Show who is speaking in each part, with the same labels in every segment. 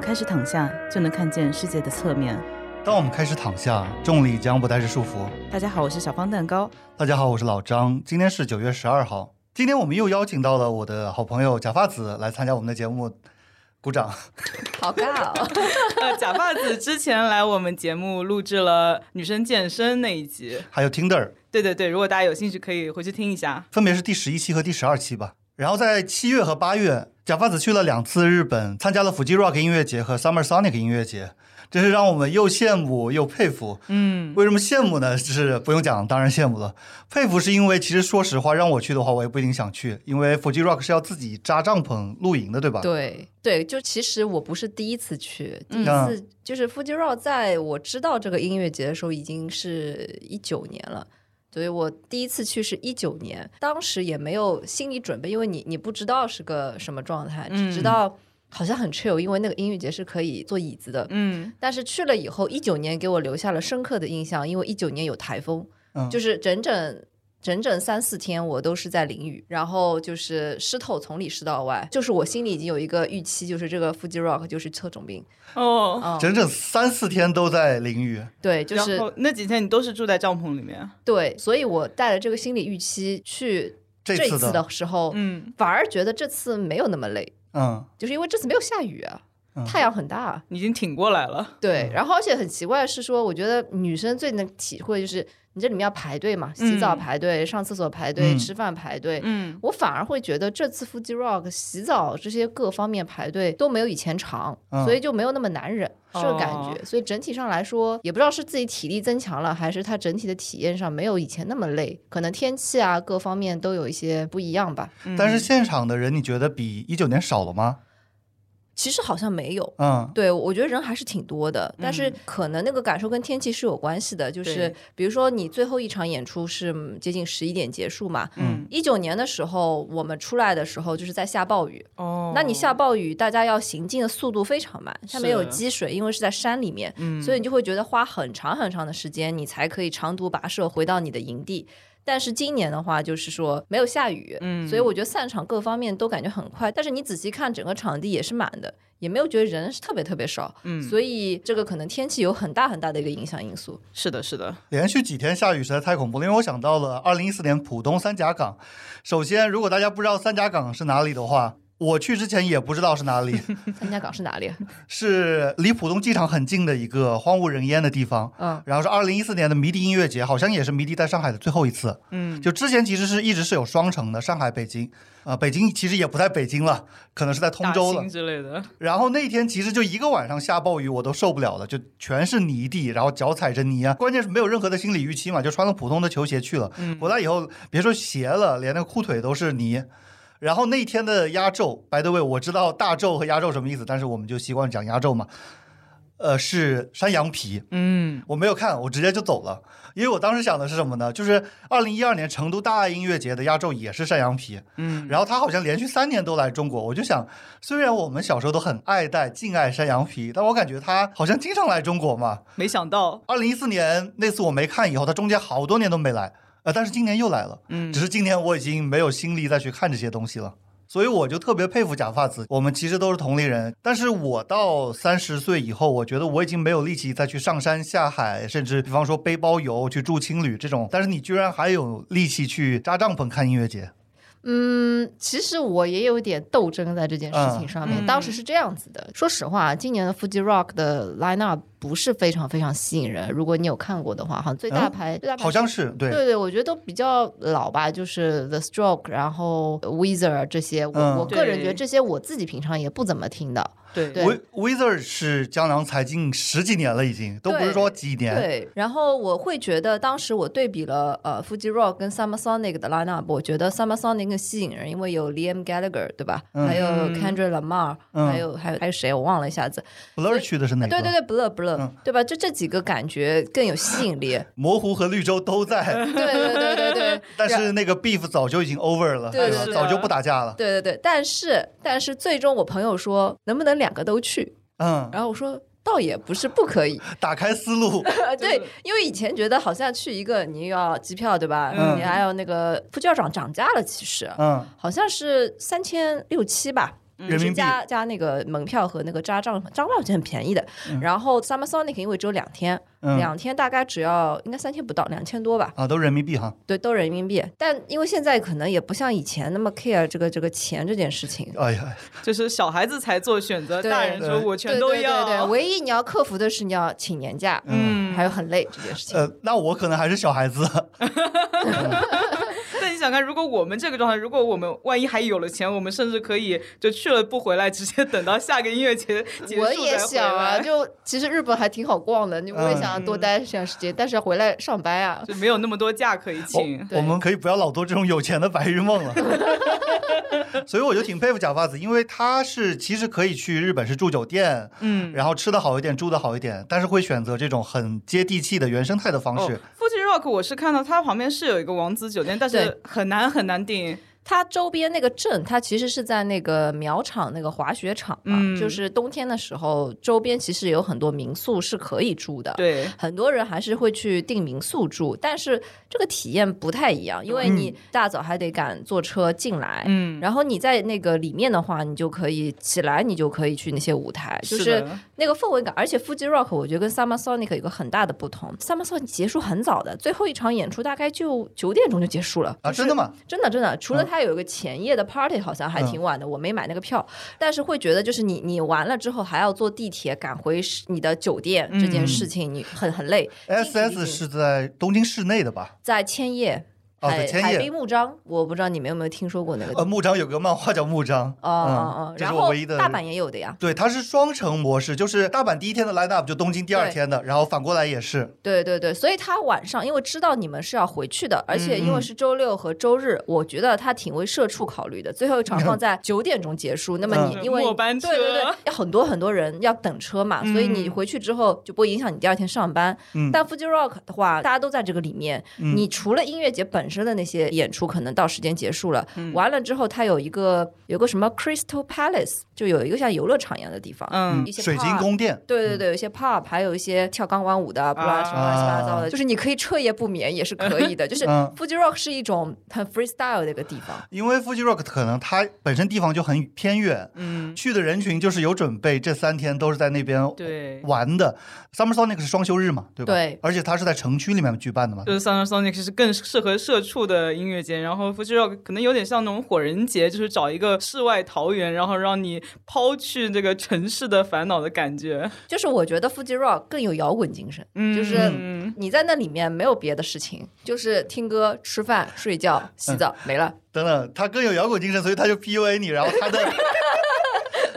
Speaker 1: 开始躺下，就能看见世界的侧面。
Speaker 2: 当我们开始躺下，重力将不再是束缚。
Speaker 1: 大家好，我是小方蛋 糕。
Speaker 2: 大家好，我是老张，今天是九月十二号。今天我们又邀请到了我的好朋友假发子来参加我们的节目，鼓掌。
Speaker 3: 好尬 哦！
Speaker 1: 呃，假发子之前来我们节目录制了女生健身那一集，
Speaker 2: 还有 Tinder，
Speaker 1: 对对对，如果大家有兴趣，可以回去听一下。
Speaker 2: 分别是第十一期和第十二期吧。然后在七月和八月，假发子去了两次日本，参加了 Fuji Rock 音乐节和 Summer Sonic 音乐节，真是让我们又羡慕又佩服。
Speaker 1: 嗯，
Speaker 2: 为什么羡慕呢？就是不用讲，当然羡慕了。佩服是因为，其实说实话，让我去的话，我也不一定想去，因为 Fuji Rock 是要自己扎帐篷露营的，对吧？
Speaker 3: 对 对，就其实我不是第一次去，第
Speaker 1: 嗯
Speaker 3: 一次就是 Fuji Rock，在我知道这个音乐节的时候已经是一九年了。所以我第一次去是一九年，当时也没有心理准备，因为你你不知道是个什么状态，只
Speaker 1: 嗯
Speaker 3: 知道好像很 chill，因为那个音乐节是可以坐椅子的。
Speaker 1: 嗯，
Speaker 3: 但是去了以后，一九年给我留下了深刻的印象，因为一九年有台风，
Speaker 2: 嗯
Speaker 3: 就是整整整整三四天我都是在淋雨，然后就是湿透从里湿到外，就是我心里已经有一个预期，就是这个腹肌 rock 就是特种兵，
Speaker 1: 哦，
Speaker 3: 嗯，
Speaker 2: 整整三四天都在淋雨。
Speaker 3: 对，就
Speaker 1: 然
Speaker 3: 是
Speaker 1: 后那几天你都是住在帐篷里面。
Speaker 3: 对，所以我带着这个心理预期去
Speaker 2: 这
Speaker 3: 这
Speaker 2: 次的
Speaker 3: 次的时候，
Speaker 1: 嗯，
Speaker 3: 反而觉得这次没有那么累，
Speaker 2: 嗯，
Speaker 3: 就是因为这次没有下雨啊
Speaker 2: 嗯，
Speaker 3: 太阳很大啊、
Speaker 1: 你已经挺过来了。
Speaker 3: 对，然后而且很奇怪的是说，我觉得女生最能体会就是你这里面要排队嘛，洗澡
Speaker 1: 嗯
Speaker 3: 排队、上厕所排队、
Speaker 2: 嗯
Speaker 3: 吃饭排队。
Speaker 1: 嗯
Speaker 3: 我反而会觉得这次腹肌 rock 洗澡这些各方面排队都没有以前长，
Speaker 2: 嗯
Speaker 3: 所以就没有那么难忍这个感觉。
Speaker 1: 哦
Speaker 3: 所以整体上来说，也不知道是自己体力增强了，还是它整体的体验上没有以前那么累，可能天气啊各方面都有一些不一样吧。
Speaker 1: 嗯
Speaker 2: 但是现场的人，你觉得比一九年少了吗？
Speaker 3: 其实好像没有，
Speaker 2: 嗯，
Speaker 3: 对，我觉得人还是挺多的，但是
Speaker 1: 嗯
Speaker 3: 可能那个感受跟天气是有关系的。就是
Speaker 1: 对
Speaker 3: 比如说，你最后一场演出是嗯接近十一点结束嘛。
Speaker 1: 嗯
Speaker 3: 一九年的时候，我们出来的时候就是在下暴雨，
Speaker 1: 哦，
Speaker 3: 那你下暴雨，大家要行进的速度非常慢，下面有
Speaker 1: 是
Speaker 3: 积水，因为是在山里面，
Speaker 1: 嗯
Speaker 3: 所以你就会觉得花很长很长的时间，你才可以长途跋涉回到你的营地。但是今年的话，就是说没有下雨，
Speaker 1: 嗯
Speaker 3: 所以我觉得散场各方面都感觉很快。但是你仔细看，整个场地也是满的，也没有觉得人是特别特别少，
Speaker 1: 嗯
Speaker 3: 所以这个可能天气有很大很大的一个影响因素。
Speaker 1: 是的，是的，
Speaker 2: 连续几天下雨实在太恐怖了，因为我想到了二零一四年浦东三甲港。首先，如果大家不知道三甲港是哪里的话，我去之前也不知道是哪里，
Speaker 3: 参加港是哪里啊？
Speaker 2: 是离浦东机场很近的一个荒无人烟的地方。
Speaker 3: 嗯，
Speaker 2: 然后是二零一四年的迷笛音乐节，好像也是迷笛在上海的最后一次。
Speaker 1: 嗯，
Speaker 2: 就之前其实是一直是有双城的，上海、北京，啊、北京其实也不在北京了，可能是在通
Speaker 1: 大
Speaker 2: 州
Speaker 1: 兴
Speaker 2: 了。
Speaker 1: 之类的，
Speaker 2: 然后那天其实就一个晚上下暴雨，我都受不了了，就全是泥地，然后脚踩着泥啊。关键是没有任何的心理预期嘛，就穿了普通的球鞋去了。回来以后，别说鞋了，连那个裤腿都是泥。然后那天的压轴，by the way，我知道大轴和压轴什么意思，但是我们就习惯讲压轴嘛。呃，是山羊皮，
Speaker 1: 嗯
Speaker 2: 我没有看，我直接就走了，因为我当时想的是什么呢？就是二零一二年成都大爱音乐节的压轴也是山羊皮，
Speaker 1: 嗯，
Speaker 2: 然后他好像连续三年都来中国，我就想，虽然我们小时候都很爱戴、敬爱山羊皮，但我感觉他好像经常来中国嘛。
Speaker 1: 没想到，
Speaker 2: 二零一四年那次我没看以后，他中间好多年都没来，呃，但是今年又来了，
Speaker 1: 嗯
Speaker 2: 只是今年我已经没有心力再去看这些东西了。所以我就特别佩服假发子，我们其实都是同龄人，但是我到三十岁以后，我觉得我已经没有力气再去上山下海，甚至比方说背包游、去住青旅这种。但是你居然还有力气去扎帐篷看音乐节，
Speaker 3: 嗯，其实我也有点斗争在这件事情上
Speaker 1: 嗯
Speaker 3: 面。当时是这样子的，说实话，今年的 Fuji Rock 的 lineup 不是非常非常吸引人。如果你有看过的话，好像最大
Speaker 2: 嗯
Speaker 3: 牌、最大牌
Speaker 2: 好像是对，
Speaker 3: 对对，我觉得都比较老吧，就是 The Stroke，然后 Weezer 这些，我、
Speaker 2: 嗯
Speaker 3: 我个人觉得
Speaker 1: 对
Speaker 3: 这些我自己平常也不怎么听的。
Speaker 1: 对
Speaker 3: 对
Speaker 2: We Wizard 是江郎才尽十几年了，已经都不是说几年。
Speaker 3: 对，然后我会觉得当时我对比了呃 Fuji Rock 跟 Summer Sonic 的 lineup，我觉得 Summer Sonic 更吸引人，因为有 Liam Gallagher 对吧？
Speaker 2: 嗯
Speaker 3: 还有 Kendrick Lamar，、
Speaker 2: 嗯
Speaker 3: 还有还有还有谁我忘了一下子。
Speaker 2: Blur 去的是哪个？
Speaker 3: 对对对，Blur Blur，、
Speaker 2: 嗯
Speaker 3: 对吧？就这几个感觉更有吸引 力。
Speaker 2: 模糊和绿洲都 在，
Speaker 3: 对对对对对。
Speaker 2: 但是那个 beef 早就已经 over 了，
Speaker 3: 对
Speaker 2: 吧？
Speaker 1: 是啊
Speaker 2: 早就不打架了。
Speaker 3: 对对对，但是但是最终我朋友说能不能两个都去，
Speaker 2: 嗯，
Speaker 3: 然后我说倒也不是不可以，
Speaker 2: 打开思路，
Speaker 3: 呃，对
Speaker 1: 就是，
Speaker 3: 因为以前觉得好像去一个你又要机票对吧，
Speaker 1: 嗯
Speaker 3: 你还有那个副校长涨价了，其实
Speaker 2: 嗯
Speaker 3: 好像是三千六七吧，
Speaker 2: 人
Speaker 3: 是
Speaker 2: 民币
Speaker 3: 加加那个门票和那个扎帐，扎帐就很便宜的。然后 Summer Sonic 因为只有两天，
Speaker 2: 嗯
Speaker 3: 两天大概只要应该三千不到，两千多吧，
Speaker 2: 啊，都人民币哈
Speaker 3: 对，都人民币。但因为现在可能也不像以前那么 care 这个这个钱这件事情。
Speaker 2: 哎呀，
Speaker 1: 就是小孩子才做选择，
Speaker 3: 对
Speaker 1: 大人说
Speaker 2: 对
Speaker 1: 我全
Speaker 3: 对
Speaker 1: 都
Speaker 3: 对对对，
Speaker 1: 要。
Speaker 3: 唯一你要克服的是你要请年假，
Speaker 1: 嗯，
Speaker 3: 还有很累这件事情。
Speaker 2: 呃，那我可能还是小孩子，
Speaker 1: 但你想看，如果我们这个状态，如果我们万一还有了钱，我们甚至可以就去了不回来，直接等到下个音乐节结束
Speaker 4: 我
Speaker 1: 再
Speaker 4: 也
Speaker 1: 回
Speaker 4: 想啊，
Speaker 1: 来
Speaker 4: 就其实日本还挺好逛的，你我也
Speaker 2: 嗯
Speaker 4: 想要多待这段时间，但是回来上班啊。
Speaker 1: 就没有那么多假可以请。
Speaker 4: 对
Speaker 2: 我们可以不要老做这种有钱的白日梦了。 所以我就挺佩服假发子，因为他是其实可以去日本是住酒店，
Speaker 1: 嗯，
Speaker 2: 然后吃的好一点，住的好一点，但是会选择这种很接地气的原生态的方
Speaker 3: 哦
Speaker 2: 式。
Speaker 1: 富士 Rock 我是看到它旁边是有一个王子酒店，但是
Speaker 3: 对
Speaker 1: 很难很难订。
Speaker 3: 它周边那个镇，它其实是在那个苗场那个滑雪场嘛，
Speaker 1: 嗯
Speaker 3: 就是冬天的时候，周边其实有很多民宿是可以住的。
Speaker 1: 对，
Speaker 3: 很多人还是会去订民宿住，但是这个体验不太一样，因为
Speaker 2: 嗯
Speaker 3: 你大早还得赶坐车进来，
Speaker 1: 嗯，
Speaker 3: 然后你在那个里面的话，你就可以起来，你就可以去那些舞台，就是是
Speaker 1: 的
Speaker 3: 那个氛围感。而且 Fuji Rock 我觉得跟 Summer Sonic 有个很大的不同，Summer Sonic 结束很早的，最后一场演出大概就九点钟就结束了
Speaker 2: 啊，真的？吗？
Speaker 3: 真的真的，
Speaker 2: 嗯
Speaker 3: 除了它有一个前夜的 party，好像还挺晚的，我没买那个票，但是会觉得就是你你完了之后还要坐地铁赶回是你的酒店这件
Speaker 2: 嗯
Speaker 3: 事情，你很很累。
Speaker 2: S
Speaker 3: 精疲力
Speaker 2: S
Speaker 3: 尽
Speaker 2: 是在东京市内的吧？
Speaker 3: 在千叶
Speaker 2: 哦
Speaker 3: 海
Speaker 2: 在千叶
Speaker 3: 海滨木章，我不知道你们有没有听说过那个地
Speaker 2: 呃，
Speaker 3: 方。
Speaker 2: 木章有个漫画叫木章，
Speaker 3: 哦哦哦，
Speaker 2: 嗯，这
Speaker 3: 然
Speaker 2: 是
Speaker 3: 后
Speaker 2: 我唯一的。
Speaker 3: 大阪也有的呀，
Speaker 2: 对，它是双城模式，就是大阪第一天的 line up 就东京第二
Speaker 3: 对
Speaker 2: 天的，然后反过来也是。
Speaker 3: 对对对，所以他晚上因为知道你们是要回去的，
Speaker 2: 嗯
Speaker 3: 而且因为是周六和周日，我觉得他挺为社畜考虑的。最后一场
Speaker 2: 嗯
Speaker 3: 放在九点钟结束，那么你
Speaker 1: 嗯
Speaker 3: 因为
Speaker 1: 末班车
Speaker 3: 对对对，要很多很多人要等车嘛，所以你回去之后就不会影响你第二天上班。
Speaker 2: 嗯
Speaker 3: 但 Fuji Rock 的话，大家都在这个里面，
Speaker 2: 嗯
Speaker 3: 你除了音乐节本身的那些演出，可能到时间结束了，
Speaker 2: 嗯
Speaker 3: 完了之后它有一个有个什么 Crystal Palace，就有一个像游乐场一样的地方，
Speaker 1: 嗯
Speaker 2: 嗯，
Speaker 3: 一些
Speaker 2: 水晶
Speaker 3: pub
Speaker 2: 宫殿，
Speaker 3: 对对对，有一些 pub，还有一些跳钢管舞的，不啦什么乱七八糟的，就是你可以彻夜不眠也是可以的。就是
Speaker 2: 啊嗯
Speaker 3: Fuji Rock 是一种很 freestyle 的一个地方，
Speaker 2: 因为 Fuji Rock 可能它本身地方就很偏远，嗯，去的人群就是有准备，这三天都是在那边
Speaker 1: 对。
Speaker 2: 玩的。Summer Sonic 是双休日嘛，对吧？
Speaker 3: 对
Speaker 2: 而且它是在城区里面举办的嘛
Speaker 1: 就。是 Summer Sonic 是更适合社畜的音乐节，然后 Fuji Rock 可能有点像那种火人节，就是找一个世外桃源，然后让你抛去这个城市的烦恼的感觉。
Speaker 3: 就是我觉得 Fuji Rock 更有摇滚精神，就是。
Speaker 1: 嗯，
Speaker 3: 你在那里面没有别的事情，就是听歌、吃饭、睡
Speaker 2: 嗯
Speaker 3: 觉、洗澡，没了。
Speaker 2: 等等，它更有摇滚精神，所以它就 PUA 你，然后它 的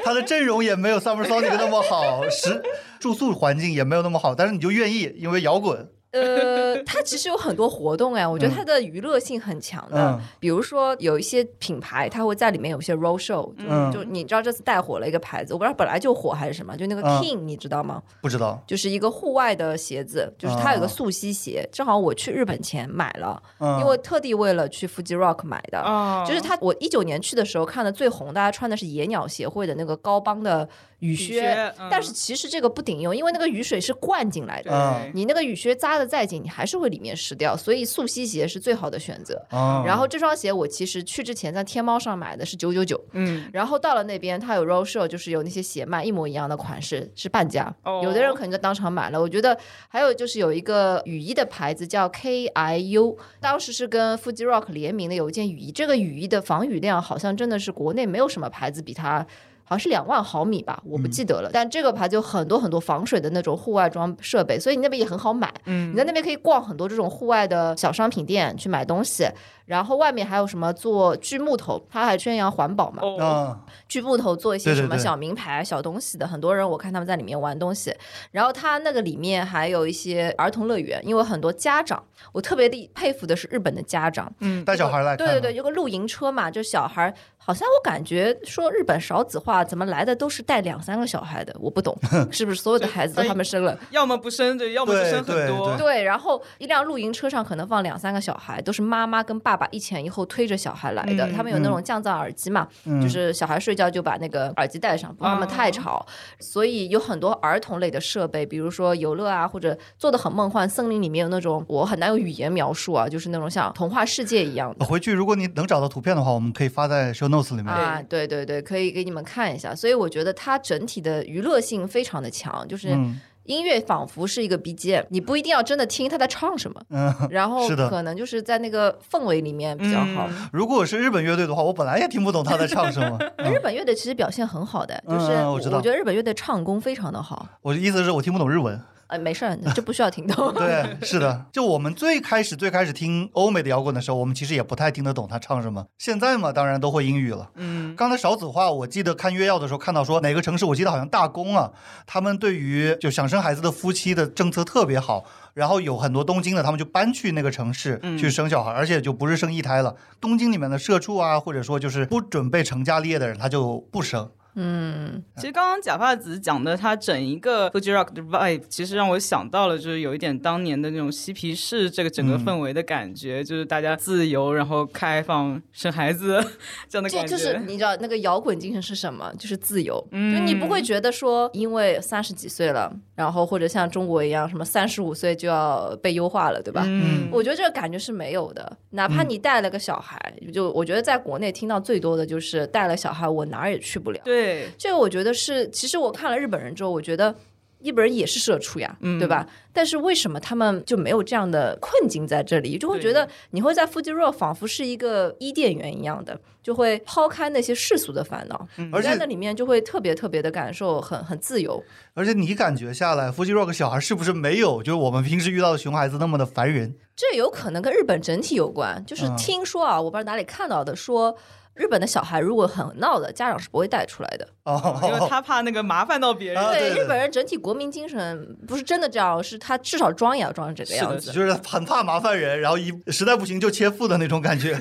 Speaker 2: 它的阵容也没有 Summer Sonic 那么好，食住宿环境也没有那么好，但是你就愿意，因为摇滚。
Speaker 3: 呃，它其实有很多活动哎，我觉得它的娱乐性很强的
Speaker 2: 嗯，
Speaker 3: 比如说有一些品牌，它会在里面有一些 road show，
Speaker 2: 嗯
Speaker 3: 就你知道这次带火了一个牌子，我不知道本来就火还是什么，就那个
Speaker 2: 嗯
Speaker 3: King，你知道吗？
Speaker 2: 不知道，
Speaker 3: 就是一个户外的鞋子，就是它
Speaker 1: 哦
Speaker 3: 有个溯溪鞋，正好我去日本前买了，
Speaker 2: 嗯，
Speaker 3: 因为我特地为了去 Fuji Rock 买的。
Speaker 1: 哦，
Speaker 3: 呃就是它，我一九年去的时候看的最红，大家穿的是野鸟协会的那个高帮的雨
Speaker 1: 雨
Speaker 3: 靴，
Speaker 1: 靴嗯
Speaker 3: 但是其实这个不顶用，因为那个雨水是灌进来
Speaker 1: 对
Speaker 3: 的，
Speaker 2: 嗯
Speaker 3: 你那个雨靴扎的再紧，你还是会里面湿掉，所以溯溪鞋是最好的选择。
Speaker 2: 嗯
Speaker 3: 然后这双鞋我其实去之前在天猫上买的是九九九，
Speaker 1: 嗯，
Speaker 3: 然后到了那边，它有 roll show，就是有那些鞋卖一模一样的款式，是半价。
Speaker 1: 哦
Speaker 3: 有的人可能就当场买了。我觉得还有就是有一个雨衣的牌子叫 KIU，当时是跟 Fuji Rock 联名的有一件雨衣，这个雨衣的防雨量好像真的是国内没有什么牌子比它。好像是两万毫米吧，我不记得
Speaker 1: 嗯
Speaker 3: 了。但这个牌子有很多很多防水的那种户外装设备，所以你那边也很好买。嗯，你在那边可以逛很多这种户外的小商品店去买东西，然后外面还有什么做锯木头，它还宣扬环保嘛。
Speaker 1: 哦，
Speaker 2: 嗯
Speaker 3: 锯木头做一些
Speaker 2: 对对
Speaker 3: 什么
Speaker 2: 对
Speaker 3: 小名牌、小东西的，很多人我看他们在里面玩东西。然后它那个里面还有一些儿童乐园，因为很多家长，我特别的佩服的是日本的家长，
Speaker 2: 带小孩来看，
Speaker 3: 对对对，，有个露营车嘛，就小孩儿好像我感觉说日本少子化话，怎么来的都是带两三个小孩的？我不懂，是不是所有的孩子都他们生了？
Speaker 1: 要么不生，对，要么就
Speaker 2: 对
Speaker 1: 生很
Speaker 2: 对
Speaker 1: 多。
Speaker 3: 对，然后一辆露营车上可能放两三个小孩，都是妈妈跟爸爸一前一后推着小孩来的。
Speaker 1: 嗯
Speaker 3: 他们有那种降噪耳机嘛，
Speaker 2: 嗯哦
Speaker 3: 就是小孩睡觉就把那个耳机戴上，不让他们太吵。所以有很多儿童类的设备，比如说游乐啊，或者做的很梦幻。森林里面有那种我很难用语言描述啊，就是那种像童话世界一样的。
Speaker 2: 回去如果你能找到图片的话，我们可以发在 show notes 里面。
Speaker 3: 啊，对对对，可以给你们看一下。所以我觉得它整体的娱乐性非常的强，就是
Speaker 2: 嗯
Speaker 3: 音乐仿佛是一个 BGM，你不一定要真的听他在唱什么，
Speaker 2: 嗯，
Speaker 3: 然后
Speaker 2: 是的
Speaker 3: 可能就是在那个氛围里面比较好。
Speaker 1: 嗯
Speaker 2: 如果是日本乐队的话，我本来也听不懂他在唱什么。嗯
Speaker 3: 那日本乐队其实表现很好的，就是
Speaker 2: 嗯嗯我知道
Speaker 3: 觉得日本乐队唱功非常的好。
Speaker 2: 我的意思是我听不懂日文。
Speaker 3: 呃，没事儿，这不需要 听 懂。
Speaker 2: 对，是的，就我们最开始最开始听欧美的摇滚的时候，我们其实也不太听得懂他唱什么。现在嘛，当然都会英语了。
Speaker 1: 嗯，
Speaker 2: 刚才少子化，我记得看约药的时候看到说哪个城市，我记得好像大宫啊，他们对于就想生孩子的夫妻的政策特别好，然后有很多东京的他们就搬去那个城市
Speaker 1: 嗯
Speaker 2: 去生小孩，而且就不是生一胎了。东京里面的社畜啊，或者说就是不准备成家立业的人，他就不生。
Speaker 3: 嗯，
Speaker 1: 其实刚刚假发子讲的，他整一个 Fuji Rock 的 vibe，其实让我想到了，就是有一点当年的那种嬉皮士这个整个
Speaker 2: 嗯
Speaker 1: 氛围的感觉，就是大家自由，然后开放生孩子这样的
Speaker 3: 这
Speaker 1: 感觉。
Speaker 3: 就是你知道那个摇滚精神是什么？就是自由，
Speaker 1: 嗯
Speaker 3: 就你不会觉得说因为三十几岁了，然后或者像中国一样什么三十五岁就要被优化了，对吧？
Speaker 1: 嗯，
Speaker 3: 我觉得这个感觉是没有的，哪怕你带了个小孩，就我觉得在国内听到最多的就是带了小孩，我哪儿也去不了。
Speaker 1: 对，
Speaker 3: 这个我觉得是，其实我看了日本人之后，我觉得日本人也是社畜呀，对
Speaker 2: 嗯
Speaker 3: 吧？但是为什么他们就没有这样的困境在这里？就会觉得你会在 Fuji Rock 仿佛是一个伊甸园一样的，就会抛开那些世俗的烦恼，
Speaker 2: 嗯而
Speaker 3: 你在
Speaker 2: 且
Speaker 3: 那里面就会特别特别的感受很很自由。
Speaker 2: 而且你感觉下来，夫妻 rock 小孩是不是没有就是我们平时遇到的熊孩子那么的烦人？
Speaker 3: 这有可能跟日本整体有关，就是
Speaker 2: 嗯
Speaker 3: 听说啊，我不知道哪里看到的说。日本的小孩如果很闹的，家长是不会带出来的。
Speaker 2: 哦，
Speaker 1: 因为他怕那个麻烦到别人。
Speaker 2: 啊对对
Speaker 3: 日本人整体国民精神不是真的这样，是他至少装也要装成这个
Speaker 1: 是的
Speaker 3: 样
Speaker 1: 是
Speaker 3: 子。
Speaker 2: 就是很怕麻烦人，然后一实在不行就切腹的那种感觉。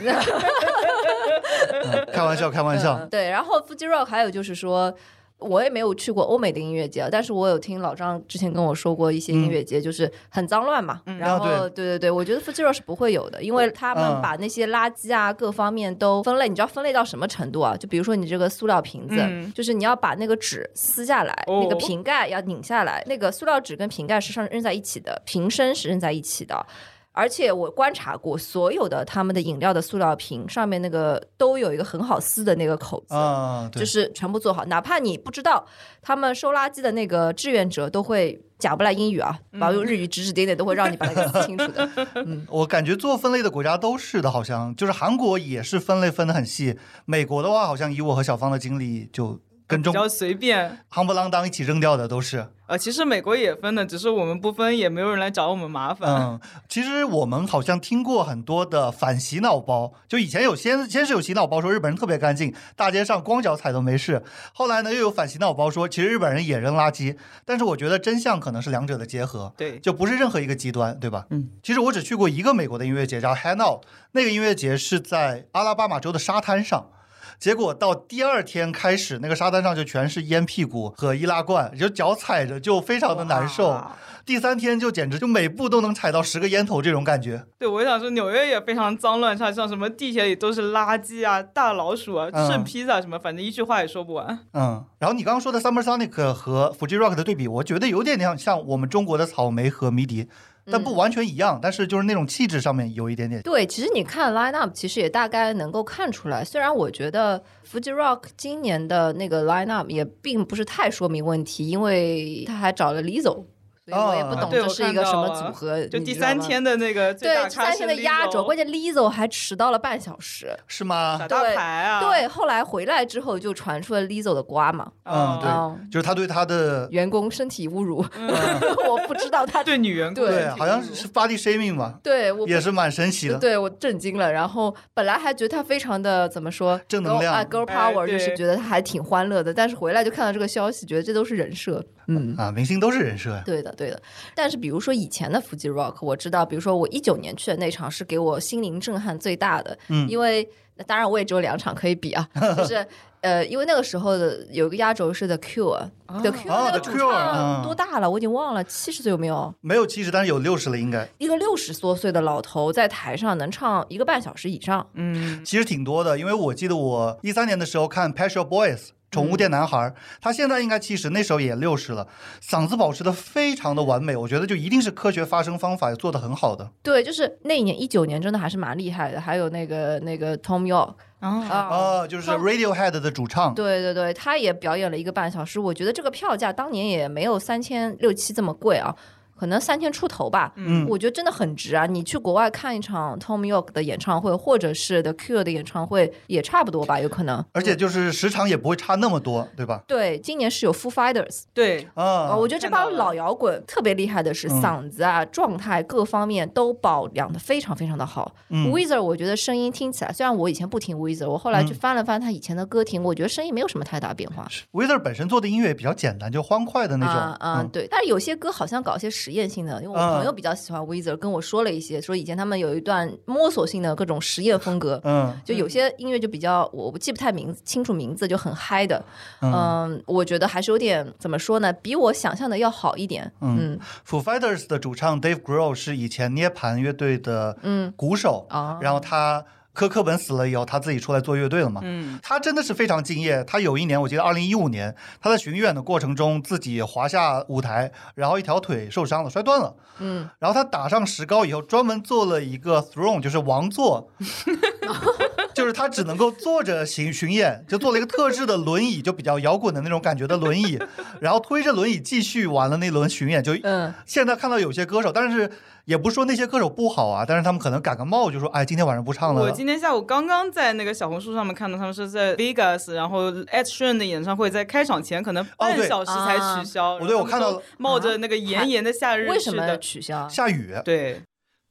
Speaker 2: 嗯开玩笑，开玩笑。
Speaker 3: 嗯对，然后 Fuji Rock 还有就是说。我也没有去过欧美的音乐节啊，但是我有听老张之前跟我说过一些音乐节，就是很脏乱嘛。
Speaker 1: 嗯
Speaker 3: 然
Speaker 2: 嗯
Speaker 3: 后、
Speaker 2: 啊对
Speaker 3: 对对对，我觉得 Fuji Rock 是不会有的，因为他
Speaker 2: 嗯
Speaker 3: 们把那些垃圾啊、各方面都分类，你知道分类到什么程度啊？就比如说你这个塑料瓶子，
Speaker 1: 嗯
Speaker 3: 就是你要把那个纸撕下来，
Speaker 1: 哦
Speaker 3: 那个瓶盖要拧下来，那个塑料纸跟瓶盖是上扔在一起的，瓶身是扔在一起的。而且我观察过，所有的他们的饮料的塑料瓶上面那个都有一个很好撕的那个口子，
Speaker 2: 啊，对
Speaker 3: 就，是全部做好。哪怕你不知道，他们收垃圾的那个志愿者都会讲不来英语啊，然后
Speaker 1: 嗯
Speaker 3: 用日语指指点点，都会让你把它给撕清楚 的。
Speaker 2: 我感觉做分类的国家都是的，好像就是韩国也是分类分得很细。美国的话，好像以我和小芳的经历，就跟
Speaker 1: 比
Speaker 2: 中
Speaker 1: 较随便，
Speaker 2: 夯不啷当一起扔掉的都是。
Speaker 1: 呃，其实美国也分的，只是我们不分，也没有人来找我们麻烦。
Speaker 2: 嗯，其实我们好像听过很多的反洗脑包，就以前有先先是有洗脑包说日本人特别干净，大街上光脚踩都没事，后来呢又有反洗脑包说其实日本人也扔垃圾，但是我觉得真相可能是两者的结合。
Speaker 1: 对，
Speaker 2: 就不是任何一个极端，对吧？
Speaker 1: 嗯，
Speaker 2: 其实我只去过一个美国的音乐节，叫 Hanout，那个音乐节是在阿拉巴马州的沙滩上。结果到第二天开始，那个沙滩上就全是烟屁股和易拉罐，就脚踩着就非
Speaker 1: 哦
Speaker 2: 常的难受。
Speaker 1: 哇
Speaker 2: 第三天就简直就每步都能踩到十个烟头这种感觉。
Speaker 1: 对，我想说纽约也非常脏乱差，像什么地铁里都是垃圾啊、大老鼠啊、
Speaker 2: 嗯
Speaker 1: 剩披萨什么，反正一句话也说不
Speaker 3: 呃
Speaker 1: 完。
Speaker 2: 嗯，然后你刚刚说的 Summer Sonic 和 Fuji Rock 的对比，我觉得有点像像我们中国的草莓和迷笛，
Speaker 3: 嗯
Speaker 2: 但不完全一样，但是就是那种气质上面有一点点。
Speaker 3: 对，其实你看 line up，其实也大概能够看出来。虽然我觉得 Fuji Rock 今年的那个 line up 也并不是太说明问题，因为他还找了 Lizzo，所以我也不
Speaker 2: 哦
Speaker 3: 懂
Speaker 1: 对
Speaker 3: 这
Speaker 1: 我
Speaker 3: 是一
Speaker 1: 看
Speaker 3: 个什
Speaker 1: 到
Speaker 3: 么
Speaker 1: 了
Speaker 3: 组合。
Speaker 1: 就
Speaker 3: 你
Speaker 1: 第
Speaker 3: 知道
Speaker 1: 三
Speaker 3: 吗
Speaker 1: 天的那个最
Speaker 3: 对
Speaker 1: 大
Speaker 3: 第三
Speaker 1: 咖
Speaker 3: 天
Speaker 1: 是
Speaker 3: 的压轴，关
Speaker 1: 键
Speaker 3: 键 Lizzo 还迟到了半小时。
Speaker 2: 是吗
Speaker 1: 打？大
Speaker 3: 对
Speaker 1: 牌啊，
Speaker 3: 对，后来回来之后就传出了 Lizzo 的瓜嘛，
Speaker 2: 嗯，对，
Speaker 1: 啊
Speaker 3: 哦
Speaker 2: 就是他对他的
Speaker 3: 员工身体侮辱， 我不知道他
Speaker 1: 嗯对女员工
Speaker 3: 对
Speaker 2: 对，好像是 body shaming 吧，
Speaker 3: 对我不
Speaker 2: 也是蛮神奇的。
Speaker 3: 对我震惊了，然后本来还觉得他非常的怎么说
Speaker 2: 正能
Speaker 3: girl-
Speaker 2: 量
Speaker 3: 啊，girl
Speaker 1: 哎
Speaker 3: power，就是
Speaker 1: 对
Speaker 3: 觉得他还挺欢乐的，但是回来就看到这个消息，觉得这都是人设，嗯，
Speaker 2: 啊，明星都是人设呀。
Speaker 3: 对的，对的。但是比如说以前的 Fuji Rock，我知道，比如说我一九年去的那场是给我心灵震撼最大的，
Speaker 2: 嗯
Speaker 3: 因为当然我也只有两场可以比 啊，就是呃，因为那个时候的有一个压轴是 The Cure，The、Cure
Speaker 1: 啊
Speaker 2: 哦
Speaker 3: 那
Speaker 2: The
Speaker 3: 个主
Speaker 2: Cure，
Speaker 3: 唱
Speaker 2: 嗯
Speaker 3: 多大了？我已经忘了，七十岁有没有？
Speaker 2: 没有七十，但是有六十了，应该
Speaker 3: 一个六十多岁的老头在台上能唱一个半小时以上，
Speaker 1: 嗯，
Speaker 2: 其实挺多的。因为我记得我一三年的时候看《Pet Shop Boys》宠物店男孩，他现在应该七十，那时候也六十了，嗓子保持的非常的完美。我觉得就一定是科学发声方法做的很好的。
Speaker 3: 对，就是那一年一九年真的还是蛮厉害的，还有那个那个 Tom York
Speaker 1: 啊，
Speaker 3: 啊。
Speaker 2: 啊，就是
Speaker 3: 上
Speaker 2: Radiohead 的主唱，
Speaker 3: 对对对，他也表演了一个半小时，我觉得这个票价当年也没有三千六七这么贵啊，可能三千出头吧。
Speaker 2: 嗯
Speaker 3: 我觉得真的很值啊！你去国外看一场 Tom York 的演唱会，或者是 The Cure 的演唱会，也差不多吧，有可能。
Speaker 2: 而且就是时长也不会差那么多，对吧？
Speaker 3: 对，今年是有 Foo Fighters，
Speaker 1: 对，
Speaker 2: 啊
Speaker 3: 啊，，我觉得这
Speaker 1: 看到
Speaker 3: 帮
Speaker 1: 了
Speaker 3: 老摇滚特别厉害的是
Speaker 2: 嗯
Speaker 3: 嗓子啊、状态各方面都保养的非常非常的好。
Speaker 2: 嗯
Speaker 3: Weezer 我觉得声音听起来，虽然我以前不听 Weezer，我后来去
Speaker 2: 嗯
Speaker 3: 翻了翻他以前的歌听，我觉得声音没有什么太大变化。
Speaker 2: Wither 本身做的音乐也比较简单，就欢快的那种。
Speaker 3: 啊啊，
Speaker 2: 嗯
Speaker 3: 对，但是有些歌好像搞一些实验性的，因为我
Speaker 2: 啊
Speaker 3: 朋友比较喜欢 Weezer，跟我说了一些，说以前他们有一段摸索性的各种实验 风格，
Speaker 2: 嗯
Speaker 3: 就有些音乐就比较我我记不太名字清楚名字，就很嗨的，
Speaker 2: 嗯
Speaker 3: 嗯，我觉得还是有点怎么说呢，比我想象的要好一点，
Speaker 2: 嗯，Foo Fighters 的主唱 Dave Grohl 是以前涅槃乐队的
Speaker 3: 嗯
Speaker 2: 鼓手，
Speaker 3: 啊，
Speaker 2: 然后他科克本死了以后，他自己出来做乐队了嘛。
Speaker 1: 嗯，
Speaker 2: 他真的是非常敬业。他有一年，我记得二零一五年，他在巡演的过程中自己滑下舞台，然后一条腿受伤了，摔断了。
Speaker 3: 嗯，
Speaker 2: 然后他打上石膏以后，专门做了一个 throne，就是王 座，就是他只能够坐着行巡演，就做了一个特制的轮椅，就比较摇滚的那种感觉的轮椅，然后推着轮椅继续完了那轮巡演，就
Speaker 3: 嗯。
Speaker 2: 现在看到有些歌手，但是也不是说那些歌手不好啊，但是他们可能感个冒就说，哎，今天晚上不唱
Speaker 1: 我
Speaker 2: 了。
Speaker 1: 今天下午刚刚在那个小红书上面看到，他们是在 Vegas，然后 Ed Sheeran 的演唱会在开场前可能半
Speaker 2: 哦对
Speaker 1: 小时才
Speaker 3: 啊
Speaker 1: 取消。
Speaker 2: 我对
Speaker 1: 然后
Speaker 2: 我看
Speaker 1: 他
Speaker 2: 到
Speaker 1: 们都冒着那个炎炎的夏日
Speaker 3: 为什
Speaker 1: 去
Speaker 3: 么
Speaker 1: 的？
Speaker 3: 取消？
Speaker 2: 下雨，
Speaker 1: 对，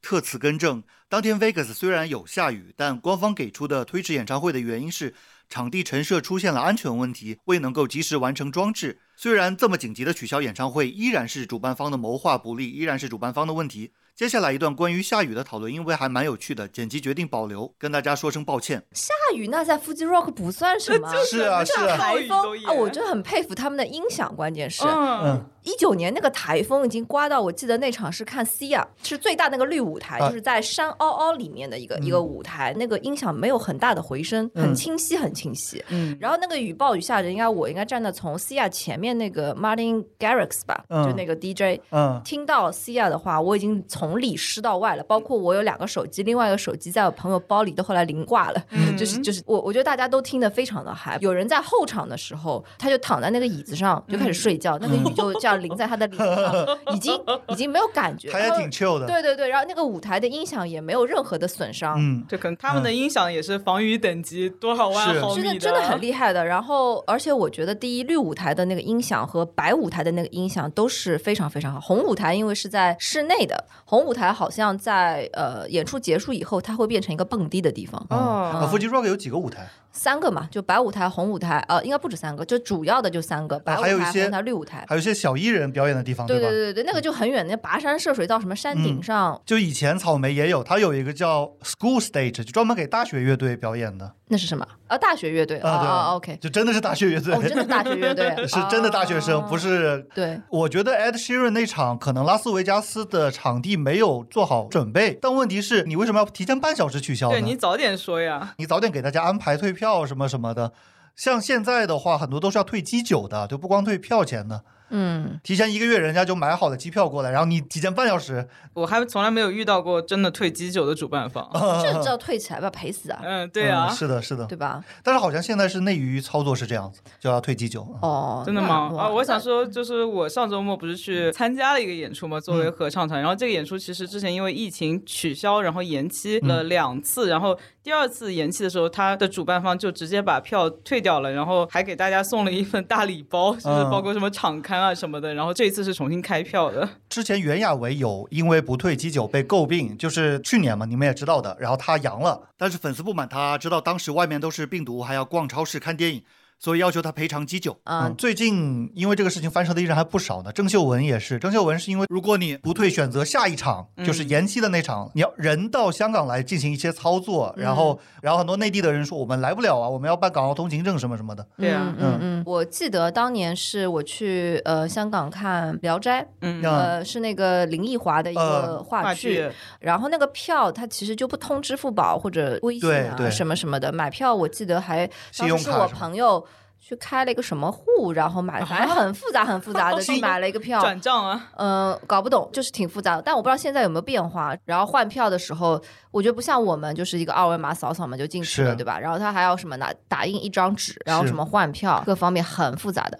Speaker 2: 特此更正，当天 Vegas 虽然有下雨，但官方给出的推迟演唱会的原因是场地陈设出现了安全问题，未能够及时完成装置。虽然这么紧急的取消演唱会，依然是主办方的谋划不力，依然是主办方的问题。接下来一段关于下雨的讨论，因为还蛮有趣的，剪辑决定保留，跟大家说声抱歉。
Speaker 3: 下雨那在 Fuji Rock 不算什么啊。
Speaker 2: 是啊
Speaker 1: 那
Speaker 2: 是
Speaker 1: 暴
Speaker 2: 啊
Speaker 3: 台
Speaker 1: 雨都
Speaker 3: 风
Speaker 1: 也
Speaker 3: 啊，我就很佩服他们的音响，关键是
Speaker 1: 嗯，
Speaker 3: 一九年那个台风已经刮到，我记得那场是看 C 啊，是最大那个绿舞台，
Speaker 2: 啊
Speaker 3: 就是在山凹凹里面的一个一个舞台，那个音响没有很大的回声，
Speaker 2: 嗯
Speaker 3: 很清晰，很清晰。
Speaker 1: 嗯
Speaker 3: 然后那个雨暴雨下着，应该我应该站在从 C 亚前面那个 Martin Garrix 吧，
Speaker 2: 嗯
Speaker 3: 就那个 DJ，
Speaker 2: 嗯，
Speaker 3: 听到 Cia 的话，我已经从里湿到外了，包括我有两个手机，另外一个手机在我朋友包里，都后来淋挂了。
Speaker 1: 嗯
Speaker 3: 就是就是我，我觉得大家都听得非常的嗨。有人在后场的时候，他就躺在那个椅子上就开
Speaker 2: 嗯
Speaker 3: 始睡觉，那个雨就这样淋在他的脸上，已经已经没有感 觉。
Speaker 2: 他也
Speaker 3: 然后
Speaker 2: 挺 chill 的，
Speaker 3: 对对对，然后那个舞台的音响也没有任何的损伤，
Speaker 2: 嗯，
Speaker 1: 就可能他们的音响也是防雨等级多少
Speaker 2: 是
Speaker 1: 万毫米啊
Speaker 3: 真的真的很厉害的。然后，而且我觉得第一绿舞台的那个音响和白舞台的那个音响都是非常非常好。红舞台因为是在室内的，红舞台好像在呃演出结束以后，它会变成一个蹦迪的地方。
Speaker 2: 啊
Speaker 1: 哦，
Speaker 2: 腹肌 rock 有几个舞台？
Speaker 3: 三个嘛，就白舞台、红舞台，呃，应该不止三个，就主要的就三个，白舞
Speaker 2: 啊还有一
Speaker 3: 台、
Speaker 2: 些
Speaker 3: 红舞台、绿舞台。
Speaker 2: 还有一些小艺人表演的地方，
Speaker 3: 对
Speaker 2: 吧嗯
Speaker 3: 对？对对，那个就很远，那跋山涉水到什么山顶上，
Speaker 2: 就以前草莓也有，它有一个叫 School Stage，就专门给大学乐队表演的。
Speaker 3: 那是什么？啊，大学乐队
Speaker 2: 啊对
Speaker 3: 啊，OK，
Speaker 2: 就真的是大学乐队，
Speaker 3: 哦，真的大学乐队
Speaker 2: 是真的大学生，
Speaker 3: 啊
Speaker 2: 不是。
Speaker 3: 对。
Speaker 2: 我觉得 Ed Sheeran 那场可能拉斯维加斯的场地没有做好准备，但问题是你为什么要提前半小时取消呢？
Speaker 1: 对你早点说呀，
Speaker 2: 你早点给大家安排退票什么什么的。像现在的话，很多都是要退机酒的，就不光退票钱的，
Speaker 3: 嗯，
Speaker 2: 提前一个月人家就买好了机票过来，然后你提前半小时，
Speaker 1: 我还从来没有遇到过真的退鸡酒的主办方。
Speaker 3: 这叫退起来吧，赔 死啊，
Speaker 1: 嗯，对啊
Speaker 2: 哦嗯，是的，是的。
Speaker 3: 对吧？
Speaker 2: 但是好像现在是内娱操作是这样子，就要退机酒。嗯
Speaker 3: 哦，
Speaker 1: 真的
Speaker 3: 那
Speaker 1: 吗？
Speaker 3: 哇
Speaker 1: 啊，我
Speaker 3: 那
Speaker 1: 想说，就是我上周末不是去参加了一个演出
Speaker 2: 嗯
Speaker 1: 嘛，作为合唱团。然后这个演出其实之前因为疫情取消，然后延期了
Speaker 2: 嗯
Speaker 1: 两次。然后第二次延期的时候，他的主办方就直接把票退掉了，然后还给大家送了一份大礼包， 就是
Speaker 2: 嗯
Speaker 1: 包括什么场刊啊什么的。然后这一次是重新开票的。
Speaker 2: 之前袁娅维有因为不退鸡酒被诟病，就是去年嘛，你们也知道的。然后她阳了，但是粉丝不满她，知道当时外面都是病毒，还要逛超市看电影，
Speaker 5: 所以要求他赔偿基酒。
Speaker 3: 啊、
Speaker 2: 嗯最近因为这个事情翻车的艺人还不少呢。郑秀文也是，郑秀文是因为如果你不退，选择下一场就是
Speaker 1: 嗯
Speaker 2: 延期的那场，你要人到香港来进行一些操作，然
Speaker 1: 嗯
Speaker 2: 后然后很多内地的人说我们来不了啊，我们要办港澳通行证什么什么的。
Speaker 1: 对啊
Speaker 3: 嗯嗯嗯，我记得当年是我去呃香港看《聊斋》，
Speaker 1: 嗯，
Speaker 2: 嗯
Speaker 3: 呃，是那个林奕华的一个
Speaker 2: 呃
Speaker 3: 话剧，然后那个票它其实就不通支付宝或者微信
Speaker 2: 对
Speaker 3: 啊
Speaker 2: 对
Speaker 3: 什么什么的，买票我记得还
Speaker 2: 信
Speaker 3: 当
Speaker 2: 用
Speaker 3: 时是
Speaker 2: 卡
Speaker 3: 我
Speaker 2: 什么的
Speaker 3: 朋友去开了一个什么户，然后买，反正很复杂很复杂的去买了一个票，
Speaker 1: 转账啊，
Speaker 3: 嗯、搞不懂，就是挺复杂的，但我不知道现在有没有变化。然后换票的时候，我觉得不像我们就是一个二维码扫扫嘛就进去了，
Speaker 2: 是
Speaker 3: 对吧？然后他还要什么拿打印一张纸，然后
Speaker 2: 是
Speaker 3: 什么换票，各方面很复杂的。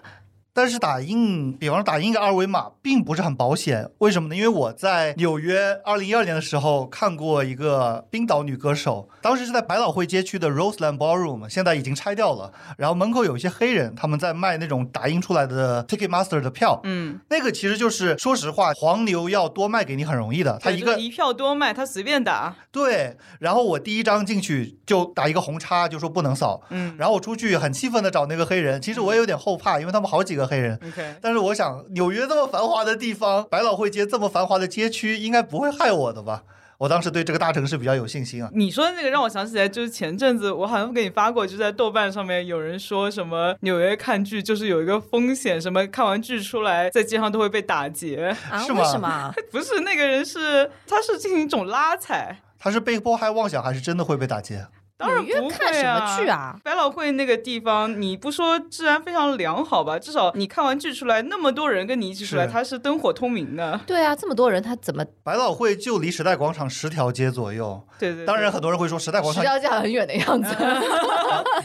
Speaker 2: 但是打印，比方说打印一个二维码，并不是很保险。为什么呢？因为我在纽约二零一二年的时候看过一个冰岛女歌手，当时是在百老汇街区的 Roseland Ballroom，现在已经拆掉了。然后门口有一些黑人，他们在卖那种打印出来的 Ticketmaster 的票。
Speaker 1: 嗯，
Speaker 2: 那个其实就是，说实话，黄牛要多卖给你很容易的，他
Speaker 1: 对
Speaker 2: 一
Speaker 1: 就
Speaker 2: 个
Speaker 1: 一票多卖，他随便打，
Speaker 2: 对。然后我第一张进去就打一个红叉，就说不能扫。
Speaker 1: 嗯
Speaker 2: 然后我出去很气愤的找那个黑人，其实我也有点后怕，因为他们好几个黑人。
Speaker 1: ，OK，
Speaker 2: 但是我想，纽约这么繁华的地方，百老汇街这么繁华的街区，应该不会害我的吧？我当时对这个大城市比较有信心啊。
Speaker 1: 你说的那个让我想起来，就是前阵子我好像给你发过，就在豆瓣上面有人说什么纽约看剧就是有一个风险，什么看完剧出来在街上都会被打劫。
Speaker 3: 啊，
Speaker 2: 是
Speaker 3: 为
Speaker 2: 吗
Speaker 3: 什么 啊？
Speaker 1: 不是那个人是他是进行一种拉踩，
Speaker 2: 他是被迫害妄想，还是真的会被打劫？
Speaker 1: 当然
Speaker 3: 纽约
Speaker 1: 不会
Speaker 3: 看什么剧
Speaker 1: 啊？
Speaker 3: 啊？
Speaker 1: 百老汇那个地方，你不说治安非常良好吧，至少你看完剧出来，那么多人跟你一起出来，
Speaker 2: 是
Speaker 1: 它是灯火通明的。
Speaker 3: 对啊，这么多人，他怎么？
Speaker 2: 百老汇就离时代广场十条街左右。
Speaker 1: 对对对
Speaker 2: 当然，很多人会说时代广
Speaker 4: 十
Speaker 2: 场
Speaker 4: 条街很远的样子。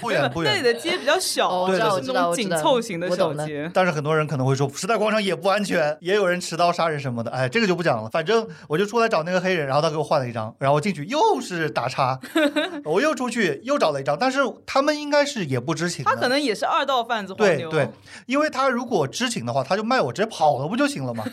Speaker 2: 不远不
Speaker 1: 那里
Speaker 2: 远，
Speaker 1: 的街比较小，
Speaker 4: 哦
Speaker 1: 就
Speaker 2: 对
Speaker 1: 是那
Speaker 2: 对
Speaker 4: 对
Speaker 1: 种紧凑型的小街。
Speaker 2: 但是很多人可能会说时代广场也不安全，也有人持刀杀人什么的。哎，这个就不讲了。反正我就出来找那个黑人，然后他给我换了一张，然后我进去又是打叉， 我又出去又找了一张。但是他们应该是也不知情的，
Speaker 1: 他可能也是二道贩子黄
Speaker 2: 对
Speaker 1: 牛，
Speaker 2: 对，因为他如果知情的话，他就卖我直接跑了不就行了 吗？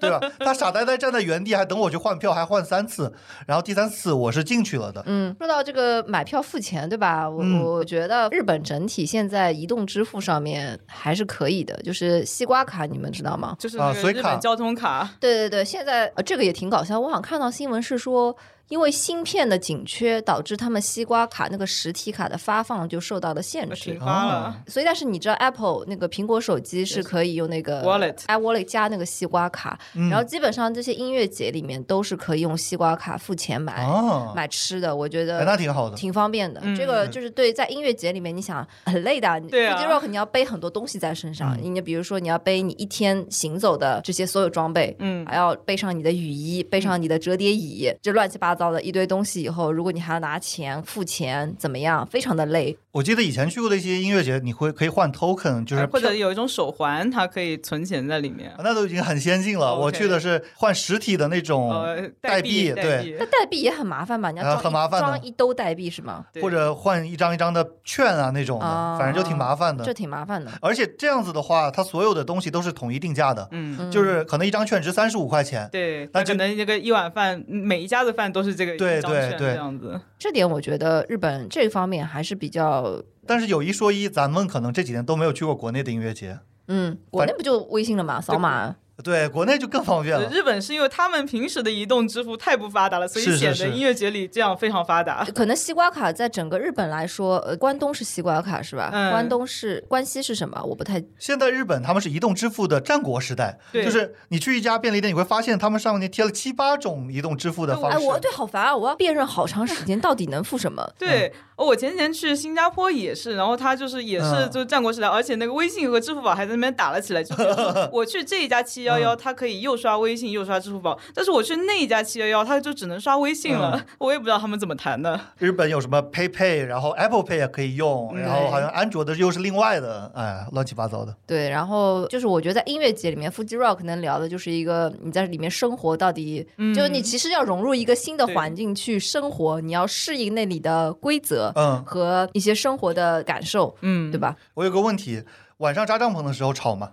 Speaker 2: 对吧？他傻呆呆站在原地，还等我去换票，还换三次，然后第三次我是进去了的。
Speaker 3: 嗯，说到这个买票付钱，对吧？我、
Speaker 2: 嗯
Speaker 3: 我觉得日本整体现在移动支付上面还是可以的，就是西瓜卡，你们知道吗？
Speaker 1: 就是
Speaker 2: 啊
Speaker 1: 那个
Speaker 2: 随
Speaker 1: 日
Speaker 2: 卡
Speaker 1: 本交通卡。
Speaker 3: 对对对，现在、呃、这个也挺搞笑。我好像看到新闻是说，因为芯片的紧缺，导致他们西瓜卡那个实体卡的发放就受到了限
Speaker 1: 停
Speaker 3: 制。
Speaker 1: 发
Speaker 2: 哦
Speaker 1: 了，
Speaker 3: 所以，但是你知道，Apple 那个苹果手机是可以用那个
Speaker 1: Wallet
Speaker 3: iWallet 加那个西瓜卡，
Speaker 2: 嗯
Speaker 3: 然后基本上这些音乐节里面都是可以用西瓜卡付钱买、
Speaker 2: 哦，
Speaker 3: 买吃的。我觉得、
Speaker 2: 哎，那挺好的。
Speaker 3: 挺方便的。
Speaker 1: 嗯
Speaker 3: 这个就是对在音乐节里面，你想很累的，你
Speaker 1: 对啊
Speaker 3: Fuji Rock 你要背很多东西在身上，你比如说你要背你一天行走的这些所有装备，
Speaker 1: 嗯
Speaker 3: 还要背上你的雨衣，背上你的折叠椅，
Speaker 2: 嗯
Speaker 3: 这乱七八糟的一堆东西。以后如果你还要拿钱付钱，怎么样？非常的累。
Speaker 2: 我记得以前去过的一些音乐节，你会可以换 token，就是
Speaker 1: 哎或
Speaker 2: 票
Speaker 1: 者有一种手环，它可以存钱在里面。
Speaker 2: 那都已经很先进了。我
Speaker 1: OK
Speaker 2: 去的是换实体的那种，
Speaker 1: 呃，
Speaker 2: 哦代
Speaker 1: 币，
Speaker 2: 币
Speaker 1: 代币
Speaker 3: 那，代币也很麻烦吧？你要装一、
Speaker 2: 啊很麻烦的
Speaker 3: 装一兜代币是吗？
Speaker 1: 对哦
Speaker 2: 或者换一张一张的券啊那种的
Speaker 3: 啊，
Speaker 2: 反正就挺麻烦
Speaker 3: 这
Speaker 2: 的。
Speaker 3: 挺麻烦的。
Speaker 2: 而且这样子的话，它所有的东西都是统一定价的，
Speaker 1: 嗯，
Speaker 3: 嗯
Speaker 2: 就是可能一张券值三十五块钱，
Speaker 1: 对，那
Speaker 2: 那
Speaker 1: 可
Speaker 2: 就
Speaker 1: 能这个一碗饭，嗯每一家的饭都是这个
Speaker 2: 对
Speaker 1: 一张
Speaker 2: 对
Speaker 1: 券
Speaker 2: 对
Speaker 1: 这样子。
Speaker 3: 这点我觉得日本这方面还是比较，
Speaker 2: 但是有一说一，咱们可能这几年都没有去过国内的音乐节，
Speaker 3: 嗯，国内不就微信了嘛，扫码。
Speaker 2: 对，国内就更方便了。
Speaker 1: 日本是因为他们平时的移动支付太不发达了，所以
Speaker 2: 是是
Speaker 1: 显得
Speaker 2: 是
Speaker 1: 音乐节里这样非常发
Speaker 2: 啊
Speaker 1: 达。
Speaker 3: 可能西瓜卡在整个日本来说，呃，关东是西瓜卡是吧？
Speaker 1: 嗯
Speaker 3: 关东是关西是什么？我不太
Speaker 2: 现在日本他们是移动支付的战国时代，
Speaker 1: 对
Speaker 2: 就是你去一家便利店，你会发现他们上面贴了七八种移动支付的方
Speaker 3: 哎，
Speaker 2: 式。
Speaker 3: 我对好烦啊！我要辨认好长 时间，到底能付什么？
Speaker 1: 对，哦我前几天去新加坡也是，然后他就是也是
Speaker 2: 嗯
Speaker 1: 就战国时代，而且那个微信和支付宝还在那边打了起来。就比如 说我去这一家七幺
Speaker 3: 嗯
Speaker 1: 幺，他可以又刷微信又刷支付宝，但是我去那一家七幺幺，他就只能刷微信
Speaker 3: 嗯
Speaker 1: 了。 我也不知道他们怎么谈的。
Speaker 2: 日本有什么 PayPay，然后 Apple Pay 也可以用，
Speaker 1: 嗯
Speaker 2: 然后好像安卓的又是另外的，哎，乱七八糟的。
Speaker 3: 对，然后就是我觉得在音乐节里面，Fuji Rock 能聊的就是一个你在里面生活到底，就是
Speaker 2: 嗯
Speaker 3: 你其实要融入一个新的
Speaker 1: 对
Speaker 3: 环境去生活，你要适应那里的规则
Speaker 2: 嗯，
Speaker 3: 和一些生活的感受，
Speaker 1: 嗯，
Speaker 3: 对？吧？
Speaker 2: 我有个问题，晚上扎帐篷的时候吵吗？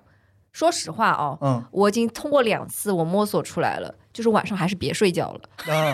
Speaker 3: 说实话哦，
Speaker 2: 嗯
Speaker 3: 我已经通过两次我摸索出来了，就是晚上还是别睡觉了。
Speaker 2: 嗯，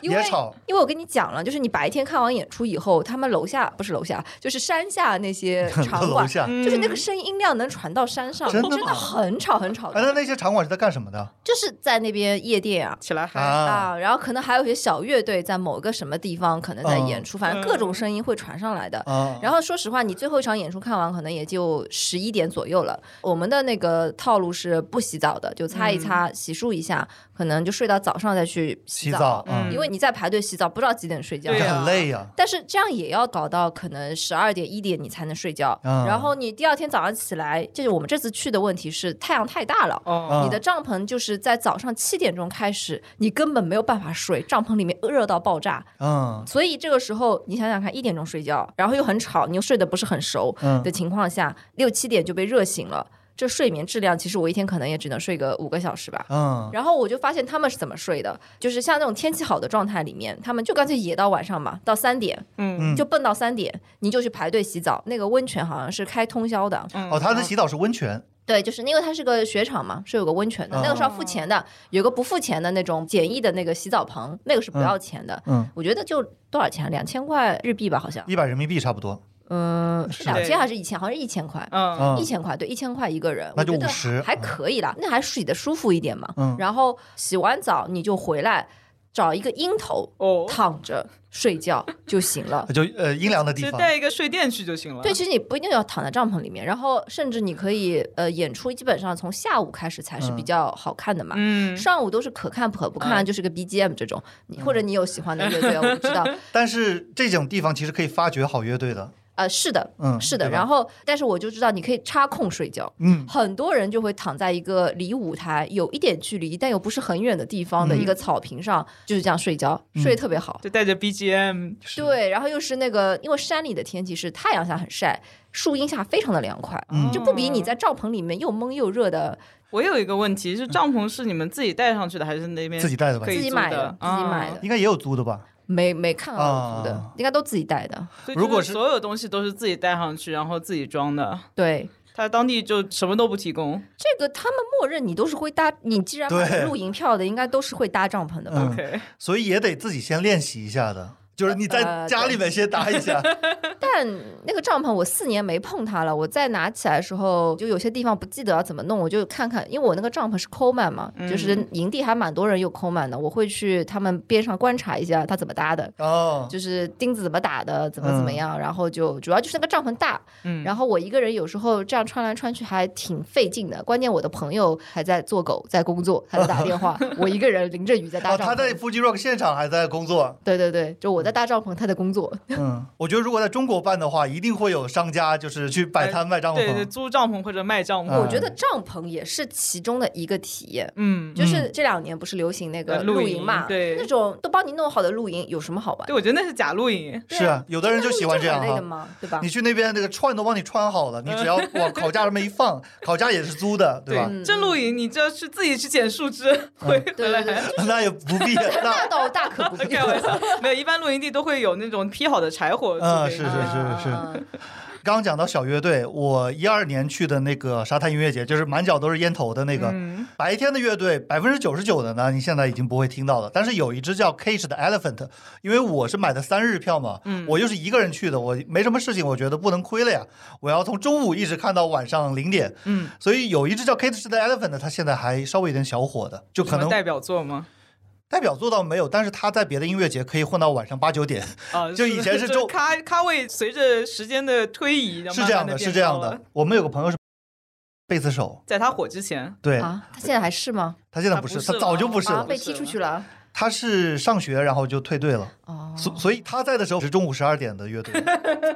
Speaker 3: 因为
Speaker 2: 别吵，
Speaker 3: 因为我跟你讲了，就是你白天看完演出以后，他们楼下不是楼下，就是山下 那些场
Speaker 2: 楼
Speaker 3: 馆，嗯
Speaker 2: 下。嗯
Speaker 3: 就是那个声音量能传到山上，
Speaker 2: 真的
Speaker 3: 真
Speaker 2: 吗
Speaker 3: 很吵很吵
Speaker 2: 哎，
Speaker 3: 的，
Speaker 2: 那那些场馆是在干什么的
Speaker 3: 就是在那边夜店啊。
Speaker 1: 起来嗨。
Speaker 2: 啊？
Speaker 3: 啊，然后可能还有一些小乐队在某个什么地方可能在演出，反正各种声音会传上来的。
Speaker 2: 啊，
Speaker 3: 然后说实话，你最后一场演出看完，可能也就十一点左右了。我们的那个套路是不洗澡的，就擦一擦、洗漱一下，可能就睡到早上再去
Speaker 2: 洗
Speaker 3: 澡
Speaker 2: 澡，嗯，
Speaker 3: 因为你在排队洗澡，不知道几点睡觉。
Speaker 1: 对
Speaker 2: 这
Speaker 1: 啊
Speaker 2: 很累呀。
Speaker 3: 但是这样也要搞到可能十二点一点你才能睡觉，
Speaker 2: 嗯
Speaker 3: 然后你第二天早上起来，就是我们这次去的问题是太阳太大了。
Speaker 1: 哦，
Speaker 2: 嗯
Speaker 3: 你的帐篷就是在早上七点钟开始，你根本没有办法睡，帐篷里面热到爆炸，
Speaker 2: 嗯
Speaker 3: 所以这个时候你想想看，一点钟睡觉，然后又很吵，你又睡得不是很熟
Speaker 2: 嗯
Speaker 3: 的情况下，六七点就被热醒了，这睡眠质量其实我一天可能也只能睡个五个小时吧。
Speaker 2: 嗯，
Speaker 3: 然后我就发现他们是怎么睡的，就是像那种天气好的状态里面，他们就干脆野到晚上嘛，到三点，
Speaker 1: 嗯
Speaker 3: 就蹦到三点，你就去排队洗澡。那个温泉好像是开通宵的，
Speaker 1: 嗯
Speaker 2: 哦，他的洗澡是温泉，
Speaker 3: 对，就是因为它是个雪场嘛，是有个温泉的，那个是要
Speaker 2: 哦
Speaker 3: 付钱的，有个不付钱的那种简易的那个洗澡棚，那个是不要钱的。
Speaker 2: 嗯，
Speaker 3: 我觉得就多少钱，两千块日币吧，好像，
Speaker 2: 一百人民币差不多，
Speaker 3: 嗯，是
Speaker 2: 是
Speaker 3: 两
Speaker 1: 的
Speaker 3: 千还是一千？好像一千块。
Speaker 1: 嗯
Speaker 2: 嗯
Speaker 3: 一千块，对，一千块一个人，
Speaker 2: 那就
Speaker 3: 我觉得
Speaker 2: 50
Speaker 3: 还可以啦，那还洗的舒服一点嘛。
Speaker 2: 嗯
Speaker 3: 然后洗完澡你就回来，找一个阴头
Speaker 1: 哦，
Speaker 3: 躺着睡觉就行 了。
Speaker 2: 就呃阴凉的
Speaker 1: 其
Speaker 2: 地
Speaker 1: 实
Speaker 2: 方，
Speaker 1: 带一个睡垫去就行了。
Speaker 3: 对，其实你不一定要躺在帐篷里面，然后甚至你可以呃演出，基本上从下午开始才是比
Speaker 2: 嗯
Speaker 3: 较好看的嘛。
Speaker 1: 嗯，
Speaker 3: 上午都是可看不可不看，
Speaker 1: 嗯
Speaker 3: 就是个 BGM 这种，你
Speaker 2: 嗯
Speaker 3: 或者你有喜欢的乐队，我不 知道，
Speaker 2: 但是这种地方其实可以发掘好乐队的，
Speaker 3: 呃，是的，
Speaker 2: 嗯，
Speaker 3: 是的。
Speaker 2: 对吧
Speaker 3: 然后，但是我就知道你可以插空睡觉，
Speaker 2: 嗯
Speaker 3: 很多人就会躺在一个离舞台有一点距离但又不是很远的地方的一个草坪上，就是这样睡觉，
Speaker 2: 嗯
Speaker 3: 睡得特别好。
Speaker 1: 就带着 BGM，
Speaker 2: 是
Speaker 3: 对，然后又是那个，因为山里的天气是太阳下很晒，树荫下非常的凉快，
Speaker 2: 嗯
Speaker 3: 就不比你在帐篷里面又闷又热的
Speaker 1: 我有一个问题，是帐篷是你们自己带上去的，还是那边
Speaker 2: 自己带的吧
Speaker 1: 可，以
Speaker 3: 自己
Speaker 1: 租
Speaker 3: 买
Speaker 1: 的
Speaker 3: 自己买
Speaker 1: 啊
Speaker 3: 的，
Speaker 2: 应该也有租的吧？
Speaker 3: 没没看到有租的
Speaker 2: 啊，
Speaker 3: 应该都自己带的。
Speaker 1: 所以
Speaker 2: 如果
Speaker 1: 就是所有东西都是自己带上去，然后自己装的，嗯
Speaker 3: 对，
Speaker 1: 他当地就什么都不提供。
Speaker 3: 这个他们默认你都是会搭，你既然买
Speaker 2: 对
Speaker 3: 露营票的，应该都是会搭帐篷的吧？
Speaker 2: 嗯
Speaker 1: OK，
Speaker 2: 所以也得自己先练习一下的，就是你在
Speaker 3: 呃
Speaker 2: 家里面先搭一 下，
Speaker 3: 但那个帐篷我四年没碰它了，我再拿起来的时候，就有些地方不记得要怎么弄，我就看看，因为我那个帐篷是 Coleman 嘛，就是
Speaker 2: 嗯
Speaker 3: 营地还蛮多人有 Coleman 的，我会去他们边上观察一下他怎么搭的。
Speaker 2: 哦，
Speaker 3: 就是钉子怎么打的，怎么怎么
Speaker 2: 嗯
Speaker 3: 样，然后就主要就是那个帐篷大，
Speaker 1: 嗯
Speaker 3: 然后我一个人有时候这样穿来穿去还挺费劲的。关键我的朋友还在做狗，在工作，他在打电 话，我一个人淋着雨在搭
Speaker 2: 哦，
Speaker 3: 帐
Speaker 2: 他
Speaker 3: 篷。
Speaker 2: 在 Fuji Rock 现场还在工 作，
Speaker 3: 对对对，就我在搭帐篷，他在工作。
Speaker 2: 嗯，我觉得如果在中国办的话，一定会有商家就是去摆摊卖帐
Speaker 1: 哎对对，
Speaker 2: 篷，
Speaker 1: 租帐篷或者卖帐
Speaker 2: 嗯
Speaker 1: 篷，
Speaker 3: 我觉得帐篷也是其中的一个体验。
Speaker 1: 嗯，
Speaker 3: 就是这两年不是流行那个
Speaker 1: 呃露
Speaker 3: 营嘛，
Speaker 1: 营对
Speaker 3: 那种都帮你弄好的露营有什么好玩
Speaker 1: 对，？我觉得那是假露营。
Speaker 3: 对
Speaker 2: 是啊，有的人就喜欢这样
Speaker 3: 那露营就很累的
Speaker 2: 哈。
Speaker 3: 嘛，对吧
Speaker 2: 你？去那边那个串都帮你穿好 了，你只要往烤架上面一放，烤架也是租的，对吧？
Speaker 1: 真露营，你就要去自己去捡树枝，回回
Speaker 3: 对对
Speaker 1: 来。
Speaker 3: 对，
Speaker 2: 那也不 必，
Speaker 3: 那
Speaker 2: 那
Speaker 3: 倒大可不必。
Speaker 1: 开玩笑，没有，一般露营地都会有那种劈好的柴火
Speaker 2: 嗯
Speaker 1: 租给你。
Speaker 2: 是是
Speaker 3: 嗯
Speaker 2: 是
Speaker 3: 嗯嗯
Speaker 2: 刚讲到小乐队，我一二年去的那个沙滩音乐节，就是满脚都是烟头的那个，
Speaker 1: 嗯
Speaker 2: 白天的乐队百分之九十九的呢，你现在已经不会听到了。但是有一支叫 Cage 的 Elephant，因为我是买的三日票嘛，
Speaker 1: 嗯
Speaker 2: 我又是一个人去的，我没什么事情，我觉得不能亏了呀，我要从中午一直看到晚上零点。
Speaker 1: 嗯，
Speaker 2: 所以有一支叫 Cage 的 Elephant，它现在还稍微有点小火的，就可
Speaker 1: 什么
Speaker 2: 能
Speaker 1: 代表作吗？
Speaker 2: 代表作倒没有，但是它在别的音乐节可以混到晚上八九点，
Speaker 1: 啊，
Speaker 2: 就以前是
Speaker 1: 就
Speaker 2: 周
Speaker 1: 咖咖位，随着时间的推移，然后
Speaker 2: 是这
Speaker 1: 慢
Speaker 2: 样
Speaker 1: 慢地
Speaker 2: 的，
Speaker 1: 变
Speaker 2: 是这样
Speaker 1: 高
Speaker 2: 的
Speaker 1: 了。。
Speaker 2: 我们有个朋友是贝斯手，
Speaker 1: 在他火之前，
Speaker 2: 对
Speaker 3: 啊，他现在还是吗？
Speaker 2: 他现在
Speaker 1: 他
Speaker 2: 不
Speaker 1: 不
Speaker 2: 是，
Speaker 1: 是
Speaker 2: 他
Speaker 1: 了
Speaker 2: 早哎就不是
Speaker 1: 是
Speaker 3: 啊，
Speaker 2: 了，
Speaker 3: 被踢出去了。
Speaker 2: 他是上学然后就退队了。
Speaker 3: 哦，
Speaker 2: 所所以他在的时候是中午十二点的 乐队，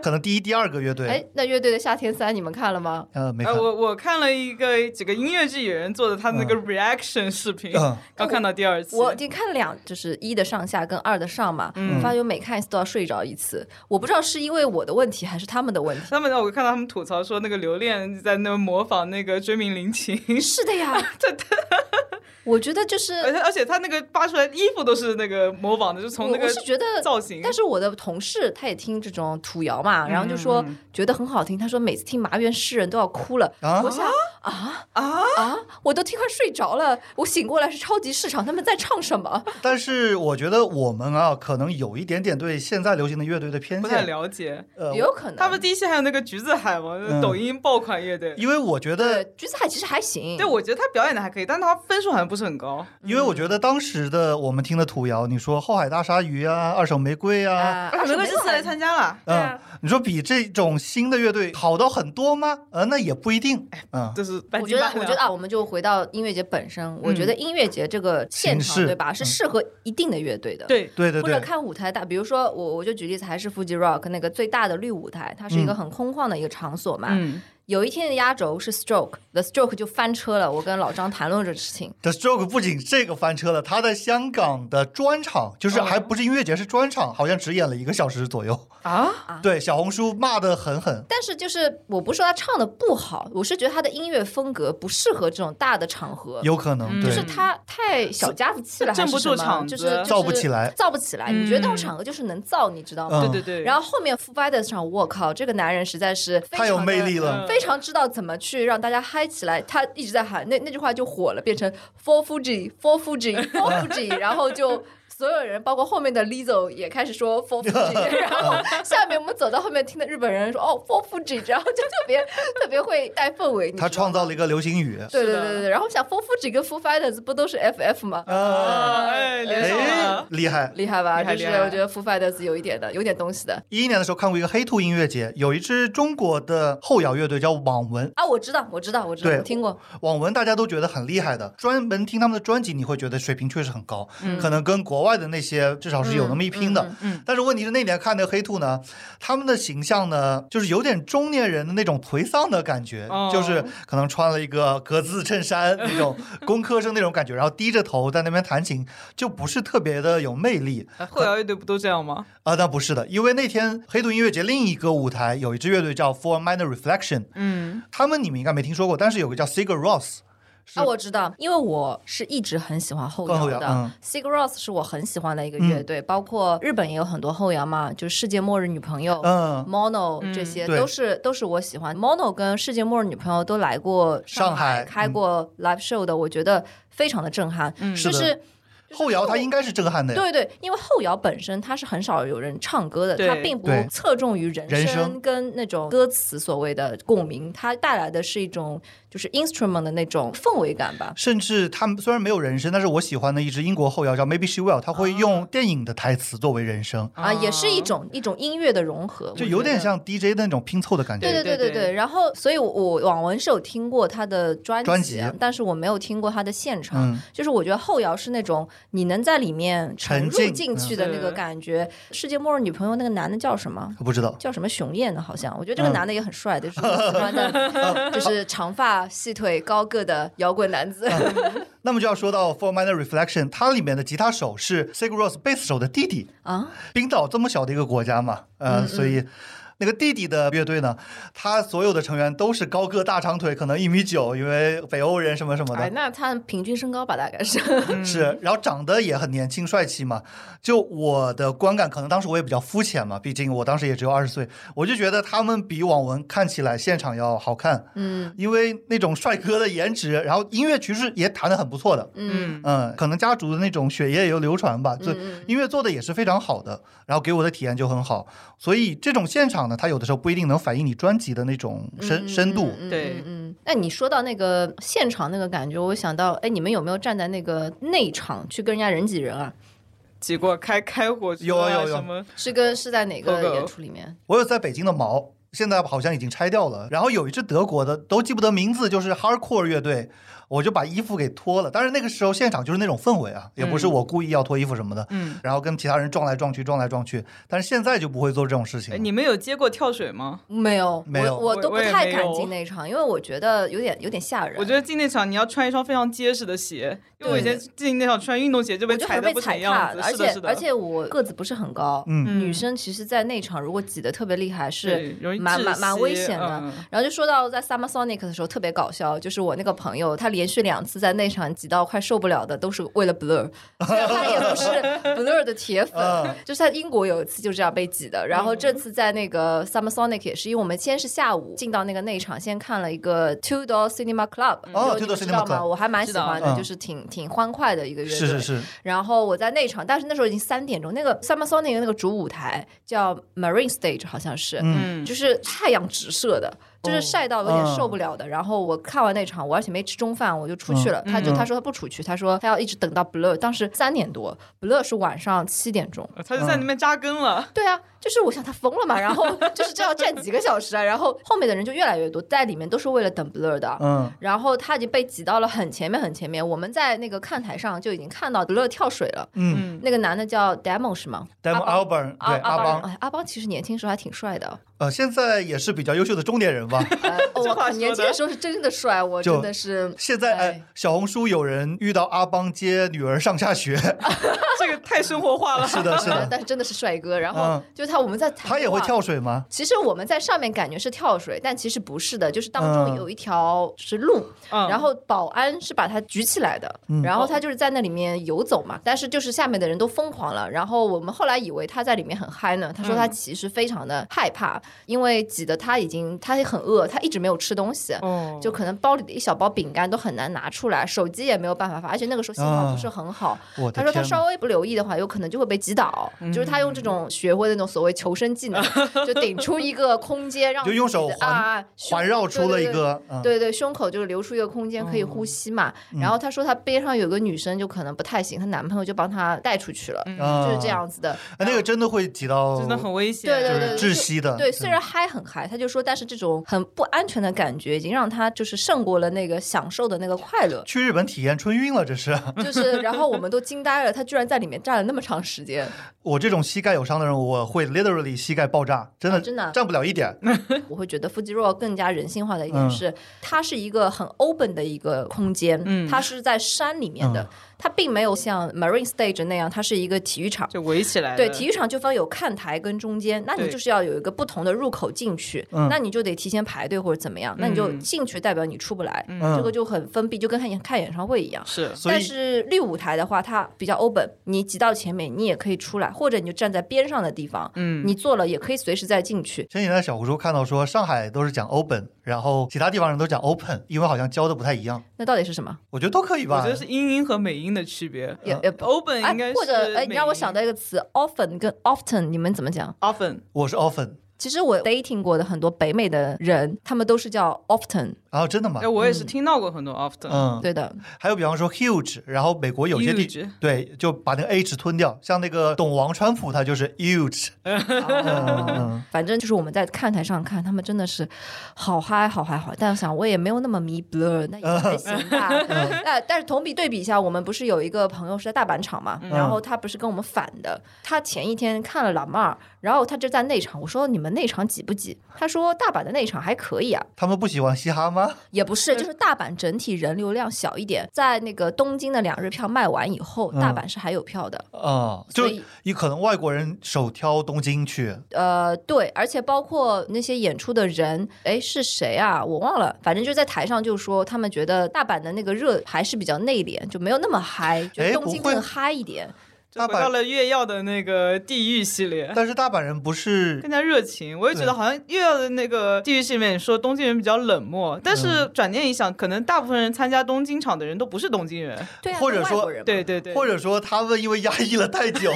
Speaker 2: 可能第一、第二个乐
Speaker 3: 哎
Speaker 2: 队，，
Speaker 3: 那乐队的夏天三你们看了吗？
Speaker 2: 呃，没
Speaker 1: 哎、
Speaker 2: 看，
Speaker 1: 我我看了一个几个音乐剧演员做的他那个 reaction 视频，
Speaker 2: 嗯
Speaker 1: 刚看到第二期，
Speaker 3: 我已经看了两，就是一的上下跟二的上嘛，
Speaker 1: 嗯
Speaker 3: 发现我每看一次都要睡着一次，我不知道是因为我的问题还是他们的问题。
Speaker 1: 他们我看到他们吐槽说那个刘恋在那模仿那个追名林檎，
Speaker 3: 是的呀，
Speaker 1: 这这
Speaker 3: 我觉得就是
Speaker 1: 而且而且他那个扒出来的衣服都是那个模仿的，就呃从
Speaker 3: 我
Speaker 1: 那个
Speaker 3: 我是觉得
Speaker 1: 造型，嗯
Speaker 3: 但是我的同事他也听这种土谣嘛，然后就说觉得很好听，他说每次听麻园诗人都要哭了。
Speaker 2: 啊
Speaker 3: 我想啊
Speaker 1: 啊，
Speaker 3: 啊，我都听快睡着了，我醒过来是超级市场，他们在唱什么？
Speaker 2: 但是我觉得我们啊，可能有一点点对现在流行的乐队的偏
Speaker 1: 不太
Speaker 2: 见。
Speaker 1: 了解。
Speaker 2: 呃，
Speaker 3: 也有可能
Speaker 1: 他们第一期还有那个橘子海嘛，
Speaker 2: 嗯
Speaker 1: 抖音爆款乐队。
Speaker 2: 因为我觉
Speaker 3: 对
Speaker 2: 得，
Speaker 3: 橘子海其实还行，
Speaker 1: 对，我觉得他表演的还可以，但他分数好像不是很
Speaker 3: 啊
Speaker 1: 高。
Speaker 2: 因
Speaker 3: 嗯
Speaker 2: 为我觉得当时的我们听的土谣，你说后海大鲨鱼啊，二手玫瑰啊，
Speaker 3: 啊，
Speaker 1: 而且
Speaker 3: 没
Speaker 1: 玫瑰这次来参加了，
Speaker 3: 对
Speaker 2: 嗯
Speaker 3: 啊，
Speaker 2: 你说比这种新的乐队好到很多吗？呃，那也不一定。
Speaker 3: 哎
Speaker 2: 嗯，
Speaker 1: 就是半
Speaker 3: 我
Speaker 1: 斤
Speaker 3: 觉得，
Speaker 1: 八
Speaker 3: 我觉
Speaker 1: 两
Speaker 3: 得。啊，我们就回到音乐节本身。我觉得
Speaker 1: 嗯
Speaker 3: 音乐节这个现
Speaker 2: 形
Speaker 3: 场，
Speaker 2: 式
Speaker 3: 对吧，
Speaker 2: 嗯
Speaker 3: 是适合一定的乐队的。
Speaker 1: 对，
Speaker 2: 对对
Speaker 3: 或者
Speaker 2: 对，
Speaker 3: 看舞台大，比如说我我就举例子，还是 Fuji Rock 那个最大的绿舞台，它
Speaker 2: 嗯
Speaker 3: 是一个很空旷的一个场所嘛。
Speaker 1: 嗯，
Speaker 3: 有一天的压轴是 Stroke，The Stroke 就翻车了。我跟老张谈论这事情，
Speaker 2: The Stroke 不仅这个翻车了，他在香港的专场，
Speaker 3: 哦
Speaker 2: 就是还不是音乐节，是专场，好像只演了一个小时左右。
Speaker 1: 啊，
Speaker 2: 对，小红书骂的很狠。
Speaker 3: 但是就是我不是说他唱的不好，我是觉得他的音乐风格不适合这种大的场合，
Speaker 2: 有可能
Speaker 1: 嗯
Speaker 2: 对
Speaker 3: 就是他太小家子气了，
Speaker 1: 是
Speaker 3: 还
Speaker 1: 镇
Speaker 3: 是
Speaker 1: 不
Speaker 3: 什么
Speaker 1: 住场子
Speaker 3: 就是就是
Speaker 2: 造不起来
Speaker 3: 造不起来。
Speaker 1: 嗯
Speaker 3: 你觉得那种场合就是能造，你知道吗？
Speaker 1: 对
Speaker 2: 嗯
Speaker 1: 对对。
Speaker 3: 然
Speaker 1: 后
Speaker 3: 后后面 f i d e r 上，我靠，这个男人实在是非常
Speaker 2: 太有魅力
Speaker 3: 了。
Speaker 2: 了。
Speaker 3: 非常知道怎么去让大家嗨起来，他一直在喊那那句话就火了，变成 For Fuji For Fuji For Fuji，然后就所有人，包括后面的 Lizzo 也开始说 For Fuji，然后下面我们走到后面听的日本人说哦 For Fuji，然后就特别特别会带氛围，你
Speaker 2: 他
Speaker 3: 知道
Speaker 2: 创
Speaker 3: 吗
Speaker 2: 造了一个流行语。
Speaker 3: 对
Speaker 1: 是
Speaker 3: 对
Speaker 1: 的
Speaker 3: 对对对，然后我想 For Fuji 跟 For Fighters 不都是 FF 吗？
Speaker 2: 啊，
Speaker 1: 啊，哎，连上
Speaker 2: 哎
Speaker 3: 啊
Speaker 1: 了，，
Speaker 2: 厉害！
Speaker 3: 厉害吧？
Speaker 1: 厉害
Speaker 3: 就是
Speaker 1: 厉害
Speaker 3: 我觉得 f o Fighters 有一点的，有点东西的
Speaker 2: 一一年的时候看过一个黑兔音乐节，有一支中国的后摇乐队叫网文，
Speaker 3: 啊！我知道，我知道，我知道，
Speaker 2: 对
Speaker 3: 我听过。
Speaker 2: 网文大家都觉得很厉害的，专门听他们的专辑，你会觉得水平确实很高，
Speaker 1: 嗯
Speaker 2: 可能跟国外的那些至少是有那么一拼的。
Speaker 3: 嗯嗯
Speaker 1: 嗯
Speaker 2: 但是问题是那年看那黑兔呢，他们的形象呢，就是有点中年人的那种颓丧的感觉，
Speaker 1: 哦
Speaker 2: 就是可能穿了一个格子衬衫那 种工科生那种感觉，然后低着头在那边弹琴，就不是特别的有魅力。
Speaker 1: 哎 后摇乐队不都这样吗？
Speaker 2: 啊，但不是的，因为那天黑土音乐节另一个舞台有一支乐队叫 For Minor Reflection，
Speaker 1: 嗯，
Speaker 2: 他们你们应该没听说过，但是有个叫 Sigur Ros，是
Speaker 3: 啊，我知道，因为我是一直很喜欢后
Speaker 2: 更后
Speaker 3: 摇
Speaker 2: 摇
Speaker 3: 的。
Speaker 2: 嗯
Speaker 3: Sig Ros 是我很喜欢的一个乐队，包括日本也有很多后摇嘛，就是世界末日女朋友。
Speaker 2: 嗯，
Speaker 3: Mono
Speaker 1: 嗯
Speaker 3: 这些
Speaker 2: 对
Speaker 3: 都是、都是我喜欢，Mono 跟世界末日女朋友都来过
Speaker 2: 上海
Speaker 3: 海嗯开过 live show 的，我觉得非常的震撼。
Speaker 1: 嗯
Speaker 3: 就是是
Speaker 2: 后摇它应该是震撼的呀，
Speaker 3: 对对，因为后摇本身它是很少有人唱歌的，
Speaker 1: 对
Speaker 3: 它并不
Speaker 2: 对
Speaker 3: 侧重于人
Speaker 2: 人声
Speaker 3: 声跟那种歌词所谓的共鸣，它带来的是一种就是 instrument 的那种氛围感吧。
Speaker 2: 甚至他们虽然没有人声，但是我喜欢的一支英国后摇叫 Maybe She Will，他会用电影的台词作为人声，
Speaker 3: 啊，也是一种一种音乐的融合，
Speaker 2: 就
Speaker 3: 我
Speaker 2: 有
Speaker 3: 觉
Speaker 2: 点
Speaker 3: 得
Speaker 2: 像 DJ 的那种拼凑的感
Speaker 3: 对
Speaker 2: 觉。
Speaker 1: 对
Speaker 3: 对
Speaker 1: 对
Speaker 3: 对
Speaker 1: 对
Speaker 3: 对对，然后，所以我，我网文是有听过他的专
Speaker 2: 专
Speaker 3: 辑
Speaker 2: 辑，
Speaker 3: 但是我没有听过他的现场。
Speaker 2: 嗯，
Speaker 3: 就是我觉得后摇是那种你能在里面
Speaker 2: 沉
Speaker 3: 沉入
Speaker 2: 浸
Speaker 3: 进去
Speaker 1: 嗯
Speaker 3: 的那个
Speaker 1: 是
Speaker 3: 感觉。世界末日女朋友那个男的叫什么？
Speaker 2: 我不知道。
Speaker 3: 叫什么熊燕的？好像我觉得这个
Speaker 2: 嗯
Speaker 3: 男的也很帅的，就是我喜欢的，就是长发、细腿、高个的摇滚男子。
Speaker 2: 那么就要说到 For Minor Reflection，它里面的吉他手是 Sigur Ros 贝斯手的弟弟。
Speaker 3: 啊，
Speaker 2: 冰岛这么小的一个国家嘛，
Speaker 3: 嗯
Speaker 2: 呃，所以那个弟弟的乐队呢，他所有的成员都是高个大长腿，可能一米九，因为北欧人什么什么
Speaker 4: 哎
Speaker 2: 的，，
Speaker 4: 那
Speaker 3: 他平均身高吧，大概是。
Speaker 2: 是，然后长得也很年轻帅气嘛。就我的观感，可能当时我也比较肤浅嘛，毕竟我当时也只有二十岁，我就觉得他们比网文看起来现场要好看，
Speaker 3: 嗯
Speaker 2: 因为那种帅哥的颜值，然后音乐曲是也弹得很不错的。
Speaker 3: 嗯
Speaker 2: 嗯，可能家族的那种血液有流传吧，就
Speaker 3: 嗯
Speaker 2: 音乐做的也是非常好的，然后给我的体验就很好。所以这种现场呢，它有的时候不一定能反映你专辑的那种深、深度。
Speaker 3: 嗯
Speaker 1: 对
Speaker 3: 嗯嗯，那你说到那个现场那个感觉，我想到，哎，你们有没有站在那个内场去跟人家人挤人啊？
Speaker 1: 挤过开开火车
Speaker 2: 有
Speaker 1: 啊
Speaker 2: 有有
Speaker 1: 什么
Speaker 3: 是跟是在哪
Speaker 1: 狗狗
Speaker 3: 个演出里面？
Speaker 2: 我有在北京的毛，现在好像已经拆掉了。然后有一支德国的，都记不得名字，就是 hardcore 乐队，我就把衣服给脱了。但是那个时候现场就是那种氛围啊，也不是我故意要脱衣服什么的。
Speaker 1: 嗯，
Speaker 2: 然后跟其他人撞来撞去，撞来撞去。但是现在就不会做这种事情
Speaker 1: 哎
Speaker 2: 了。
Speaker 1: 你们有接过跳水吗？
Speaker 3: 没有，
Speaker 2: 没有
Speaker 3: 我我都不
Speaker 1: 我也
Speaker 3: 太
Speaker 1: 没
Speaker 3: 敢
Speaker 1: 有
Speaker 3: 进内场，因为我觉得有点有点吓人。
Speaker 1: 我觉得进那场你要穿一双非常结实的鞋，因为我以前进那场穿运动鞋就
Speaker 3: 我
Speaker 1: 被
Speaker 3: 就
Speaker 1: 踩
Speaker 3: 很
Speaker 1: 的
Speaker 3: 被
Speaker 1: 不成
Speaker 3: 踩
Speaker 1: 样
Speaker 3: 踏
Speaker 1: 子。
Speaker 3: 而
Speaker 1: 是的，
Speaker 3: 且
Speaker 1: 是的，
Speaker 3: 而且我个子不是很高，
Speaker 2: 嗯
Speaker 1: 嗯
Speaker 3: 女生其实，在内场如果挤得特别厉害，是
Speaker 1: 对容易于
Speaker 3: 蛮
Speaker 1: 窒
Speaker 3: 蛮蛮
Speaker 1: 息
Speaker 3: 危险的
Speaker 1: 嗯
Speaker 3: 然后就说到在 Summer Sonic 的时候特别搞笑，就是我那个朋友，他连续两次在内场挤到快受不了的，都是为 了 Blur，虽然他也不是 Blur 的铁粉
Speaker 2: 嗯，
Speaker 3: 就是在英国有一次就这样被挤的。然后
Speaker 1: 嗯
Speaker 3: 这次在那个 Summer Sonic 也是，因为我们先是下午进到那个内场，先看了一个 Two Door Cinema Club，
Speaker 2: 哦
Speaker 3: 就
Speaker 2: Two
Speaker 3: 你
Speaker 2: Door
Speaker 3: 知道
Speaker 2: Cinema
Speaker 3: 吗？
Speaker 2: Club
Speaker 3: 我还蛮喜欢
Speaker 2: 知
Speaker 3: 的，
Speaker 2: 道
Speaker 3: 就是挺挺欢快的一个乐队。
Speaker 2: 是是是，
Speaker 3: 然后我在内场，但是那时候已经三点钟，那个 Summer Sonic 的那个主舞台叫 Marine Stage，好像是，
Speaker 2: 嗯，
Speaker 1: 嗯，
Speaker 3: 就是太阳直射的，
Speaker 2: 哦
Speaker 3: 就是晒到有点受不了的。然后我看完那场，我而且没吃中饭，我就出去了。他就
Speaker 2: 嗯
Speaker 3: 他说他不出去，他说他要一直等到 Blur。当时三点多，Blur 是晚上七点钟。
Speaker 1: 他就在那边扎根了。
Speaker 3: 对啊，就是我想他疯了嘛， 然后就是这要站几个小时啊，然后后面的人就越来越多，在里面都是为了等 Blur 的。
Speaker 2: 嗯，
Speaker 3: 然后他已经被挤到了很前面，很前面。我们在那个看台上就已经看到 Blur 跳水了。
Speaker 2: 嗯
Speaker 1: 嗯，
Speaker 3: 那个男的叫 Demo 是吗？
Speaker 2: ，Demo
Speaker 3: 阿
Speaker 2: Alburn
Speaker 3: 阿
Speaker 2: 对
Speaker 3: 阿
Speaker 2: 阿
Speaker 3: 邦，
Speaker 2: 邦，
Speaker 3: 哎阿邦其实年轻时候还挺 帅的。
Speaker 2: 呃，现在也是比较优秀的中年人吧。
Speaker 3: 哎我
Speaker 1: 话
Speaker 3: 靠，
Speaker 1: 说
Speaker 3: 年轻
Speaker 1: 的
Speaker 3: 的时候是真的帅，我
Speaker 2: 就
Speaker 3: 真的是
Speaker 2: 现在
Speaker 3: 哎
Speaker 2: 哎，小红书有人遇到阿邦接女儿上下学，
Speaker 1: 这个太生活化了。
Speaker 2: 是 的，是
Speaker 4: 对
Speaker 2: 的，
Speaker 4: 但是真的是帅哥。然后
Speaker 2: 嗯
Speaker 4: 就他，我们在谈
Speaker 2: 他也会
Speaker 4: 话。
Speaker 2: 跳水吗？
Speaker 3: 其实我们在上面感觉是跳水，但其实不是的，就是当中
Speaker 2: 嗯
Speaker 3: 有一条是路，
Speaker 1: 嗯，
Speaker 3: 然后保安是把它举起来的，
Speaker 2: 嗯
Speaker 3: 然后他就是在那里面游走嘛。但是就是下面的人都疯狂了，然后我们后来以为他在里面很嗨呢，他说
Speaker 2: 嗯
Speaker 3: 他其实非常的害怕，因为挤得他已经他也很饿，他一直没有吃东西。
Speaker 1: 哦，
Speaker 3: 就可能包里的一小包饼干都很难拿出来，手机也没有办法发，而且那个时候信号
Speaker 2: 啊
Speaker 3: 不是很好。
Speaker 2: 我
Speaker 3: 他
Speaker 2: 的
Speaker 3: 说他
Speaker 2: 天嗯
Speaker 3: 稍
Speaker 2: 呐，
Speaker 3: 微不留意的话，有可能就会被击倒。就是他用这种学会的那种所谓求生技能，就顶出一个空间，让
Speaker 2: 就用
Speaker 3: 自己的
Speaker 2: 手环
Speaker 3: 啊胸
Speaker 2: 环绕出了一个，哦嗯
Speaker 3: 对对对。对对，胸口就是留出一个空间可以呼吸嘛。然后他说他边上有个女生就可能不太行，她男朋友就帮她带出去了，
Speaker 2: 啊
Speaker 3: 就是这样子的。
Speaker 2: 哎那个真的会挤到，
Speaker 1: 真的很危险。
Speaker 3: 对对
Speaker 2: 就
Speaker 3: 对
Speaker 2: 是窒息的，。
Speaker 3: 对，虽然嗨很嗨，他就说，但是这种很不安全的感觉已经让他就是胜过了那个享受的那个快乐
Speaker 2: 去日本体验春运了，这是。
Speaker 3: 就是，然后我们都惊呆了，他居然在里面站了那么长时间。
Speaker 2: 我这种膝盖有伤的人，我会 literally 膝盖爆炸，真的
Speaker 3: 啊真的啊
Speaker 2: 站不了一点。
Speaker 3: 我会觉得 Fuji Rock 更加人性化的一点是，它是一个很 open 的一个空间，
Speaker 1: 嗯
Speaker 3: 它是在山里面的，
Speaker 2: 嗯
Speaker 3: 它并没有像 Marine Stage 那样，它是一个体育场。
Speaker 1: 就围起来了。
Speaker 3: 对，体育场就分有看台跟中间，那你
Speaker 1: 对
Speaker 3: 就是要有一个不同的入口进去，
Speaker 2: 嗯
Speaker 3: 那你就得提前排队或者怎么样，那你就
Speaker 1: 嗯
Speaker 3: 进去代表你出不来，
Speaker 2: 嗯
Speaker 3: 这个就很封闭，就跟看演看演唱会一样。
Speaker 1: 是
Speaker 2: 所
Speaker 3: 但
Speaker 2: 以
Speaker 3: 是绿舞台的话，它比较 open，你挤到前面你也可以出来，或者你就站在边上的地方，
Speaker 1: 嗯
Speaker 3: 你坐了也可以随时再进去。
Speaker 2: 前几天在小红书看到说，上海都是讲 open，然后其他地方人都讲 open，因为好像教的不太一样。
Speaker 3: 那到底是什么？
Speaker 2: 我觉得都可以
Speaker 1: 我
Speaker 2: 吧
Speaker 1: 觉。得是英音和美音的区别。
Speaker 3: 也
Speaker 2: 嗯
Speaker 3: 也不
Speaker 1: Open
Speaker 3: 哎
Speaker 1: 呃应该，是
Speaker 3: 或者哎，
Speaker 1: 美
Speaker 3: 你让我想到一个词，often 跟 often，你们怎么讲？
Speaker 1: often
Speaker 2: 我是 often
Speaker 3: 其实我 dating 过的很多北美的人，他们都是叫 often，
Speaker 2: 啊，真的吗
Speaker 1: 哎，？我也是听到过很多 often。
Speaker 2: 嗯，
Speaker 3: 对的，
Speaker 2: 还有比方说 huge，然后美国有些地
Speaker 1: Huge
Speaker 2: 对就把那个 h 吞掉，像那个懂王川普他就是 huge，啊
Speaker 3: 哦反正就是我们在看台上看，他们真的是好嗨好嗨好嗨，但我想我也没有那么迷 blur，那也还行吧。
Speaker 2: 嗯
Speaker 3: 但但是同比对比一下，我们不是有一个朋友是在大阪场
Speaker 2: 嗯
Speaker 3: 嘛，然后他不是跟我们反的，他前一天看了老妹儿，然后他就在内场，我说你们内场挤不挤？他说大阪的内场还可以啊，
Speaker 2: 他们不喜欢嘻哈吗？
Speaker 3: 也不是，就是大阪整体人流量小一点，在那个东京的两日票卖完以后，
Speaker 2: 嗯
Speaker 3: 大阪是还有票的。
Speaker 2: 啊、 就
Speaker 3: 所以
Speaker 2: 你可能外国人首挑东京去，
Speaker 3: 呃，对，而且包括那些演出的人，哎，是谁啊？我忘了，反正就在台上就说，他们觉得大阪的那个热还是比较内敛，就没有那么嗨，就
Speaker 2: 哎
Speaker 3: 东
Speaker 2: 不
Speaker 3: 京
Speaker 2: 会
Speaker 3: 更嗨一点。
Speaker 1: 就回到了越曜的那个地狱系列，
Speaker 2: 但是大阪人不是
Speaker 1: 更加热情。我也觉得好像越曜的那个地狱系列，你说东京人比较冷漠，但是转念一想，可能大部分人参加东京场的人都不是东京人。
Speaker 3: 对啊，
Speaker 2: 或者
Speaker 3: 都外
Speaker 2: 说
Speaker 3: 国人嘛
Speaker 1: 对对对，
Speaker 2: 或者说他们因为压抑了太久，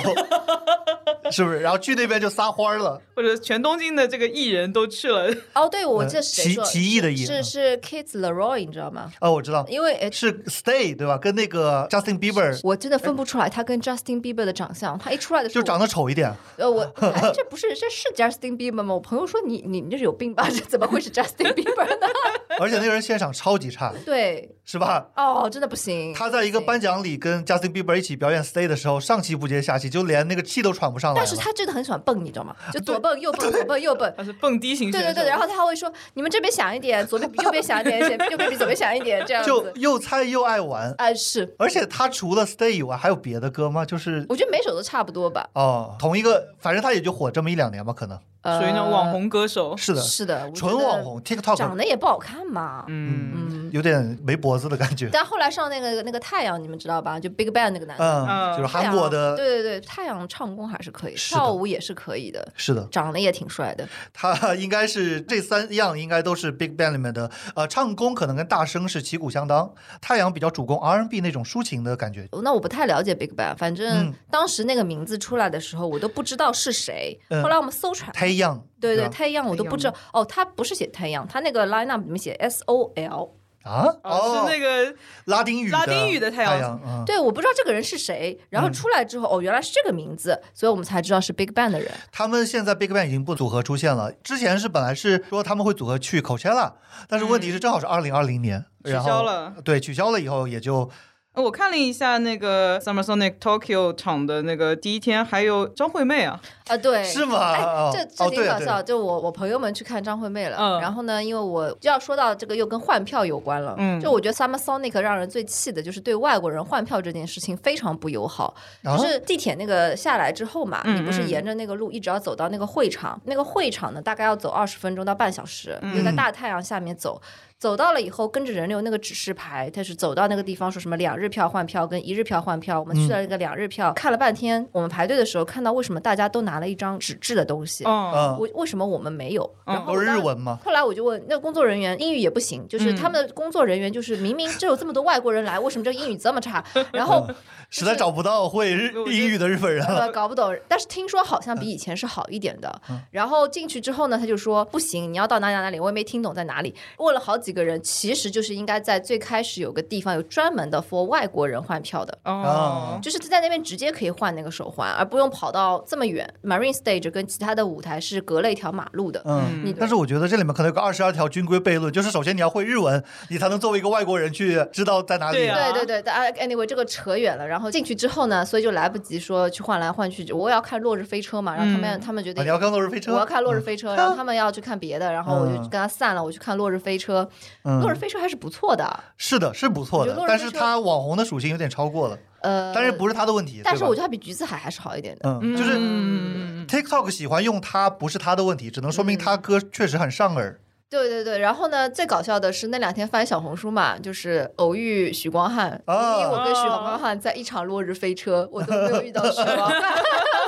Speaker 2: 是不是？然后去那边就撒欢儿了。
Speaker 1: 或者全东京的这个艺人都去了，
Speaker 3: 哦，对，我记得是谁
Speaker 2: 奇
Speaker 3: 说
Speaker 2: 奇呃异的异
Speaker 3: 是是 Kids Leroy，你知道吗？
Speaker 2: 啊，我知道
Speaker 3: 因为哎，
Speaker 2: 是 Stay 对吧？跟那个 Justin Bieber
Speaker 3: 我真的分不出来他跟 Justin Bieber 的长相，他一出来的时
Speaker 2: 就
Speaker 3: 候
Speaker 2: 长得丑一点，
Speaker 3: 呃，我哎，这不是这是 Justin Bieber 吗？我朋友说你你你这是有病吧？这怎么会是 Justin Bieber 呢？
Speaker 2: 而且那个人现场超级差，
Speaker 3: 对，
Speaker 2: 是吧？
Speaker 3: 哦，真的不行。
Speaker 2: 他在一个颁奖礼跟 Justin Bieber 一起表演 Stay 的时候，上气不接下气，就连那个气都喘不哦上来啊了。
Speaker 3: 但是他真的很喜欢蹦，你知道吗？就左蹦右蹦，左蹦右 蹦。
Speaker 1: 他是蹦迪型选
Speaker 3: 对
Speaker 1: 手。
Speaker 3: 对对，然后他还会说：“你们这边响一点， 左边比右边响一点，前右边比左边响一点，这样
Speaker 2: 就
Speaker 3: 子。
Speaker 2: 又菜又爱玩”，
Speaker 3: 啊，是，
Speaker 2: 而且他除了 Stay 以外，还有别的歌吗？就是
Speaker 3: 我觉得每首都差不多吧。
Speaker 2: 哦，同一个，反正他也就火这么一两年吧，可能。
Speaker 6: 呃
Speaker 1: 属于那种网，红歌手，
Speaker 2: 是的，
Speaker 3: 是的，我
Speaker 2: 纯
Speaker 3: 觉得
Speaker 2: 网红
Speaker 3: 长
Speaker 2: ，TikTok
Speaker 3: 得也不好看嘛。
Speaker 1: 嗯
Speaker 3: 嗯，
Speaker 2: 有点没脖子的感觉，
Speaker 3: 但后来上那个那个太阳，你们知道吧？就 Big Bang 那个男的，
Speaker 2: 嗯，
Speaker 1: 嗯
Speaker 2: 就是
Speaker 3: 太
Speaker 2: 韩
Speaker 3: 阳
Speaker 2: 国的，
Speaker 3: 对对啊对，太阳唱功还是可以，
Speaker 2: 是的
Speaker 3: 跳舞也是可以的，
Speaker 2: 是的，
Speaker 3: 长得也挺帅的。
Speaker 2: 他应该是这三样，应该都是 Big Band 里面的。呃，唱功可能跟大声是旗鼓相当，太阳比较主攻 R&B 那种抒情的感觉。
Speaker 3: 那我不太了解 Big Bang，反正
Speaker 2: 嗯
Speaker 3: 当时那个名字出来的时候，我都不知道是谁。
Speaker 2: 嗯
Speaker 3: 后来我们搜出来，
Speaker 2: 太阳，
Speaker 3: 对对，
Speaker 2: 吧
Speaker 3: 太阳我都不知道。哦，他不是写太阳，他那个 lineup 里面写 S O L。
Speaker 2: 啊，
Speaker 1: 哦，是那个
Speaker 2: 拉丁语的，
Speaker 1: 拉丁语的太阳
Speaker 2: 太阳，嗯，
Speaker 3: 对，我不知道这个人是谁。然后出来之后，哦，原来是这个名字，所以我们才知道是 Big Bang 的人。
Speaker 2: 他们现在 Big Bang 已经不组合出现了，之前是本来是说他们会组合去 Coachella，但是问题是正好是二零二零年、
Speaker 1: 嗯取
Speaker 2: 然后
Speaker 1: 消，了。
Speaker 2: 对，取消了以后也就
Speaker 1: 我看了一下那个 Summer Sonic Tokyo 场的那个第一天，还有张惠妹啊，
Speaker 3: 啊，对，
Speaker 2: 是吗？
Speaker 3: 哎，
Speaker 2: 哦
Speaker 3: 这
Speaker 2: 哦
Speaker 3: 这挺
Speaker 2: 对
Speaker 3: 搞
Speaker 2: 对
Speaker 3: 笑。就我我朋友们去看张惠妹了，
Speaker 1: 嗯
Speaker 3: 然后呢，因为我就要说到这个又跟换票有关了。
Speaker 1: 嗯
Speaker 3: 就我觉得 Summer Sonic 让人最气的就是对外国人换票这件事情非常不友好。
Speaker 2: 啊
Speaker 3: 就是地铁那个下来之后嘛，
Speaker 1: 嗯
Speaker 3: 你不是
Speaker 1: 嗯
Speaker 3: 沿着那个路一直要走到那个会场，那个会场呢大概要走二十分钟到半小时，
Speaker 1: 嗯
Speaker 3: 就在大太阳下面走。走到了以后，跟着人流那个指示牌，它是走到那个地方说什么两日票换票跟一日票换票。我们去
Speaker 2: 嗯
Speaker 3: 了那个两日票，看了半天。我们排队的时候看到为什么大家都拿了一张纸质的东西，
Speaker 1: 嗯，
Speaker 2: 嗯，
Speaker 3: 我为什么我们没有？
Speaker 1: 嗯
Speaker 3: 然后
Speaker 2: 哦都
Speaker 3: 我
Speaker 2: 是
Speaker 3: 当
Speaker 2: 日。文嘛，
Speaker 3: 后来我就问那个工作人员，英语也不行，就是
Speaker 1: 嗯
Speaker 3: 他们的工作人员就是明明就有这么多外国人来，为什么这个英语这么差？然后
Speaker 2: 实在找不到会日
Speaker 1: 我觉得
Speaker 2: 英语的日本人了。
Speaker 3: 呃，搞不懂，但是听说好像比以前是好一点的。然后进去之后呢，他就说不行，你要到哪里哪里，我也没听懂在哪里。问了好几个人，其实就是应该在最开始有个地方有专门的 for 外国人换票的。
Speaker 1: 哦，
Speaker 3: 就是在那边直接可以换那个手环，而不用跑到这么远。Marine Stage 跟其他的舞台是隔了一条马路的。
Speaker 2: 嗯，
Speaker 3: 你
Speaker 2: 但是我觉得这里面可能有个二十二条军规悖论，就是首先你要会日文，你才能作为一个外国人去知道在哪里。
Speaker 1: 对啊
Speaker 3: 对对对，但哎 anyway 这个扯远了。然后进去之后呢，所以就来不及说去换来换去，我也要看《落日飞车》嘛。然后他们、
Speaker 1: 嗯
Speaker 3: 他们觉
Speaker 2: 啊
Speaker 3: 得
Speaker 2: 你要看《落日飞车》，
Speaker 3: 我要看《落日飞车》，然后他们要去看别的，然后我就
Speaker 2: 嗯
Speaker 3: 跟他散了，我去看《落日飞车》。
Speaker 2: 嗯
Speaker 3: 落日飞车》还是不错的，
Speaker 2: 是的，是不错
Speaker 3: 我觉
Speaker 2: 的
Speaker 3: 得落，日
Speaker 2: 但
Speaker 3: 飞
Speaker 2: 是
Speaker 3: 车
Speaker 2: 它网红的属性有点超过了，
Speaker 3: 呃，
Speaker 2: 但是不是他的问题，
Speaker 3: 但是
Speaker 2: 对吧
Speaker 3: 我觉得它比橘子海还是好一点的。
Speaker 2: 嗯，就是
Speaker 1: 嗯
Speaker 2: TikTok 喜欢用它不是他的问题，只能说明他歌确实很上耳。
Speaker 3: 对对对，然后呢，最搞笑的是那两天翻小红书嘛，就是偶遇许光汉，因
Speaker 2: 哦
Speaker 3: 为我跟许光汉在一场《落日飞车》，我都没有遇到许光汉，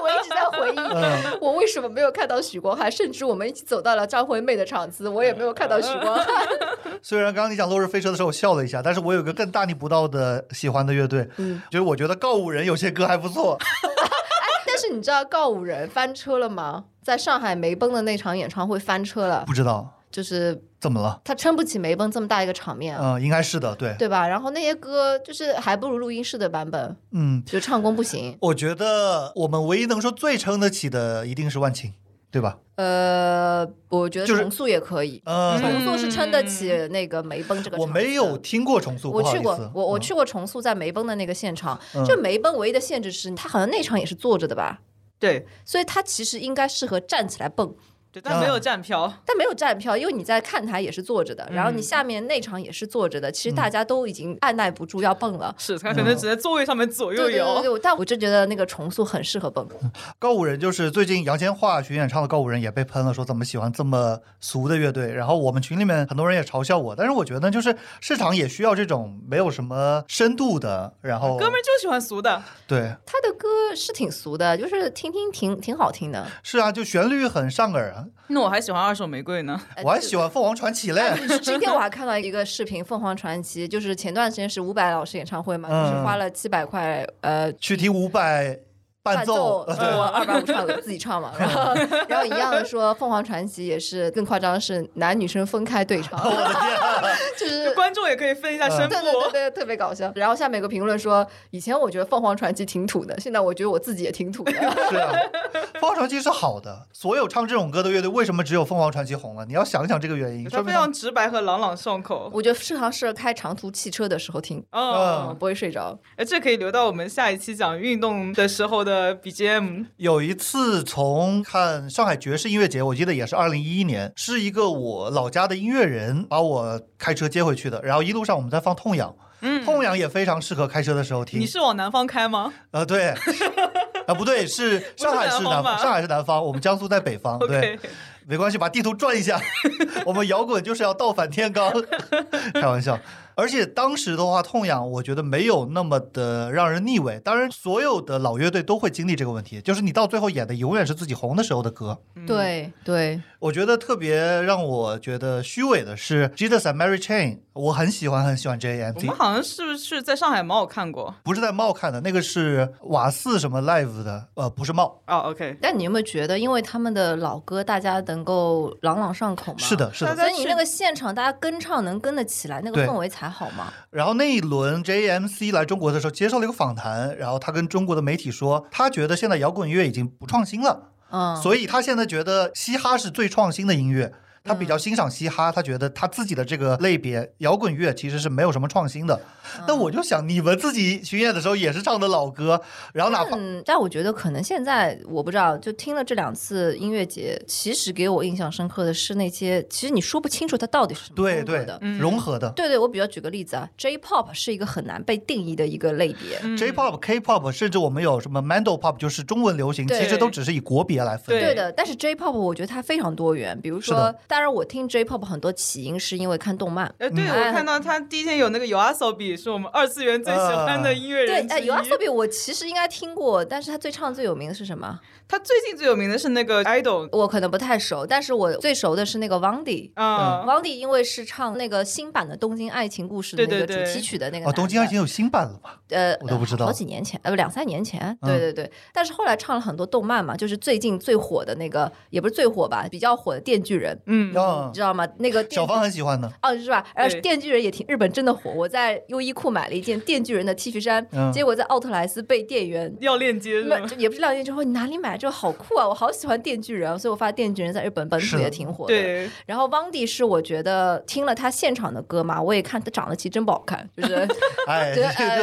Speaker 3: 我一直在回
Speaker 2: 嗯
Speaker 3: 忆 我为什么没有看到许光汉，甚至我们一起走到了张惠妹的场子，我也没有看到许光汉。
Speaker 2: 虽然刚刚你讲《落日飞车》的时候我笑了一下，但是我有个更大逆不道的喜欢的乐队，
Speaker 3: 嗯
Speaker 2: 就是我觉得告五人有些歌还不错。
Speaker 3: 但是你知道告五人翻车了吗？在上海梅奔的那场演唱会翻车了，
Speaker 2: 不知道
Speaker 3: 就是
Speaker 2: 怎么了，
Speaker 3: 他撑不起梅奔这么大一个场面啊，
Speaker 2: 嗯，应该是的，对，
Speaker 3: 对吧？然后那些歌就是还不如录音室的版本，
Speaker 2: 嗯，
Speaker 3: 就唱功不行。
Speaker 2: 我觉得我们唯一能说最撑得起的，一定是万青，对吧？
Speaker 3: 呃，我觉得
Speaker 2: 就是
Speaker 3: 重塑也可以，
Speaker 2: 呃，
Speaker 1: 嗯
Speaker 3: 重塑是撑得起那个梅奔这个场
Speaker 2: 我
Speaker 3: 子。
Speaker 2: 没有听过重塑，
Speaker 3: 我
Speaker 2: 不好
Speaker 3: 去
Speaker 2: 意
Speaker 3: 过
Speaker 2: 思，，
Speaker 3: 我我
Speaker 2: 嗯
Speaker 3: 去过重塑在梅奔的那个现场，
Speaker 2: 嗯
Speaker 3: 就梅奔唯一的限制是，他好像那场也是坐着的吧，
Speaker 1: 对，
Speaker 3: 所以他其实应该适合站起来蹦，
Speaker 1: 对，但
Speaker 2: 啊
Speaker 1: 没有站票，
Speaker 3: 但没有站票，因为你在看台也是坐着的，然后你
Speaker 1: 嗯
Speaker 3: 下面那场也是坐着的，其实大家都已经按耐不住要蹦了。
Speaker 1: 是他可
Speaker 2: 嗯
Speaker 1: 能只在座位上面左右
Speaker 3: 对对对
Speaker 1: 摇，
Speaker 3: 对，但我就觉得那个重塑很适合蹦。
Speaker 2: 告五人就是最近杨千嬅巡演唱的告五人也被喷了，说怎么喜欢这么俗的乐队。然后我们群里面很多人也嘲笑我，但是我觉得就是市场也需要这种没有什么深度的，然后
Speaker 1: 啊哥们儿就喜欢俗的，
Speaker 2: 对，
Speaker 3: 他的歌是挺俗的，就是听听挺挺好听 的。
Speaker 2: 是啊，就旋律很上耳啊。
Speaker 1: 那我还喜欢二手玫瑰 呢。
Speaker 3: 哎
Speaker 2: 我还
Speaker 3: 就
Speaker 2: 喜欢凤凰传奇嘞，
Speaker 1: 呃
Speaker 3: 今天我还看到一个视频，《凤凰传奇》就是前段时间是伍佰老师演唱会嘛，
Speaker 2: 嗯
Speaker 3: 就是花了七百块呃
Speaker 2: 去听伍佰伴
Speaker 3: 伴呃
Speaker 2: 奏，
Speaker 3: 我二百五唱自己唱嘛，然后然后一样的说《凤凰传奇》也是更夸张，是男女生分开对唱，
Speaker 2: 哦
Speaker 1: 嗯
Speaker 3: 就是
Speaker 1: 观众也可以分一
Speaker 2: 嗯
Speaker 1: 下声
Speaker 3: 对对对
Speaker 1: 波。
Speaker 3: 对，特别搞笑。然后下面有个评论说，以前我觉得凤凰传奇挺土的，现在我觉得我自己也挺土 的。
Speaker 2: 是啊，凤凰传奇是好的。所有唱这种歌的乐队，为什么只有凤凰传奇红了？你要想想这个原因，
Speaker 1: 他
Speaker 2: 说
Speaker 1: 非
Speaker 2: 明他
Speaker 1: 常直白和朗朗上口。
Speaker 3: 我觉得适当适合开长途汽车的时候听，
Speaker 1: 嗯，
Speaker 3: 嗯，不会睡着。
Speaker 1: 哎，这可以留到我们下一期讲运动的时候的 BGM。
Speaker 2: 有一次从看上海爵士音乐节，我记得也是二零一一年，是一个我老家的音乐人把我开车接回去的。然后一路上我们在放痛痒，
Speaker 1: 嗯，
Speaker 2: 痛痒也非常适合开车的时候
Speaker 1: 你
Speaker 2: 听。
Speaker 1: 是往南方开吗？
Speaker 2: 呃，对， 啊，不 对，是上海是
Speaker 1: 南
Speaker 2: 南
Speaker 1: 方吧
Speaker 2: 方，上海是南方，我们江苏在北方。哦对
Speaker 1: OK，，
Speaker 2: 没关系，把地图转一下。我们摇滚就是要倒反天罡，开玩笑。而且当时的话，痛痒我觉得没有那么的让人腻味。当然，所有的老乐队都会经历这个问题，就是你到最后演的永远是自己红的时候的歌。
Speaker 3: 对对，
Speaker 2: 我觉得特别让我觉得虚伪的是 Jesus and Mary Chain，我很喜欢很喜欢
Speaker 1: 我
Speaker 2: JMT，
Speaker 1: 们好像是不是在上海猫有看过？
Speaker 2: 不是在茂看的，那个是瓦四什么 live 的，呃，不是茂，
Speaker 1: 哦，OK，
Speaker 3: 但你有没有觉得，因为他们的老歌大家能够朗朗上口吗？
Speaker 2: 是，的，是的
Speaker 1: 大。家
Speaker 3: 所以你
Speaker 1: 去
Speaker 3: 那个现场大家跟唱能跟得起来，那个
Speaker 2: 对
Speaker 3: 氛围才好嘛。
Speaker 2: 然后那一轮 JMC 来中国的时候，接受了一个访谈，然后他跟中国的媒体说，他觉得现在摇滚乐已经不创新了，
Speaker 3: 嗯，
Speaker 2: 所以他现在觉得嘻哈是最创新的音乐。他比较欣赏嘻哈，他觉得他自己的这个类别摇滚乐其实是没有什么创新的。那我就想，你们自己巡演的时候也是唱的老歌，然后哪怕
Speaker 3: 嗯，但我觉得可能现在我不知道，就听了这两次音乐节，其实给我印象深刻的是那些，其实你说不清楚它到底是什么
Speaker 2: 对
Speaker 3: 风格
Speaker 2: 对
Speaker 3: 的。
Speaker 2: 融合的
Speaker 3: 对对，我比较举个例子啊，J-pop 是一个很难被定义的一个类别。
Speaker 2: 嗯
Speaker 1: 嗯
Speaker 2: J-pop、K-pop，甚至我们有什么 Mando Pop，就是中文流行，
Speaker 3: 对
Speaker 2: 其实都只是以国别来分。
Speaker 1: 对
Speaker 3: 对的，但是 J-pop 我觉得它非常多元，比如
Speaker 2: 是
Speaker 3: 说
Speaker 2: 的，
Speaker 3: 当然我听 J-pop 很多起因是因为看动漫，
Speaker 1: 哎，对，
Speaker 3: 嗯
Speaker 1: 我看到他第一天有那个 Yoasobi，是我们二次元最喜欢
Speaker 2: 嗯
Speaker 1: 的音乐
Speaker 3: 对
Speaker 1: 人，之
Speaker 3: 哎，
Speaker 1: 一。
Speaker 3: 有 a s o b 我其实应该听过，但是他最唱最有名的是什么？
Speaker 1: 他最近最有名的是那个 Idol，
Speaker 3: 我可能不太熟，但是我最熟的是那个 Wandy。
Speaker 1: 啊，
Speaker 2: 嗯
Speaker 3: Wandy 因为是唱那个新版的《东京爱情故事》的那
Speaker 1: 对
Speaker 3: 个
Speaker 1: 对对
Speaker 3: 主题曲的那个
Speaker 2: 哦，东京爱
Speaker 3: 男的
Speaker 2: 情有新版了吧？
Speaker 3: 呃，
Speaker 2: 我都不知道
Speaker 3: 好几年前，呃，不两三年前，
Speaker 2: 嗯
Speaker 3: 对对对。但是后来唱了很多动漫嘛，就是最近最火的那个，也不是最火吧，比较火的《电锯人》，
Speaker 1: 嗯，
Speaker 2: 嗯
Speaker 3: 你知，道吗？那个电
Speaker 2: 小芳很喜欢的。
Speaker 3: 哦，是吧？然后
Speaker 1: 对
Speaker 3: 电锯人也挺日本真的火，我在优衣库买了一件电锯人的 T 恤衫，
Speaker 2: 嗯
Speaker 3: 结果在奥特莱斯被店员。
Speaker 1: 要链接是
Speaker 3: 那
Speaker 1: 吗？
Speaker 3: 这也不是两年之后，你哪里买这个好酷啊！我好喜欢电锯人啊，所以我发现电锯人在日本本
Speaker 2: 是
Speaker 3: 土
Speaker 2: 的
Speaker 3: 也挺火的。
Speaker 1: 对，
Speaker 3: 然后汪迪是我觉得听了他现场的歌嘛，我也看他长得其实真不好看，就是
Speaker 2: 哎，
Speaker 3: 觉得
Speaker 2: 这
Speaker 3: 呃，
Speaker 2: 就
Speaker 3: 这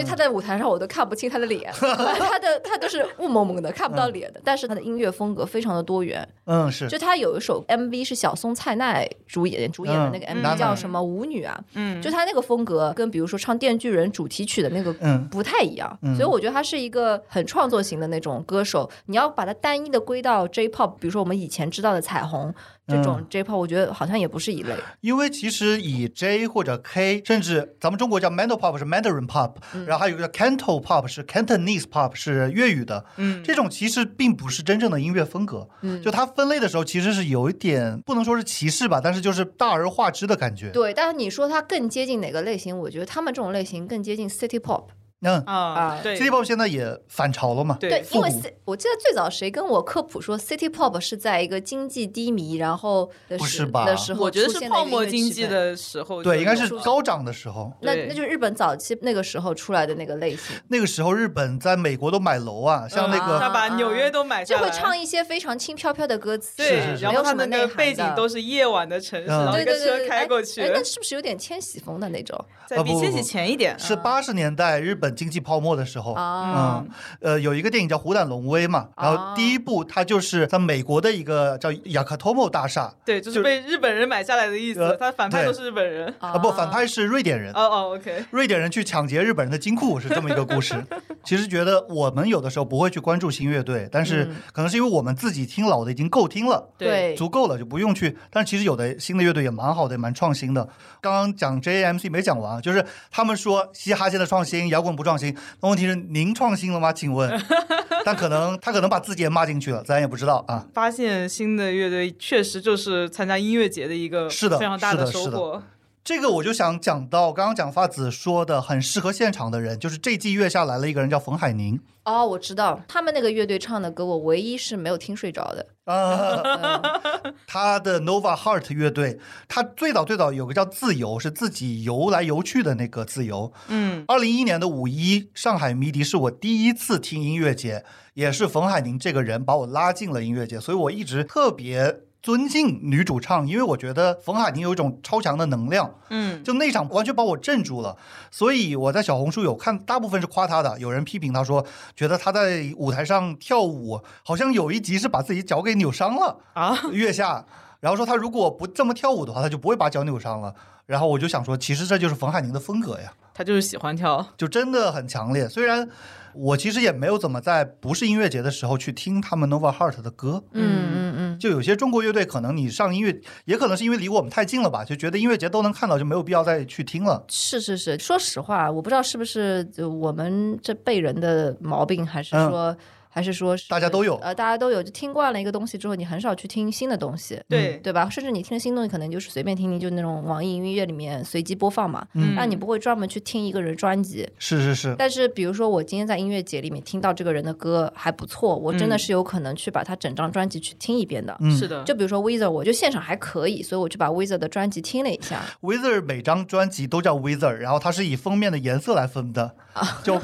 Speaker 1: 嗯
Speaker 3: 以他在舞台上我都看不清他 的脸，他的他都是雾蒙蒙的，看不
Speaker 1: 嗯
Speaker 3: 到脸的。但是他的音乐风格非常的多元，
Speaker 2: 嗯是
Speaker 3: 就他有一首 MV 是小松菜奈主演主演的那个
Speaker 1: 嗯
Speaker 3: MV 叫
Speaker 1: 嗯
Speaker 3: 什么舞女啊，
Speaker 1: 嗯，
Speaker 3: 就他那个风格跟比如说唱《电锯人》主题曲的那个
Speaker 2: 嗯
Speaker 3: 不太一样，
Speaker 2: 嗯
Speaker 3: 所以我觉得他是一个很创作型的那种歌手。你要把它单一的归到 J-pop，比如说我们以前知道的彩虹这
Speaker 2: 嗯
Speaker 3: 种 J-pop，我觉得好像也不是一类。
Speaker 2: 因为其实以 J 或者 K，甚至咱们中国叫 Mando Pop 是 Mandarin Pop，、然后
Speaker 3: 嗯
Speaker 2: 还有一个叫 Canto Pop 是 Cantonese Pop 是粤语的，
Speaker 1: 嗯
Speaker 2: 这种其实并不是真正的音乐风格。
Speaker 3: 嗯
Speaker 2: 就它分类的时候，其实是有一点不能说是歧视吧，但是就是大而化之的感觉。
Speaker 3: 对，但是你说它更接近哪个类型？我觉得他们这种类型更接近 City Pop。
Speaker 2: 嗯
Speaker 1: 啊，
Speaker 3: 啊
Speaker 1: 对
Speaker 2: ，City Pop 现在也反潮了嘛？
Speaker 1: 对，
Speaker 3: 因为
Speaker 2: 复古
Speaker 3: C- 我记得最早谁跟我科普说 City Pop 是在一个经济低迷，然后的
Speaker 2: 不
Speaker 3: 时
Speaker 2: 是吧
Speaker 3: 的时候
Speaker 1: 我觉得
Speaker 3: 出
Speaker 1: 是
Speaker 3: 现的一
Speaker 1: 泡
Speaker 3: 个
Speaker 1: 沫
Speaker 3: 乐
Speaker 1: 经
Speaker 3: 曲
Speaker 1: 济
Speaker 3: 呗。
Speaker 1: 的时候就有，
Speaker 2: 对，应该是高涨的时候。
Speaker 3: 那
Speaker 1: 对
Speaker 3: 那就是日本早期那个时候出来的那个类型，
Speaker 2: 那个时候，日本在美国都买楼啊，像那
Speaker 1: 嗯他
Speaker 2: 个
Speaker 1: 把纽约都买
Speaker 3: 就
Speaker 1: 下来，
Speaker 3: 会唱一些非非常轻飘飘的歌词，
Speaker 1: 啊对
Speaker 2: 是是，是
Speaker 1: 然
Speaker 3: 没
Speaker 1: 后
Speaker 3: 有
Speaker 1: 他
Speaker 3: 什么
Speaker 1: 们
Speaker 3: 内
Speaker 1: 那
Speaker 3: 涵
Speaker 1: 个背景都
Speaker 3: 是
Speaker 1: 是夜晚的城市，
Speaker 2: 嗯
Speaker 1: 然后
Speaker 3: 对
Speaker 1: 一个
Speaker 3: 对对
Speaker 1: 车
Speaker 3: 对，
Speaker 1: 开
Speaker 3: 哎
Speaker 1: 过去
Speaker 3: 哎，，那是不是有点千禧风的那种
Speaker 1: 在
Speaker 2: 啊
Speaker 1: 比
Speaker 2: 不
Speaker 1: 千
Speaker 2: 不
Speaker 1: 禧
Speaker 2: 不
Speaker 1: 前一点，
Speaker 2: 是八十年代日本经济泡沫的时候
Speaker 3: 啊？
Speaker 2: 嗯，呃，有一个电影叫《虎胆龙威》嘛，然后
Speaker 3: 哦
Speaker 2: 第一部它就是在美国的一个叫雅克托莫大厦
Speaker 1: 对，就是
Speaker 2: 就
Speaker 1: 被日本人买下来的意思
Speaker 2: 呃，
Speaker 1: 他反派
Speaker 2: 对
Speaker 1: 都是日本人。
Speaker 2: 啊，不，反派是瑞典人，
Speaker 1: 哦哦，OK，
Speaker 2: 瑞典人去抢劫日本人的金库是这么一个故 事。其实觉得我们有的时候不会去关注新乐队，但是可能是因为我们自己听老的已经够听了。
Speaker 3: 嗯对
Speaker 2: 足够了就不用去，但是其实有的新的乐队也蛮好的，也蛮创新的。刚刚讲 JMC 没讲完啊，就是他们说嘻哈现在创新，摇滚不创新，那问题是您创新了吗？请问， 但可能他可能把自己也骂进去了，咱也不知道啊。
Speaker 1: 发现新的乐队确实就是参加音乐节的一个
Speaker 2: 是的
Speaker 1: 非常大
Speaker 2: 是的
Speaker 1: 收
Speaker 2: 是的
Speaker 1: 获。
Speaker 2: 这个我就想讲到刚刚讲发子说的很适合现场的人，就是这季月下来了一个人叫冯海宁
Speaker 3: 哦，我知道，他们那个乐队唱的歌，我唯一是没有听睡 着的。
Speaker 2: 啊，
Speaker 3: 嗯
Speaker 2: 他的 Nova Heart 乐队，他最早最早有个叫自由，是自己游来游去的那个自由，
Speaker 1: 嗯，
Speaker 2: 二零一一年的五一上海迷笛是我第一次听音乐节，也是冯海宁这个人把我拉进了音乐节，所以我一直特别尊敬女主唱，因为我觉得冯海宁有一种超强的能量，
Speaker 1: 嗯，
Speaker 2: 就那场完全把我镇住了。所以我在小红书有看，大部分是夸她的，有人批评她说，觉得她在舞台上跳舞好像有一集是把自己脚给扭伤了
Speaker 1: 啊，
Speaker 2: 月下。然后说她如果不这么跳舞的话，她就不会把脚扭伤了。然后我就想说，其实这就是冯海宁的风格呀。
Speaker 1: 他就是喜欢跳，
Speaker 2: 就真的很强烈。虽然我其实也没有怎么在不是音乐节的时候去听他们 Nova Heart 的歌。
Speaker 1: 嗯
Speaker 3: 嗯嗯，
Speaker 2: 就有些中国乐队，可能你上音乐，也可能是因为离我们太近了吧，就觉得音乐节都能看到，就没有必要再去听了。
Speaker 3: 是是是，说实话，我不知道是不是呃我们这辈人的毛病，还是
Speaker 2: 嗯
Speaker 3: 说、还是说是
Speaker 2: 大家都有
Speaker 3: 呃，大家都有，就听惯了一个东西之后，你很少去听新的东西，
Speaker 1: 对
Speaker 2: 嗯
Speaker 3: 对吧？甚至你听新东西，可能就是随便听听，就那种网易云音乐里面随机播放嘛，
Speaker 1: 嗯
Speaker 3: 但你不会专门去听一个人专辑。
Speaker 2: 是是是，
Speaker 3: 但是，比如说我今天在音乐节里面听到这个人的歌还不错，我真的
Speaker 1: 嗯
Speaker 3: 是有可能去把他整张专辑去听一遍的。
Speaker 2: 嗯
Speaker 1: 是的，
Speaker 3: 就比如说 Weezer，我就现场还可以，所以我就把 Weezer 的专辑听了一下。
Speaker 2: Wizard 每张专辑都叫 Wizard，然后它是以封面的颜色来分的，
Speaker 3: 啊
Speaker 2: 就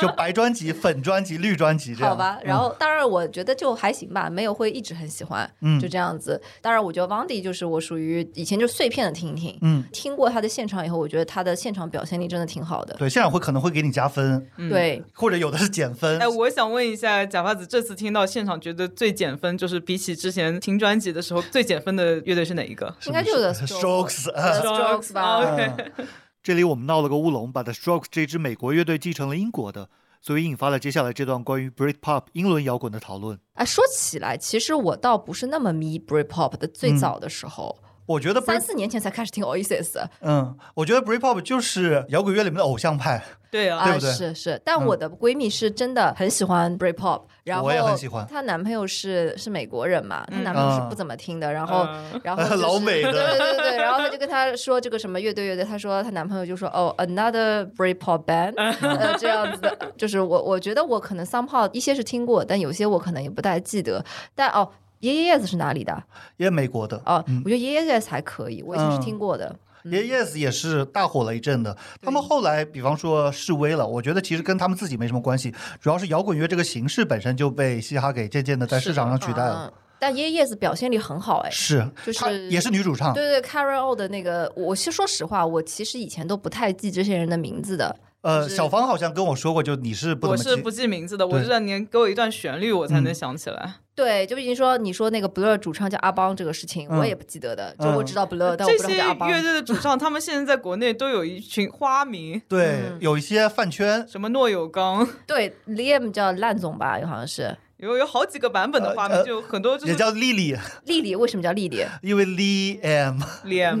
Speaker 2: 就白专辑、粉专辑、绿专辑这样。嗯
Speaker 3: 好吧，然后当然我觉得就还行吧，没有会一直很喜欢，
Speaker 2: 嗯
Speaker 3: 就这样子。当然，我觉得 Wandy 就是我属于以前就碎片的听一听，
Speaker 2: 嗯，
Speaker 3: 听过他的现场以后，我觉得他的现场表现力真的挺好的。
Speaker 2: 对，现场会可能会给你加分，
Speaker 1: 嗯。
Speaker 3: 对，
Speaker 2: 或者有的是减分。
Speaker 1: 哎，我想问一下，假发子这次听到现场，觉得最减分就是比起之前听专辑的时候，最减分的乐队是哪一个？啊
Speaker 2: 是
Speaker 3: 应
Speaker 2: 不
Speaker 3: 该就是 The
Speaker 2: Strokes，啊
Speaker 3: The Strokes 吧。
Speaker 1: OK
Speaker 2: 嗯这里我们闹了个乌龙，把 The Strokes 这支美国乐队继承了英国的，所以引发了接下来这段关于 Britpop 英伦摇滚的讨论。
Speaker 3: 哎，说起来，其实我倒不是那么迷 Britpop 的，
Speaker 2: 嗯
Speaker 3: 最早的时候，
Speaker 2: 我觉得
Speaker 3: 三
Speaker 2: Brit，
Speaker 3: 四年前才开始听 Oasis 的
Speaker 2: 嗯，我觉得 Britpop 就是摇滚乐里面的偶像派，
Speaker 1: 对啊，
Speaker 2: 对
Speaker 3: 啊，
Speaker 2: 不对
Speaker 3: 是是，但我的闺蜜是真的很喜欢 Britpop，然后
Speaker 2: 我也很喜欢嗯
Speaker 3: 她男朋友是是美国人嘛，她男朋友是不怎么听的，然后
Speaker 1: 嗯
Speaker 3: 然后、就是、
Speaker 2: 老美的
Speaker 3: 对对对对，然后她就跟她说这个什么乐队乐队，她说她男朋友就说哦，another Britpop band，呃这样子的，就是我我觉得我可能 somehow 一些是听过，但有些我可能也不太记得，但哦。爷爷 yes 是哪里的？
Speaker 2: 也美国的。
Speaker 3: 哦，我觉得爷爷 yes 还可以，我以
Speaker 2: 嗯
Speaker 3: 前是听过的。
Speaker 2: 也 Yes E 也是大火了一阵的。他们后来，比方说示威了，我觉得其实跟他们自己没什么关系，主要是摇滚乐这个形式本身就被嘻哈给渐渐的在市场上取代了。
Speaker 3: 嗯，但爷爷 yes 表现力很好哎，
Speaker 2: 是，
Speaker 3: 就是
Speaker 2: 她也是女主唱，
Speaker 3: 对对，Carol O 的那个，我是说实话，我其实以前都不太记这些人的名字的。
Speaker 2: 呃，
Speaker 3: 就是
Speaker 2: 小芳好像跟我说过，就你是不
Speaker 1: 我
Speaker 2: 怎么
Speaker 1: 是
Speaker 2: 记
Speaker 1: 不记名字的，我
Speaker 2: 对嗯
Speaker 1: 就让您给我一段旋律，我才能想起来。
Speaker 3: 对，就比如说你说那个 Blur 主唱叫阿邦这个事情，
Speaker 2: 嗯
Speaker 3: 我也不记得的，就
Speaker 2: 嗯
Speaker 3: 我知道 Blur，、但我
Speaker 1: 这
Speaker 3: 不知道
Speaker 1: 些
Speaker 3: 叫阿邦。
Speaker 1: 乐队的主唱，他们现在在国内都有一群花名，
Speaker 2: 对，有一些饭圈。
Speaker 1: 什么诺有刚，
Speaker 3: 对，Liam 叫烂总吧，好像是。
Speaker 1: 有有好几个版本的花
Speaker 2: 呃
Speaker 1: 名，
Speaker 2: 呃
Speaker 1: 就很多就
Speaker 2: 也
Speaker 1: 是
Speaker 2: 叫丽丽，
Speaker 3: 丽丽为什么叫丽丽？
Speaker 2: 因为 Lee M，
Speaker 1: 脸，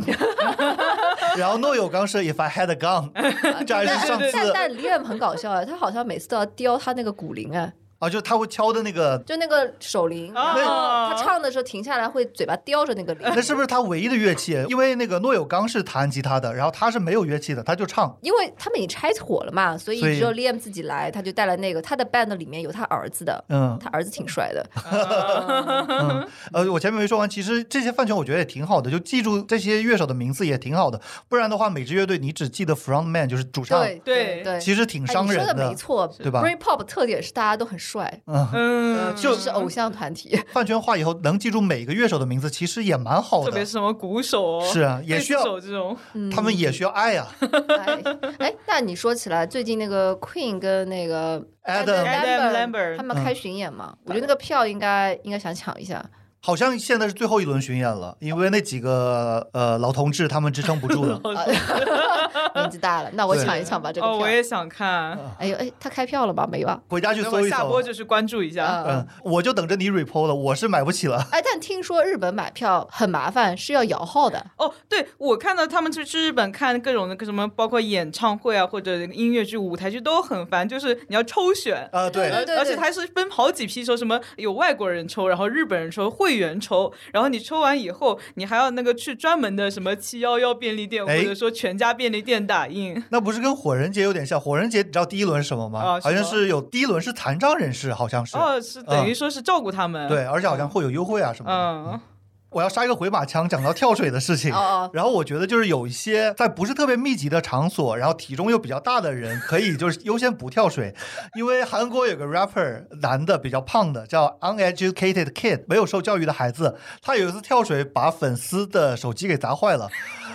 Speaker 2: 然后诺友刚是 If I Had a Gun，这还是上
Speaker 1: 对
Speaker 3: 但
Speaker 2: 次
Speaker 3: 但 Liam 很搞笑哎，他好像每次都要叼他那个鼓铃哎，
Speaker 2: 啊，就他会敲的那个，
Speaker 3: 就那个手铃，然
Speaker 1: 啊
Speaker 3: 后他唱的时候停下来会嘴巴叼着那个铃。
Speaker 2: 啊那是不是他唯一的乐器？因为那个诺友刚是弹吉他的，然后他是没有乐器的，他就唱。
Speaker 3: 因为他们已经拆伙了嘛，所以
Speaker 2: 所以
Speaker 3: 只有 Liam 自己来，他就带了那个他的 band 里面有他儿子的，
Speaker 2: 嗯，
Speaker 3: 他儿子挺帅的。
Speaker 1: 啊
Speaker 2: 嗯，呃，我前面没说完，其实这些饭圈我觉得也挺好的，就记住这些乐手的名字也挺好的，不然的话，每支乐队你只记得 front man 就是主唱，
Speaker 3: 对
Speaker 1: 对
Speaker 3: 对，
Speaker 2: 其实挺
Speaker 3: 哎
Speaker 2: 伤人
Speaker 3: 你说的没错，
Speaker 2: 对吧
Speaker 3: b r e a k pop 的特点是大家都很帅，
Speaker 2: 嗯，
Speaker 1: 嗯，
Speaker 3: 就、是偶像团 体。
Speaker 2: 饭圈化以后能记住每个乐手的名字，其实也蛮好
Speaker 1: 特别
Speaker 2: 的
Speaker 1: 是。什么鼓手哦，
Speaker 2: 是啊也
Speaker 1: 贝斯
Speaker 2: 需要
Speaker 1: 手这种，
Speaker 3: 嗯
Speaker 2: 他们也需要爱 啊
Speaker 3: 哎哎，那你说起来，最近那个 Queen 跟那个
Speaker 2: ，Adam，嗯
Speaker 1: Adam Lambert
Speaker 3: 他们开巡演嘛，我觉得那个票应该应该想抢一下。
Speaker 2: 好像现在是最后一轮巡演了，因为那几个呃老同志他们支撑不 住了。
Speaker 3: 年纪大了，那我抢一抢吧这个
Speaker 1: 哦，我
Speaker 3: 票。
Speaker 1: 也想
Speaker 2: 嗯
Speaker 1: 看，
Speaker 3: 哎呦哎，他开票了吧？没吧？
Speaker 2: 回家去
Speaker 1: 那
Speaker 2: 搜
Speaker 1: 我
Speaker 2: 一
Speaker 1: 下播
Speaker 2: 搜，
Speaker 1: 就去关注一下。
Speaker 3: 嗯
Speaker 2: 嗯，我就等着你 repo 了，我是买不起 了。
Speaker 3: 哎，但听说日本买票很麻烦，是要摇号的。
Speaker 1: 哦，对，我看到他们去去日本看各种那个什么，包括演唱会啊，或者音乐剧、舞台剧都很烦，就是你要抽选，
Speaker 2: 啊， 对，
Speaker 3: 嗯对对
Speaker 1: 而且它是分好几批抽，什么有外国人抽，然后日本人抽，会员抽，然后你抽完以后，你还要那个去专门的什么七幺幺便利店
Speaker 2: 哎
Speaker 1: 或者说全家便利店打印。
Speaker 2: 那不是跟火人节有点像？火人节你知道第一轮是什么吗？
Speaker 1: 啊
Speaker 2: 好像
Speaker 1: 什么
Speaker 2: 是有第一轮是残障人士，好像是、嗯
Speaker 1: 哦，是等于说是照顾他们。
Speaker 2: 对，，而且好像会有优惠啊什么的。
Speaker 1: 嗯，
Speaker 2: 我要杀一个回马枪，讲到跳水的事情。
Speaker 3: 哦哦，
Speaker 2: 然后我觉得就是有一些在不是特别密集的场所，然后体重又比较大的人，可以就是优先不跳水， 因为韩国有个 rapper 男的比较胖的叫 uneducated kid 没有受教育的孩子，他有一次跳水把粉丝的手机给砸坏了，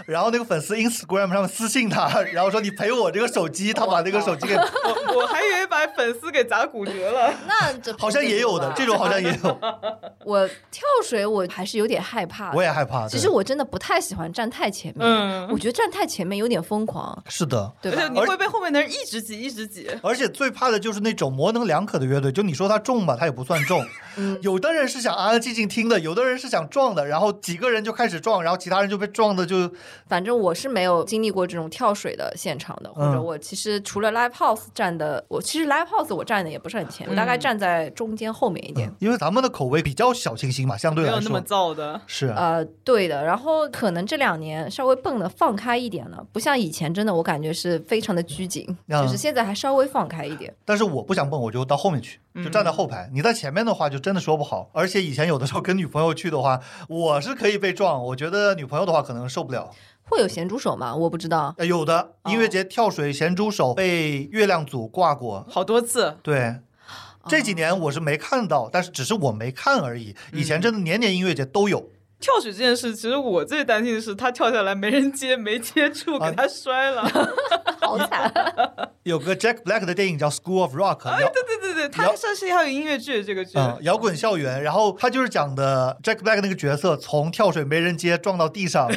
Speaker 2: 然后那个粉丝 Instagram 上面私信他，然后说你赔我这个手机，他把那个手机给
Speaker 1: 我我还以为把粉丝给砸骨 折了。
Speaker 3: 那这
Speaker 2: 好像也有的，这种好像也有。
Speaker 3: 呃我跳水我还是有点害怕的。
Speaker 2: 我也害怕。
Speaker 3: 其
Speaker 2: 对
Speaker 3: 实我真的不太喜欢站太前面，
Speaker 1: 嗯
Speaker 3: 我觉得站太前面有点疯狂，
Speaker 2: 是的，
Speaker 3: 对
Speaker 1: 而且
Speaker 3: 吧？
Speaker 1: 你会被后面的人一直挤，一直挤。
Speaker 2: 而且最怕的就是那种模棱两可的乐队，就你说它重吧，它也不算重。
Speaker 3: 嗯
Speaker 2: 有的人是想安安静静听的，有的人是想撞的，然后几个人就开始撞，然后其他人就被撞的就
Speaker 3: 反正我是没有经历过这种跳水的现场的，或者
Speaker 2: 嗯
Speaker 3: 我其实除了 live house 站的，我其实 live house 我站的也不是很
Speaker 1: 嗯
Speaker 3: 前，我大概站在中间后面一点。
Speaker 2: 因为咱们的口味比较小清新嘛，相对
Speaker 1: 没有
Speaker 2: 来
Speaker 1: 那么
Speaker 2: 说
Speaker 1: 燥的，
Speaker 2: 是啊
Speaker 3: 呃，对的，然后可能这两年稍微蹦的放开一点了，不像以前真的我感觉是非常的拘谨，
Speaker 2: 嗯
Speaker 3: 就是现在还稍微放开一点。
Speaker 2: 但是我不想蹦，我就到后面去，就
Speaker 1: 嗯
Speaker 2: 站在后排。你在前面的话，就真的说不好。而且以前有的时候跟女朋友去的话，我是可以被撞，我觉得女朋友的话可能受不了。
Speaker 3: 会有咸猪手吗？我不知道。
Speaker 2: 呃有的
Speaker 1: 哦
Speaker 2: 音乐节跳水咸猪手被月亮组挂过，
Speaker 1: 好多次。
Speaker 2: 对。
Speaker 1: 哦
Speaker 2: 这几年我是没看到，但是只是我没看而已。以
Speaker 1: 嗯
Speaker 2: 前真的年年音乐节都有，
Speaker 1: 跳水这件事，其实我最担心的是他跳下来没人接，没接住，
Speaker 2: 啊
Speaker 1: 给他摔了。
Speaker 3: 好惨。
Speaker 2: 有个 Jack Black 的电影叫《School of Rock》，摇
Speaker 1: 对对对对，他
Speaker 2: 摇
Speaker 1: 算是还有音乐剧这个剧，
Speaker 2: 嗯，摇滚校园，然后他就是讲的 Jack Black 那个角色从跳水没人接撞到地上，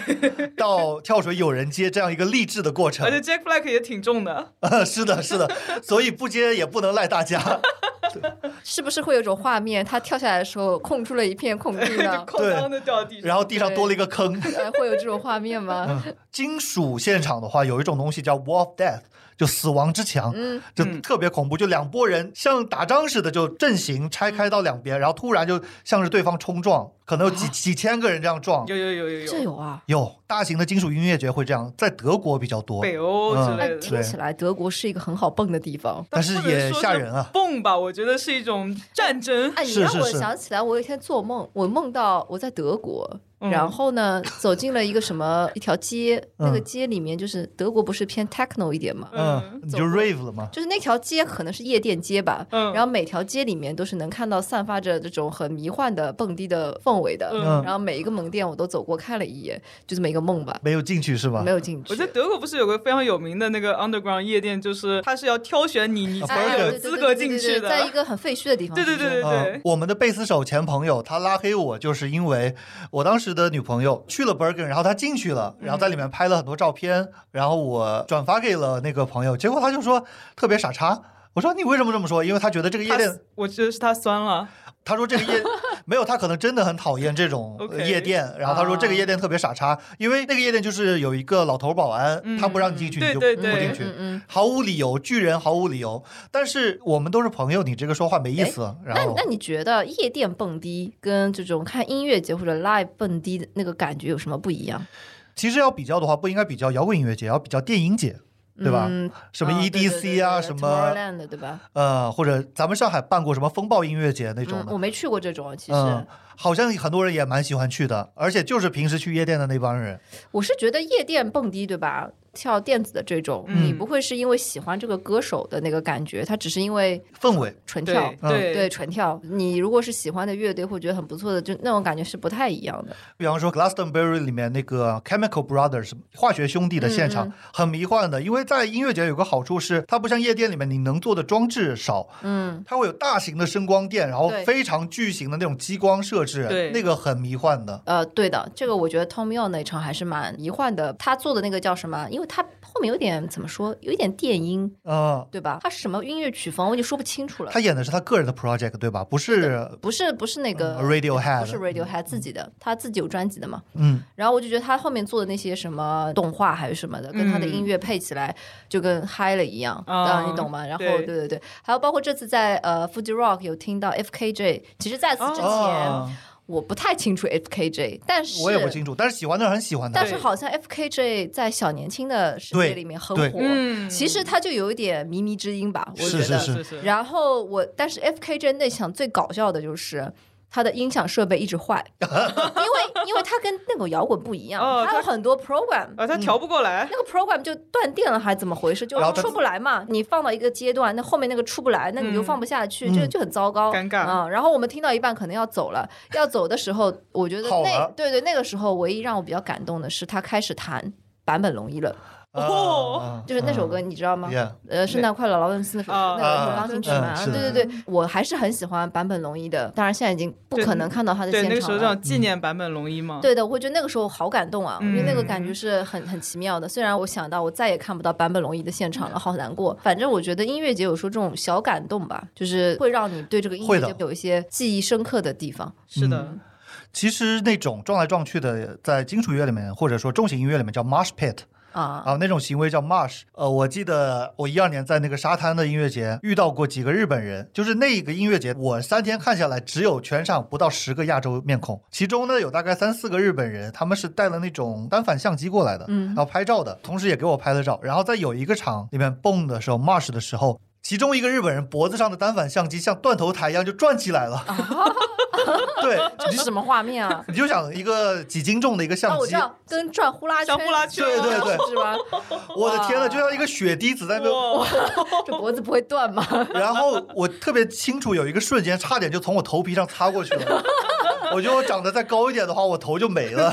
Speaker 2: 到跳水有人接这样一个励志的过程
Speaker 1: 而。且 Jack Black 也挺重的。
Speaker 2: 是的，是的，所以不接也不能赖大家。
Speaker 3: 是不是会有一种画面，他跳下来的时候空出了一片空地
Speaker 1: 就
Speaker 2: 啊
Speaker 3: 呢？
Speaker 1: 哐当的掉地上，
Speaker 2: 然后地上多了一个坑。
Speaker 3: 呃，会有这种画面 吗？
Speaker 2: 金属现场的话，有一种东西叫 Wall of Death，就死亡之墙，
Speaker 3: 嗯，
Speaker 2: 就
Speaker 1: 嗯
Speaker 2: 特别恐怖。就两拨人像打仗似的，就阵型拆开到两边，然后突然就像是对方冲撞，可能有几几千个人这样撞。
Speaker 1: 有有有有
Speaker 3: 这
Speaker 1: 有，
Speaker 3: 有啊。
Speaker 2: 有大型的金属音乐节会这样，在德国比较多。
Speaker 1: 北欧之
Speaker 3: 哎，
Speaker 1: 类的。
Speaker 3: 听起来德国是一个很好蹦的地方。
Speaker 2: 但嗯是也吓人啊！
Speaker 1: 蹦吧，我觉得是一种战争。
Speaker 3: 哎，你
Speaker 2: 是
Speaker 3: 让
Speaker 2: 是
Speaker 3: 我
Speaker 2: 是
Speaker 3: 想起来，我有一天做梦，我梦到我在德国，
Speaker 1: 嗯
Speaker 3: 然后呢，走进了一个什么一条街，那个
Speaker 2: 嗯
Speaker 3: 街里面就是德国不是偏 techno 一点嘛，
Speaker 2: 嗯，你就 rave 了吗？
Speaker 3: 就是那条街可能是夜店街吧，
Speaker 1: 嗯
Speaker 3: 然后每条街里面都是能看到散发着这种很迷幻的蹦迪的氛围的，
Speaker 1: 嗯
Speaker 3: 然后每一个门店我都走过看了一眼，就这么一个梦吧，
Speaker 2: 没有进去是吧嗯
Speaker 3: 没？有进去。
Speaker 1: 我觉得德国不是有个非常有名的那个 underground 夜店，就是它是要挑选你，你
Speaker 2: 啊
Speaker 1: 才
Speaker 2: 不是
Speaker 1: 有资格进去
Speaker 3: 在一
Speaker 1: 的。
Speaker 3: 个很废墟的地方。
Speaker 1: 对对
Speaker 3: 是不
Speaker 1: 对对
Speaker 3: 是
Speaker 2: 呃
Speaker 1: 对，，
Speaker 2: 我们的贝斯手前朋友他拉黑我，就是因为我当时的女朋友去了 Bergen，然后她进去了，然后在里面拍了很多照片，然后我转发给了那个朋友，结果他就说特别傻叉。我说你为什么这么说？因为他觉得这个夜店
Speaker 1: 他，我觉得是他酸了。
Speaker 2: 他说这个 夜没有，他可能真的很讨厌这种
Speaker 1: OK
Speaker 2: 呃夜
Speaker 3: 啊
Speaker 2: 店。然后他说这个夜店特别傻叉，因为那个夜店就是有一个老头保安，他不让你进去，
Speaker 1: 对
Speaker 2: 你就
Speaker 1: 对
Speaker 2: 不
Speaker 1: 对
Speaker 2: 进
Speaker 1: 嗯
Speaker 2: 去。
Speaker 3: 嗯嗯。
Speaker 2: 毫无理由，巨人毫无理由。但是我们都是朋友，你这个说话没意思。
Speaker 3: 那
Speaker 2: 然后
Speaker 3: 哎那你觉得夜店蹦迪跟这种看音乐节或者 live 蹦迪的那个感觉有什么不一样？
Speaker 2: 其实要比较的话，不应该比较摇滚音乐节，要比较电音节，对吧？
Speaker 3: 嗯，
Speaker 2: 什么
Speaker 3: 啊对对
Speaker 2: EDC 啊，
Speaker 3: 对对
Speaker 2: 什么
Speaker 3: Tomorrowland 对吧？
Speaker 2: 呃，或者咱们上海办过什么风暴音乐节那种
Speaker 3: 嗯，
Speaker 2: 的，
Speaker 3: 我没去过这种，其实、
Speaker 2: 嗯好像很多人也蛮喜欢去的，而且就是平时去夜店的那帮人，
Speaker 3: 我是觉得夜店蹦迪对吧，跳电子的这种，
Speaker 1: 嗯
Speaker 3: 你不会是因为喜欢这个歌手的那个感觉，他只是因为
Speaker 2: 氛围
Speaker 3: 纯跳
Speaker 1: 对。
Speaker 2: 嗯
Speaker 3: 对，纯跳。你如果是喜欢的乐队或觉得很不错的，就那种感觉是不太一样的。
Speaker 2: 比方说 Glastonbury 里面那个 Chemical Brothers 化学兄弟的现场、
Speaker 3: 嗯
Speaker 2: 很迷幻的，因为在音乐节有个好处是，它不像夜店里面你能做的装置少，
Speaker 3: 嗯，
Speaker 2: 它会有大型的声光电，然后
Speaker 3: 对
Speaker 2: 非常巨型的那种激光设置
Speaker 1: 对，
Speaker 2: 那个很迷幻的。
Speaker 3: 呃，对的，这个我觉得 Tom Yo 那场还是蛮迷幻的。他做的那个叫什么？因为他后面有点怎么说，有一点电音，
Speaker 2: 嗯，
Speaker 3: 对吧？他是什么音乐曲风，我已经说不清楚了
Speaker 2: 他。演的是他个人的 project 对吧？不是
Speaker 3: 不是不是那个
Speaker 2: 呃 Radiohead
Speaker 3: 不是 Radiohead 自己的，他自己有专辑的嘛。
Speaker 2: 嗯，
Speaker 3: 然后我就觉得他后面做的那些什么动画还是什么的，跟他的
Speaker 1: 嗯
Speaker 3: 音乐配起来就跟嗨了一样，
Speaker 1: 啊
Speaker 3: 啊，你懂吗？然后
Speaker 1: 对
Speaker 3: 对对对，还有包括这次在呃 Fuji Rock 有听到 FKJ，其实在此之前、
Speaker 2: 哦，
Speaker 3: 我不太清楚 FKJ，但是
Speaker 2: 我也不清楚，但是喜欢的人很喜欢他
Speaker 3: 但。是好像 FKJ 在小年轻的世
Speaker 2: 对
Speaker 3: 界里面很
Speaker 2: 对
Speaker 3: 火，
Speaker 1: 嗯
Speaker 3: 其实他就有一点靡靡之音吧，我觉
Speaker 2: 是是
Speaker 3: 得。
Speaker 2: 是
Speaker 1: 是是，
Speaker 3: 然后我，但是 FKJ 那场最搞笑的就是。它的音响设备一直 坏，因为因为它跟那种摇滚不一样
Speaker 1: 哦，
Speaker 3: 它有
Speaker 1: 它
Speaker 3: 很多 program，
Speaker 1: 啊，他调不过来。
Speaker 3: 那个 program 就断电了，还怎么回事？就
Speaker 2: 然后它
Speaker 3: 出不来嘛。你放到一个阶段，那后面那个出不来，那你就
Speaker 1: 嗯
Speaker 3: 放不下去，
Speaker 2: 嗯
Speaker 3: 这就很糟糕，
Speaker 1: 尴尬
Speaker 3: 啊、然后我们听到一半，可能要走了，要走的时候，我觉得
Speaker 2: 好
Speaker 3: 那
Speaker 2: 了
Speaker 3: 对对，那个时候唯一让我比较感动的是他开始弹。坂本龙一了，
Speaker 1: 哦
Speaker 3: 就是那首
Speaker 2: 嗯
Speaker 3: 歌你知道吗？
Speaker 2: 啊，Yeah，
Speaker 3: 呃，圣诞快乐，劳伦斯那首
Speaker 1: 啊
Speaker 3: 那个钢琴曲嘛
Speaker 2: 啊，
Speaker 3: 啊
Speaker 2: 是的
Speaker 3: 对对对，我还是很喜欢坂本龙一的，当然现在已经不可能看到他的
Speaker 1: 对，
Speaker 3: 现
Speaker 1: 那个时
Speaker 3: 场
Speaker 1: 候
Speaker 3: 了
Speaker 1: 叫。纪念版本龙一嘛。
Speaker 3: 对的，我会觉得那个时候好感动啊，因为那个感觉
Speaker 1: 嗯
Speaker 3: 是很很奇妙的。虽然我想到我再也看不到坂本龙一的现场了，好难过。反正我觉得音乐节有时候这种小感动吧，就是会让你对这个音
Speaker 2: 会
Speaker 3: 乐
Speaker 2: 的
Speaker 3: 节有一些记忆深刻的地方。
Speaker 1: 是的，
Speaker 3: 嗯
Speaker 2: 其实那种撞来撞去的，在金属乐里面或者说重型音乐里面叫 mosh pit
Speaker 3: 啊，
Speaker 2: 啊，那种行为叫 mosh。呃，我记得我一二年在那个沙滩的音乐节遇到过几个日本人，就是那个音乐节，我三天看下来只有全场不到十个亚洲面孔，其中呢有大概三四个日本人，他们是带了那种单反相机过来的，
Speaker 3: 嗯
Speaker 2: 然后拍照的，同时也给我拍了照。然后在有一个场里面蹦的时候 mosh 的时候。其中一个日本人脖子上的单反相机像断头台一样就转起来了， 对，？
Speaker 3: 这是什么画面啊
Speaker 2: 你就想一个几斤重的一个
Speaker 3: 啊，
Speaker 2: 相
Speaker 3: 我知
Speaker 2: 机，
Speaker 3: 道，跟转呼啦圈，
Speaker 1: 像呼啦圈
Speaker 2: 对对对
Speaker 3: 是吧？
Speaker 2: 我的天呐，就像一个血滴子在那边
Speaker 1: 哇，
Speaker 3: 这脖子不会断吗？
Speaker 2: 然后我特别清楚有一个瞬间，差点就从我头皮上擦过去了。我觉得我长得再高一点的话，我头就没了。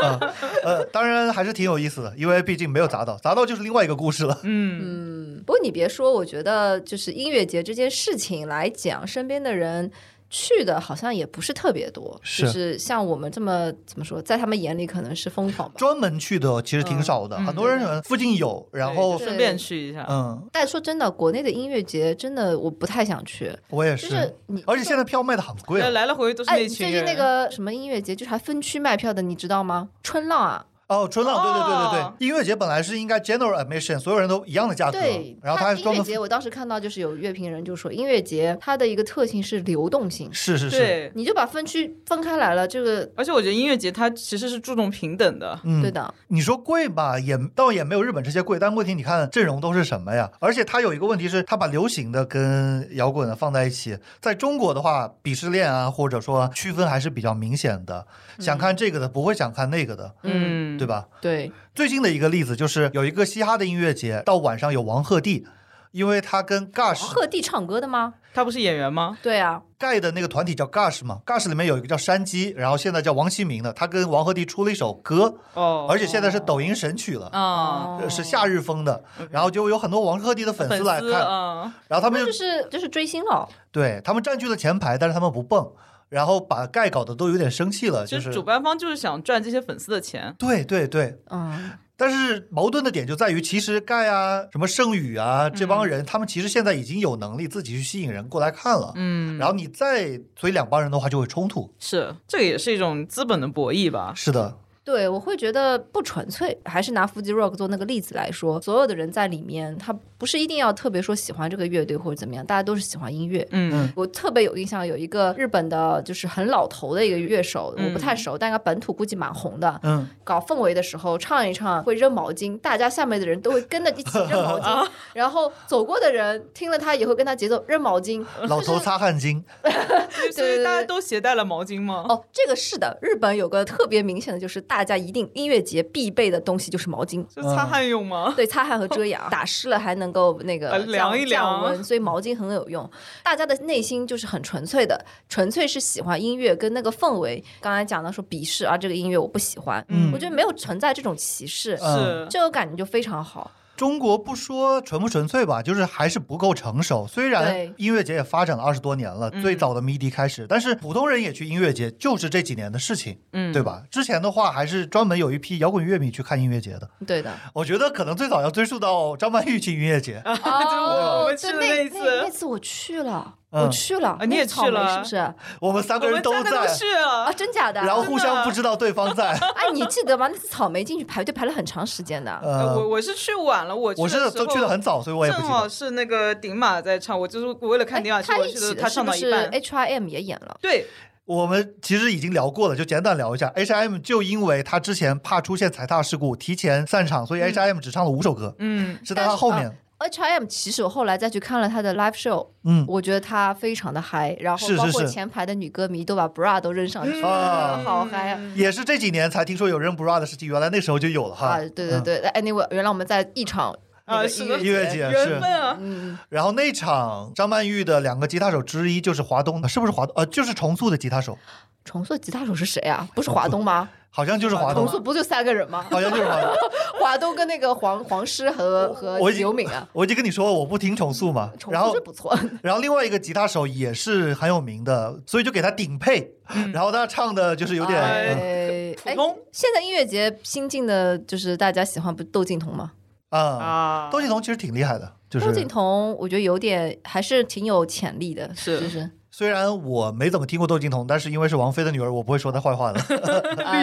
Speaker 2: 啊、呃，当然还是挺有意思的，因为毕竟没有砸到，砸到就是另外一个故事了。
Speaker 1: 嗯，
Speaker 3: 嗯，不过你别说，我觉得就是音乐节这件事情来讲，身边的人去的好像也不是特别多，
Speaker 2: 是
Speaker 3: 就是像我们这么怎么说，在他们眼里可能是疯狂吧。
Speaker 2: 专门去的其实挺少的，
Speaker 1: 嗯
Speaker 2: 很多人可能附近有，然后
Speaker 1: 对就顺便去一下。
Speaker 2: 嗯，
Speaker 3: 但说真的，国内的音乐节真的我不太想去，
Speaker 2: 我也，
Speaker 3: 就是是你，
Speaker 2: 而且现在票卖的很贵
Speaker 1: 对，
Speaker 2: 啊
Speaker 1: 来来回回都是
Speaker 3: 哎，
Speaker 1: 那
Speaker 3: 你
Speaker 1: 群
Speaker 3: 最
Speaker 1: 人。
Speaker 3: 近那个什么音乐节，就是还分区卖票的，你知道吗？春浪啊，
Speaker 2: 哦，春浪，对对对对
Speaker 1: 哦
Speaker 2: 对，音乐节本来是应该 general admission，所有人都一样的价格
Speaker 3: 对，，
Speaker 2: 然后
Speaker 3: 它
Speaker 2: 他
Speaker 3: 音
Speaker 2: 专
Speaker 3: 乐
Speaker 2: 门
Speaker 3: 节，我当时看到就是有乐评人就说，音乐节它的一个特性是流动性，
Speaker 2: 是是是，
Speaker 1: 对，
Speaker 3: 你就把分区分开来了，这个
Speaker 1: 而且我觉得音乐节它其实是注重平等的。
Speaker 2: 嗯，
Speaker 3: 对的，
Speaker 2: 你说贵吧，也倒也没有日本这些贵，但问题你看阵容都是什么呀？而且它有一个问题是，它把流行的跟摇滚的放在一起。在中国的话，鄙视链啊，或者说区分还是比较明显的，想看这个的不会想看那个的，
Speaker 3: 嗯，
Speaker 1: 嗯，
Speaker 2: 对吧？
Speaker 3: 对，
Speaker 2: 最近的一个例子就是有一个嘻哈的音乐节，到晚上有王鹤棣，因为他跟 Gush
Speaker 3: 鹤棣唱歌的吗？
Speaker 1: 他不是演员吗？
Speaker 3: 对啊，
Speaker 2: 盖的那个团体叫 Gush 嘛，Gush 里面有一个叫山鸡，然后现在叫王希明的，他跟王鹤棣出了一首歌，
Speaker 1: 哦，
Speaker 2: 而且现在是抖音神曲了。
Speaker 3: 哦
Speaker 1: 啊，
Speaker 2: 呃是夏日风的，然后就有很多王鹤棣的粉
Speaker 1: 粉
Speaker 2: 丝来看，
Speaker 1: 啊，
Speaker 2: 然后他
Speaker 3: 他
Speaker 2: 们就
Speaker 3: 就是就是追星了，
Speaker 2: 对他们占据了前排，但是他们不蹦，然后把盖搞得都有点生气了，
Speaker 1: 其
Speaker 2: 就
Speaker 1: 实
Speaker 2: 是
Speaker 1: 主办方就是想赚这些粉丝的钱。
Speaker 2: 对对对。
Speaker 3: 嗯，
Speaker 2: 但是矛盾的点就在于，其实盖啊、什么盛宇啊这帮人，他们其实现在已经有能力自己去吸引人过来看了。
Speaker 1: 嗯，
Speaker 2: 然后你再所以两帮人的话就会冲突。
Speaker 1: 是这个也是一种资本的博弈吧？
Speaker 2: 是的，
Speaker 3: 对，我会觉得不纯粹，还是拿 Fuji Rock 做那个例子来说，所有的人在里面，他不是一定要特别说喜欢这个乐队或者怎么样，大家都是喜欢音乐。
Speaker 1: 嗯
Speaker 3: 我特别有印象，有一个日本的，就是很老头的一个乐手，
Speaker 1: 嗯
Speaker 3: 我不太熟，但他本土估计蛮红的。
Speaker 2: 嗯，
Speaker 3: 搞氛围的时候，唱一唱会扔毛巾，大家下面的人都会跟着一起扔毛巾，然后走过的人听了他也会跟他节奏扔毛巾，
Speaker 2: 老头擦汗巾，
Speaker 1: 所以所
Speaker 3: 对
Speaker 1: 以
Speaker 3: 对
Speaker 1: 大家
Speaker 3: 对
Speaker 1: 都携带了毛巾吗？
Speaker 3: 哦，这个是的，日本有个特别明显的，就是大家一定音乐节必备的东西就是毛巾。
Speaker 1: 就擦汗用吗？
Speaker 3: 对，擦汗和 遮阳，打湿了还能够那个
Speaker 1: 呃
Speaker 3: 降
Speaker 1: 凉一
Speaker 3: 降
Speaker 1: 凉
Speaker 3: 温，所以毛巾很有用。大家的内心就是很纯粹的，纯粹是喜欢音乐跟那个氛围。刚才讲到说鄙视啊，这个音乐我不喜欢，
Speaker 2: 嗯
Speaker 3: 我觉得没有存在这种歧视，
Speaker 2: 嗯
Speaker 1: 是，
Speaker 3: 这个感觉就非常好。
Speaker 2: 中国不说纯不纯粹吧，就是还是不够成熟。虽然
Speaker 3: 对
Speaker 2: 音乐节也发展了二十多年了，
Speaker 1: 嗯
Speaker 2: 最早的 MIDI 开始，但是普通人也去音乐节，就是这几年的事情，
Speaker 1: 嗯，
Speaker 2: 对？吧？之前的话还是专门有一批摇滚乐迷去看音乐节的。
Speaker 3: 对 的，
Speaker 2: 我觉得可能最早要追溯到张曼玉去音乐节，
Speaker 1: 就是我们去
Speaker 3: 哦对
Speaker 1: 的
Speaker 3: 那
Speaker 1: 一
Speaker 3: 那
Speaker 1: 次，
Speaker 3: 次我去了，
Speaker 2: 嗯
Speaker 3: 我去了，
Speaker 1: 啊你也
Speaker 3: 那个草
Speaker 1: 去
Speaker 3: 莓
Speaker 1: 了
Speaker 3: 是不是？啊，
Speaker 2: 我们三个
Speaker 1: 我
Speaker 2: 人
Speaker 1: 们
Speaker 2: 都
Speaker 1: 三个啊
Speaker 2: 在
Speaker 1: 都，去了。
Speaker 3: 真假的？
Speaker 2: 然后互
Speaker 1: 真
Speaker 2: 相
Speaker 1: 的
Speaker 2: 不知道对方在。
Speaker 3: 哎，你记得吗？那次草莓进去排队排了很长时间的。
Speaker 1: 呃我
Speaker 2: 呃，
Speaker 1: 我是去晚了，我的
Speaker 2: 我是
Speaker 1: 时候
Speaker 2: 都去的很早，所以我也不
Speaker 1: 正
Speaker 2: 记
Speaker 1: 好
Speaker 2: 得。
Speaker 1: 是那个顶马在唱，我就是为了看顶马
Speaker 3: 哎
Speaker 1: 去，我
Speaker 3: 一
Speaker 1: 去
Speaker 3: 起
Speaker 1: 的
Speaker 3: 的
Speaker 1: 他
Speaker 3: 是
Speaker 1: 唱
Speaker 3: 不
Speaker 1: 到一
Speaker 3: 是哎
Speaker 1: 半。
Speaker 3: H R M 也演了？
Speaker 1: 对，
Speaker 2: 我们其实已经聊过了，就简短聊一下。H&M 就因为他之前怕出现踩踏事故，提前散场，所以 H&M 只唱了五首歌，
Speaker 1: 嗯，
Speaker 2: 是在他后面。
Speaker 3: H I M 其实我后来再去看了他的 live show，
Speaker 2: 嗯
Speaker 3: 我觉得他非常的嗨，然后
Speaker 2: 是
Speaker 3: 包
Speaker 2: 是
Speaker 3: 括
Speaker 2: 是
Speaker 3: 前排的女歌迷都把 bra 都扔上去，
Speaker 2: 啊
Speaker 3: 好嗨
Speaker 1: 嗯
Speaker 3: 啊！
Speaker 2: 也是这几年才听说有扔 bra 的事情，原来那时候就有了哈。嗯
Speaker 3: 啊，对对对、a n y w a y 原来我们在一场那
Speaker 1: 啊
Speaker 3: 个
Speaker 1: 是
Speaker 3: 音
Speaker 1: 的
Speaker 3: 乐
Speaker 2: 音乐
Speaker 3: 节，
Speaker 2: 节
Speaker 1: 缘
Speaker 2: 是，
Speaker 1: 分啊，
Speaker 3: 嗯，
Speaker 2: 然后那场张曼玉的两个吉他手之一就是华东，是不是华东？呃，就是重塑的吉他手，
Speaker 3: 重塑吉他手是谁啊？不是华东吗？
Speaker 2: 好像就是华东
Speaker 3: 同，宿不就三个 人吗？
Speaker 2: 好像就是华东。
Speaker 3: 华东跟那个黄黄诗和和
Speaker 2: 我已经
Speaker 3: 刘敏啊，
Speaker 2: 我已经跟你说我不听重塑嘛，
Speaker 3: 重
Speaker 2: 然后
Speaker 3: 是不错，
Speaker 2: 然后另外一个吉他手也是很有名的，所以就给他顶配。然后他唱的就是有点，嗯
Speaker 3: 嗯哎
Speaker 1: 普通
Speaker 3: 现在音乐节新进的，就是大家喜欢不窦靖童吗？
Speaker 2: 啊，
Speaker 1: 啊，
Speaker 2: 窦靖童其实挺厉害的，就
Speaker 3: 窦靖
Speaker 2: 是
Speaker 3: 童，我觉得有点还是挺有潜力的，
Speaker 1: 是
Speaker 3: 就是
Speaker 2: 虽然我没怎么听过窦靖童，但是因为是王菲的女儿，我不会说她坏话的。
Speaker 3: 啊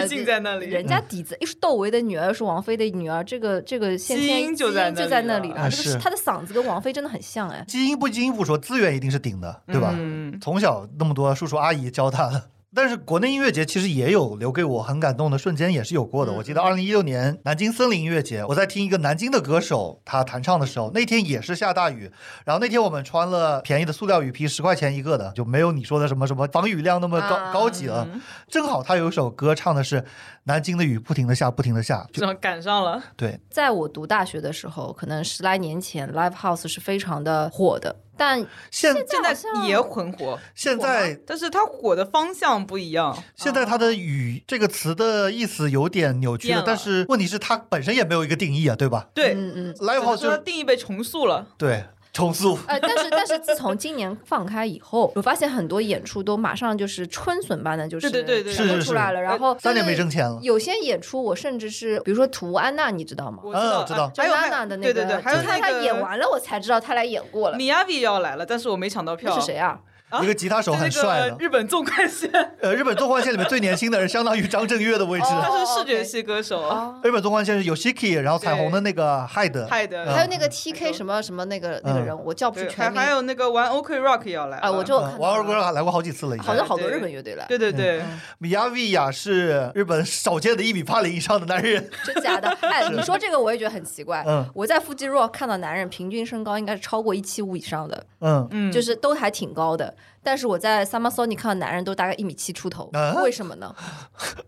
Speaker 1: 滤镜在那里，
Speaker 3: 人
Speaker 2: 嗯
Speaker 3: 家底子，又哎是窦唯的女儿，是王菲的女儿，这个这个先
Speaker 1: 基
Speaker 3: 天
Speaker 1: 因就在那里
Speaker 3: 基因就在那里
Speaker 1: 了
Speaker 2: 啊
Speaker 3: 了，这
Speaker 2: 是
Speaker 3: 个她的嗓子跟王菲真的很像哎。
Speaker 2: 基因不基因不说，资源一定是顶的，对吧？
Speaker 1: 嗯，
Speaker 2: 从小那么多叔叔阿姨教他的。 但是国内音乐节其实也有留给我很感动的瞬间，也是有过的。我记得二零一六年南京森林音乐节，我在听一个南京的歌手他弹唱的时候，那天也是下大雨，然后那天我们穿了便宜的塑料雨披，十块钱一个的，就没有你说的什么什么防雨量那么高、
Speaker 3: 啊
Speaker 2: 高级了。正好他有一首歌唱的是南京的雨不停的下，不停的下，就
Speaker 1: 正好赶上了，
Speaker 2: 对，
Speaker 3: 在我读大学的时候，可能十来年前，live house 是非常的火的，但
Speaker 2: 现
Speaker 3: 这
Speaker 1: 现
Speaker 3: 好
Speaker 1: 在
Speaker 3: 像
Speaker 1: 也很火，
Speaker 2: 现在
Speaker 1: 但是它火的方向不一样，
Speaker 2: 现在它的“雨”这个词的意思有点扭曲
Speaker 1: 哦变
Speaker 2: 了
Speaker 1: 了，
Speaker 2: 但是问题是它本身也没有一个定义啊，对吧
Speaker 1: 对，
Speaker 3: 嗯嗯，
Speaker 2: ？Live
Speaker 1: 只能
Speaker 2: house
Speaker 1: 说
Speaker 2: 就
Speaker 1: 它
Speaker 2: 是
Speaker 1: 定义被重塑了，
Speaker 2: 对重塑，
Speaker 3: 呃，但是但是自从今年放开以后，我发现很多演出都马上就是春笋般的，就是
Speaker 1: 对对对对
Speaker 3: 全部
Speaker 2: 是是
Speaker 3: 出来了，然后
Speaker 2: 三年没挣啊钱了。
Speaker 3: 有些演出我甚至是，比如说图安娜，你知道吗？
Speaker 1: 我啊
Speaker 2: 嗯知道
Speaker 1: 还
Speaker 3: 张
Speaker 1: 有
Speaker 3: 娜娜的那
Speaker 1: 对
Speaker 3: 个，
Speaker 1: 对对，还有
Speaker 3: 就是她
Speaker 1: 那个
Speaker 3: 演完了，我才知道她来演过了。
Speaker 1: 米亚比要来了，但是我没抢到票，
Speaker 3: 那是谁啊？
Speaker 1: 啊
Speaker 2: 一个吉他手
Speaker 1: 就
Speaker 2: 很帅
Speaker 1: 那
Speaker 2: 的
Speaker 1: 个，日本纵贯线，
Speaker 2: 呃，日本纵贯线里面最年轻的人，相当于张震岳的位置。
Speaker 3: 哦
Speaker 1: 他是视觉系歌手，
Speaker 3: 哦，
Speaker 2: 日本纵贯线是 Yoshiki，然后彩虹的那个 Hide，
Speaker 1: 害的。
Speaker 2: 嗯
Speaker 3: 还有那个 T K 什么什么那个那个人，我叫不
Speaker 1: 嗯
Speaker 3: 出
Speaker 1: 对，
Speaker 3: 全
Speaker 1: 还
Speaker 3: 名
Speaker 1: 还有那个玩 OK Rock 也要来
Speaker 3: 啊，
Speaker 1: 了
Speaker 3: 我就
Speaker 2: 嗯
Speaker 3: 看到
Speaker 2: 王二
Speaker 3: 了
Speaker 2: 哥来过好几次了，已
Speaker 3: 好
Speaker 2: 经。
Speaker 3: 像好多
Speaker 1: 对
Speaker 3: 日本乐队来，
Speaker 1: 对对
Speaker 3: 嗯
Speaker 1: 对，嗯
Speaker 2: 米亚维亚是日本少见的一米八零以上的男人，
Speaker 3: 真 假的？哎，你说这个我也觉得很奇
Speaker 1: 哎
Speaker 3: 怪
Speaker 2: 嗯。
Speaker 3: 我在腹肌弱看到男人平均身高应该是超过一七五以上的，
Speaker 2: 嗯，
Speaker 1: 嗯，
Speaker 3: 就是都还挺高的。但是我在 Summer Sonic 看到男人都大概一米七出头
Speaker 2: 啊，
Speaker 3: 为什么呢？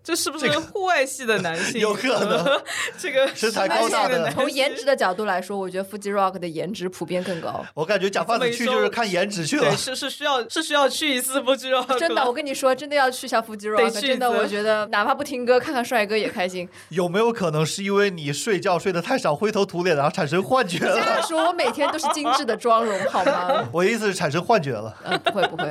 Speaker 1: 这是不
Speaker 2: 这
Speaker 1: 是
Speaker 2: 个
Speaker 1: 户外系的男性？
Speaker 2: 有可能
Speaker 1: 这个
Speaker 2: 身材
Speaker 1: 室内
Speaker 2: 高大
Speaker 1: 系的
Speaker 2: 的
Speaker 1: 男性
Speaker 3: 从颜值的角度来说，我觉得腹肌 Rock 的颜值普遍更 高。
Speaker 2: 我感觉假发子去就是看颜值去了
Speaker 1: 对，。是是需要是需要去一次不知啊道
Speaker 3: 真的，我跟你说，真的要去一下腹肌
Speaker 1: 得
Speaker 3: Rock，
Speaker 1: 去一
Speaker 3: 真的，
Speaker 1: 次
Speaker 3: 我觉得哪怕不听歌，看看帅哥也开心。
Speaker 2: 有没有可能是因为你睡觉睡得太少，灰头土脸，然后产生幻觉
Speaker 3: 这样
Speaker 2: 了？
Speaker 3: 说，我每天都是精致的妆容，好吗？
Speaker 2: 我的意思是产生幻觉了。嗯
Speaker 3: 嗯，不会不会，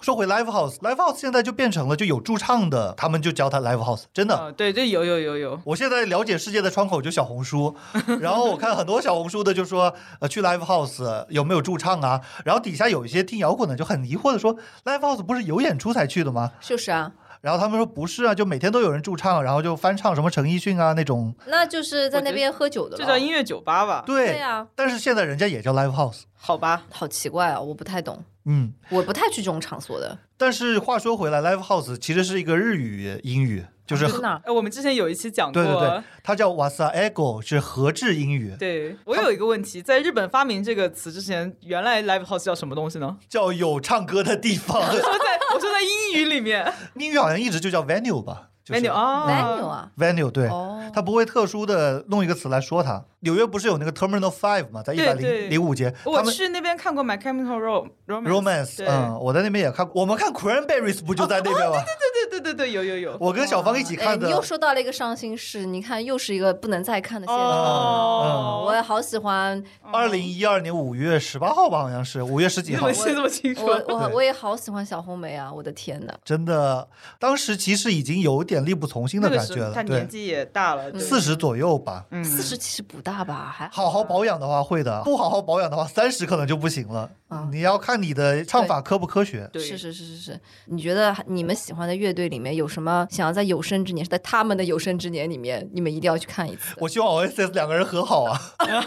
Speaker 2: 说回 live house，live house 现在就变成了就有驻唱的，他们就叫它 live house，真的。
Speaker 1: 啊，对，这有有有有，
Speaker 2: 我现在了解世界的窗口就小红 书，然后我看很多小红书的就说，呃，去 live house 呃有没有驻唱啊？然后底下有一些听摇滚的就很疑惑的说，live house 不是有演出才去的吗？
Speaker 3: 就是啊，
Speaker 2: 然后他们说不是啊，就每天都有人驻唱，然后就翻唱什么陈奕迅啊那种。
Speaker 3: 那就是在那边喝酒的
Speaker 1: 这
Speaker 3: 了。
Speaker 1: 叫音乐酒吧吧？
Speaker 2: 对，
Speaker 3: 对啊，
Speaker 2: 但是现在人家也叫 live house，
Speaker 1: 好吧，
Speaker 3: 好奇怪啊，我不太懂，
Speaker 2: 嗯。
Speaker 3: 我不太去这种场所的。
Speaker 2: 但是话说回来，live house 其实是一个日语英语，就是
Speaker 3: 真的啊
Speaker 1: 哎，我们之前有一期讲过，
Speaker 2: 对对对，它叫 wasa ego，是和制英语，
Speaker 1: 对我有一个问题，在日本发明这个词之前，原来 live house 叫什么东西呢？
Speaker 2: 叫有唱歌的地 方。
Speaker 1: 我在我说在英语里面
Speaker 2: 英语好像一直就叫 venue 吧、 就是
Speaker 1: venue 啊
Speaker 3: venue 啊，
Speaker 2: venue 对，
Speaker 3: 哦
Speaker 2: 它不会特殊的弄一个词来说它。纽约不是有那个 Terminal Five 嘛，在一
Speaker 1: 对
Speaker 2: 百
Speaker 1: 对
Speaker 2: 零零五街，他
Speaker 1: 我
Speaker 2: 们
Speaker 1: 去那边看过 My Chemical Ro- Romance，
Speaker 2: Romance，
Speaker 1: 对哦
Speaker 2: 嗯，我在那边也看，我们看 Cranberries 不就在那边吗？
Speaker 1: 对对对对，有有有。
Speaker 2: 我跟小芳一起
Speaker 3: 哎，
Speaker 2: 看
Speaker 3: 你
Speaker 2: 的
Speaker 3: 又，说到了一个伤心事，你看又是一个不能再看的现场。
Speaker 1: 哦，
Speaker 3: 我也好喜欢，
Speaker 2: 二零一二年五月十八号吧，好像是五月十几
Speaker 1: 你怎
Speaker 2: 号
Speaker 1: 么。记这么清楚？
Speaker 3: 我 我
Speaker 2: 对
Speaker 3: 我也好喜欢小红梅啊！我的天呐，
Speaker 2: 真的，当时其实已经有点力不从心的
Speaker 1: 那个
Speaker 2: 感
Speaker 1: 时
Speaker 2: 觉
Speaker 1: 候他
Speaker 2: 了，
Speaker 1: 年
Speaker 2: 对，
Speaker 1: 纪也大
Speaker 3: 嗯
Speaker 1: 了，对
Speaker 2: 四十左右吧。
Speaker 1: 嗯
Speaker 3: 四十其实不大吧，还
Speaker 2: 好好保养的话会的，不好好保养的话，三十可能就不行了
Speaker 3: 啊。
Speaker 2: 你要看你的唱法科不科学。
Speaker 1: 对
Speaker 3: 是是是是是。你觉得你们喜欢的乐队里面有什么想要在有生之年，在他们的有生之年里面，你们一定要去看一次的？
Speaker 2: 我希望 OSS 两个人和好啊。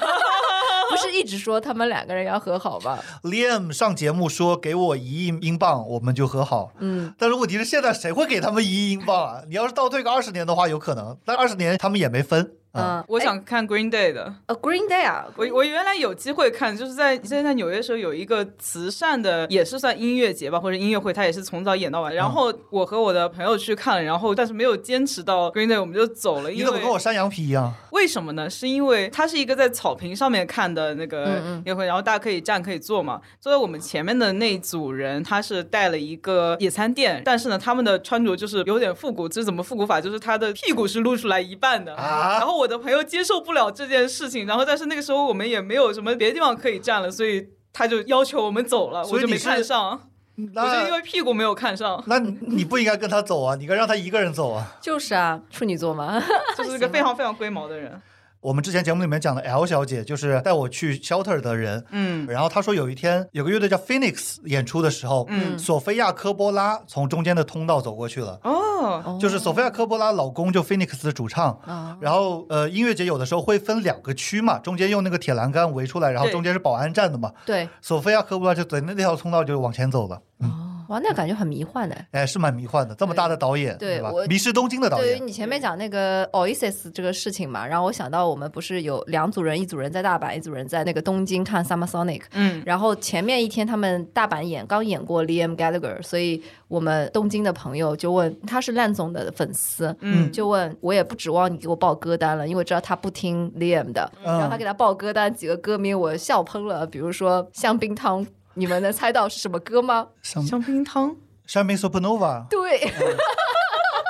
Speaker 3: 不是一直说他们两个人要和好吧？
Speaker 2: Liam 上节目说给我一亿英镑，我们就和好。
Speaker 3: 嗯，
Speaker 2: 但是问题是，现在谁会给他们一亿英镑啊？你 要是倒退个二十年的话，有可能，但二十年他们也没分啊。
Speaker 3: 嗯，
Speaker 1: 我想看 Green Day 的，
Speaker 3: 呃，Green Day 啊，
Speaker 1: 我我原来有机会看，就是在现在在纽约的时候有一个慈善的，也是算音乐节吧，或者音乐会，它也是从早演到
Speaker 2: 嗯
Speaker 1: 晚。然后我和我的朋友去看了，然后但是没有坚持到 Green Day，我们就走了，
Speaker 2: 你
Speaker 1: 因
Speaker 2: 怎么跟
Speaker 1: 为
Speaker 2: 我。山羊皮一样？
Speaker 1: 为什么呢？是因为它是一个在草坪上面看的那个
Speaker 3: 嗯
Speaker 1: 宴会，然后大家可以站可以坐嘛。坐在我们前面的那一组人，他是带了一个野餐垫，但是呢，他们的穿着就是有点复古，这是怎么复古法？就是他的屁股是露出来一半的。
Speaker 2: 啊
Speaker 1: 然后我的朋友接受不了这件事情，然后但是那个时候我们也没有什么别的地方可以站了，所以。他就要求我们走了，
Speaker 2: 所
Speaker 1: 我
Speaker 2: 以
Speaker 1: 就没
Speaker 2: 你是
Speaker 1: 看上，我就因
Speaker 2: 那
Speaker 1: 为屁股没有看 上，
Speaker 2: 那你不应该跟他走啊，你应该让他一个人走啊。
Speaker 3: 就是啊，处女座嘛，
Speaker 1: 就是一个非常非常龟毛的人。
Speaker 2: 我们之前节目里面讲的 L 小姐就是带我去 shelter 的人，
Speaker 1: 嗯
Speaker 2: 然后她说有一天有个乐队叫 Phoenix 演出的时候，
Speaker 1: 嗯
Speaker 2: 索菲亚科波拉从中间的通道走过去了。
Speaker 1: 哦，
Speaker 2: 就是索菲亚科波拉老公就 Phoenix 的主唱，
Speaker 3: 啊，
Speaker 2: 然后呃音乐节有的时候会分两个区嘛，中间用那个铁栏杆围出来，然后
Speaker 1: 对
Speaker 2: 中间是保安站的嘛。
Speaker 3: 对，
Speaker 2: 索菲亚科波拉就在那条通道就往前走了，
Speaker 3: 嗯哦哇，那感觉很迷幻的。
Speaker 2: 哎，是蛮迷幻的，这么大的导演
Speaker 3: 对
Speaker 2: 吧？
Speaker 3: 我
Speaker 2: 迷失东京的导
Speaker 3: 对于
Speaker 2: 演，
Speaker 3: 你前面讲那个 Oasis 这个事情嘛，让我想到我们不是有两组人，一组人在大阪，一组人在那个东京看 Summer Sonic，
Speaker 1: 嗯
Speaker 3: 然后前面一天他们大阪演刚演过 Liam Gallagher，所以我们东京的朋友就问他是烂总的粉丝，
Speaker 1: 嗯，
Speaker 3: 就问我也不指望你给我报歌单了，因为我知道他不听 Liam 的，然后他
Speaker 2: 嗯，
Speaker 3: 给他报歌单几个歌名我笑喷了，比如说香槟汤，你们能猜到是什么歌吗？
Speaker 2: 香
Speaker 1: 香槟汤，
Speaker 2: 香槟 Supernova
Speaker 3: 对，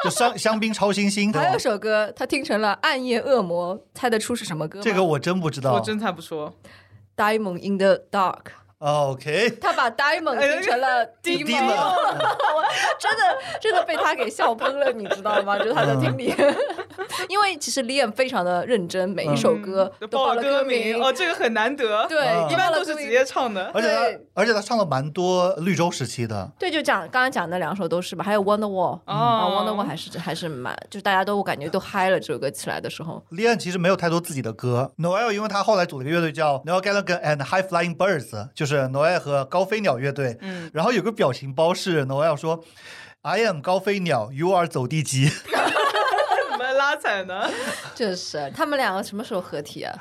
Speaker 2: 就香 香槟超新星，对
Speaker 3: 还
Speaker 2: 吧
Speaker 3: 有首歌他听成了暗夜恶魔，猜得出是什么歌吗？
Speaker 2: 这个我真不知
Speaker 1: 我
Speaker 2: 道。
Speaker 1: 真猜不出。
Speaker 3: Diamond in the Dark。
Speaker 2: 哦 OK，
Speaker 3: 他把 Diamond 听成了
Speaker 2: 哎 Demon
Speaker 3: Demon，我 真的真的被他给笑喷了，你知道
Speaker 1: 嗯
Speaker 3: 吗？就是他的听力， 因为其实 Liam 非常的认真，每一首歌
Speaker 1: 嗯
Speaker 3: 都
Speaker 1: 报
Speaker 3: 报
Speaker 1: 了
Speaker 3: 了
Speaker 1: 歌
Speaker 3: 名，
Speaker 1: 哦，这个很难得，
Speaker 3: 对
Speaker 2: 嗯，
Speaker 1: 一
Speaker 3: 报
Speaker 1: 般
Speaker 3: 了
Speaker 1: 都是
Speaker 3: 歌
Speaker 1: 直
Speaker 3: 名
Speaker 1: 接唱的。
Speaker 2: 而且他
Speaker 3: 对
Speaker 2: 而且他唱了蛮多绿洲时期的，
Speaker 3: 对，就讲刚刚讲那两首都是吧，还有 Wonder Wall 啊
Speaker 1: 哦
Speaker 3: ，Wonder Wall 还是还是蛮，就是大家都我感觉都嗨了，这首歌起来的 时候，
Speaker 2: l i a n 其实没有太多自己的歌。Noel 因为他后来组了一个乐队叫 Noel Gallagher and High Flying Birds，就是 Noel 和高飞鸟乐队。
Speaker 1: 嗯，
Speaker 2: 然后有个表情包是 Noel 说：“I am 高飞鸟，You are 走地鸡。
Speaker 1: 怎么哦拉踩 呢？
Speaker 3: 就是他们两个什么时候合体啊？”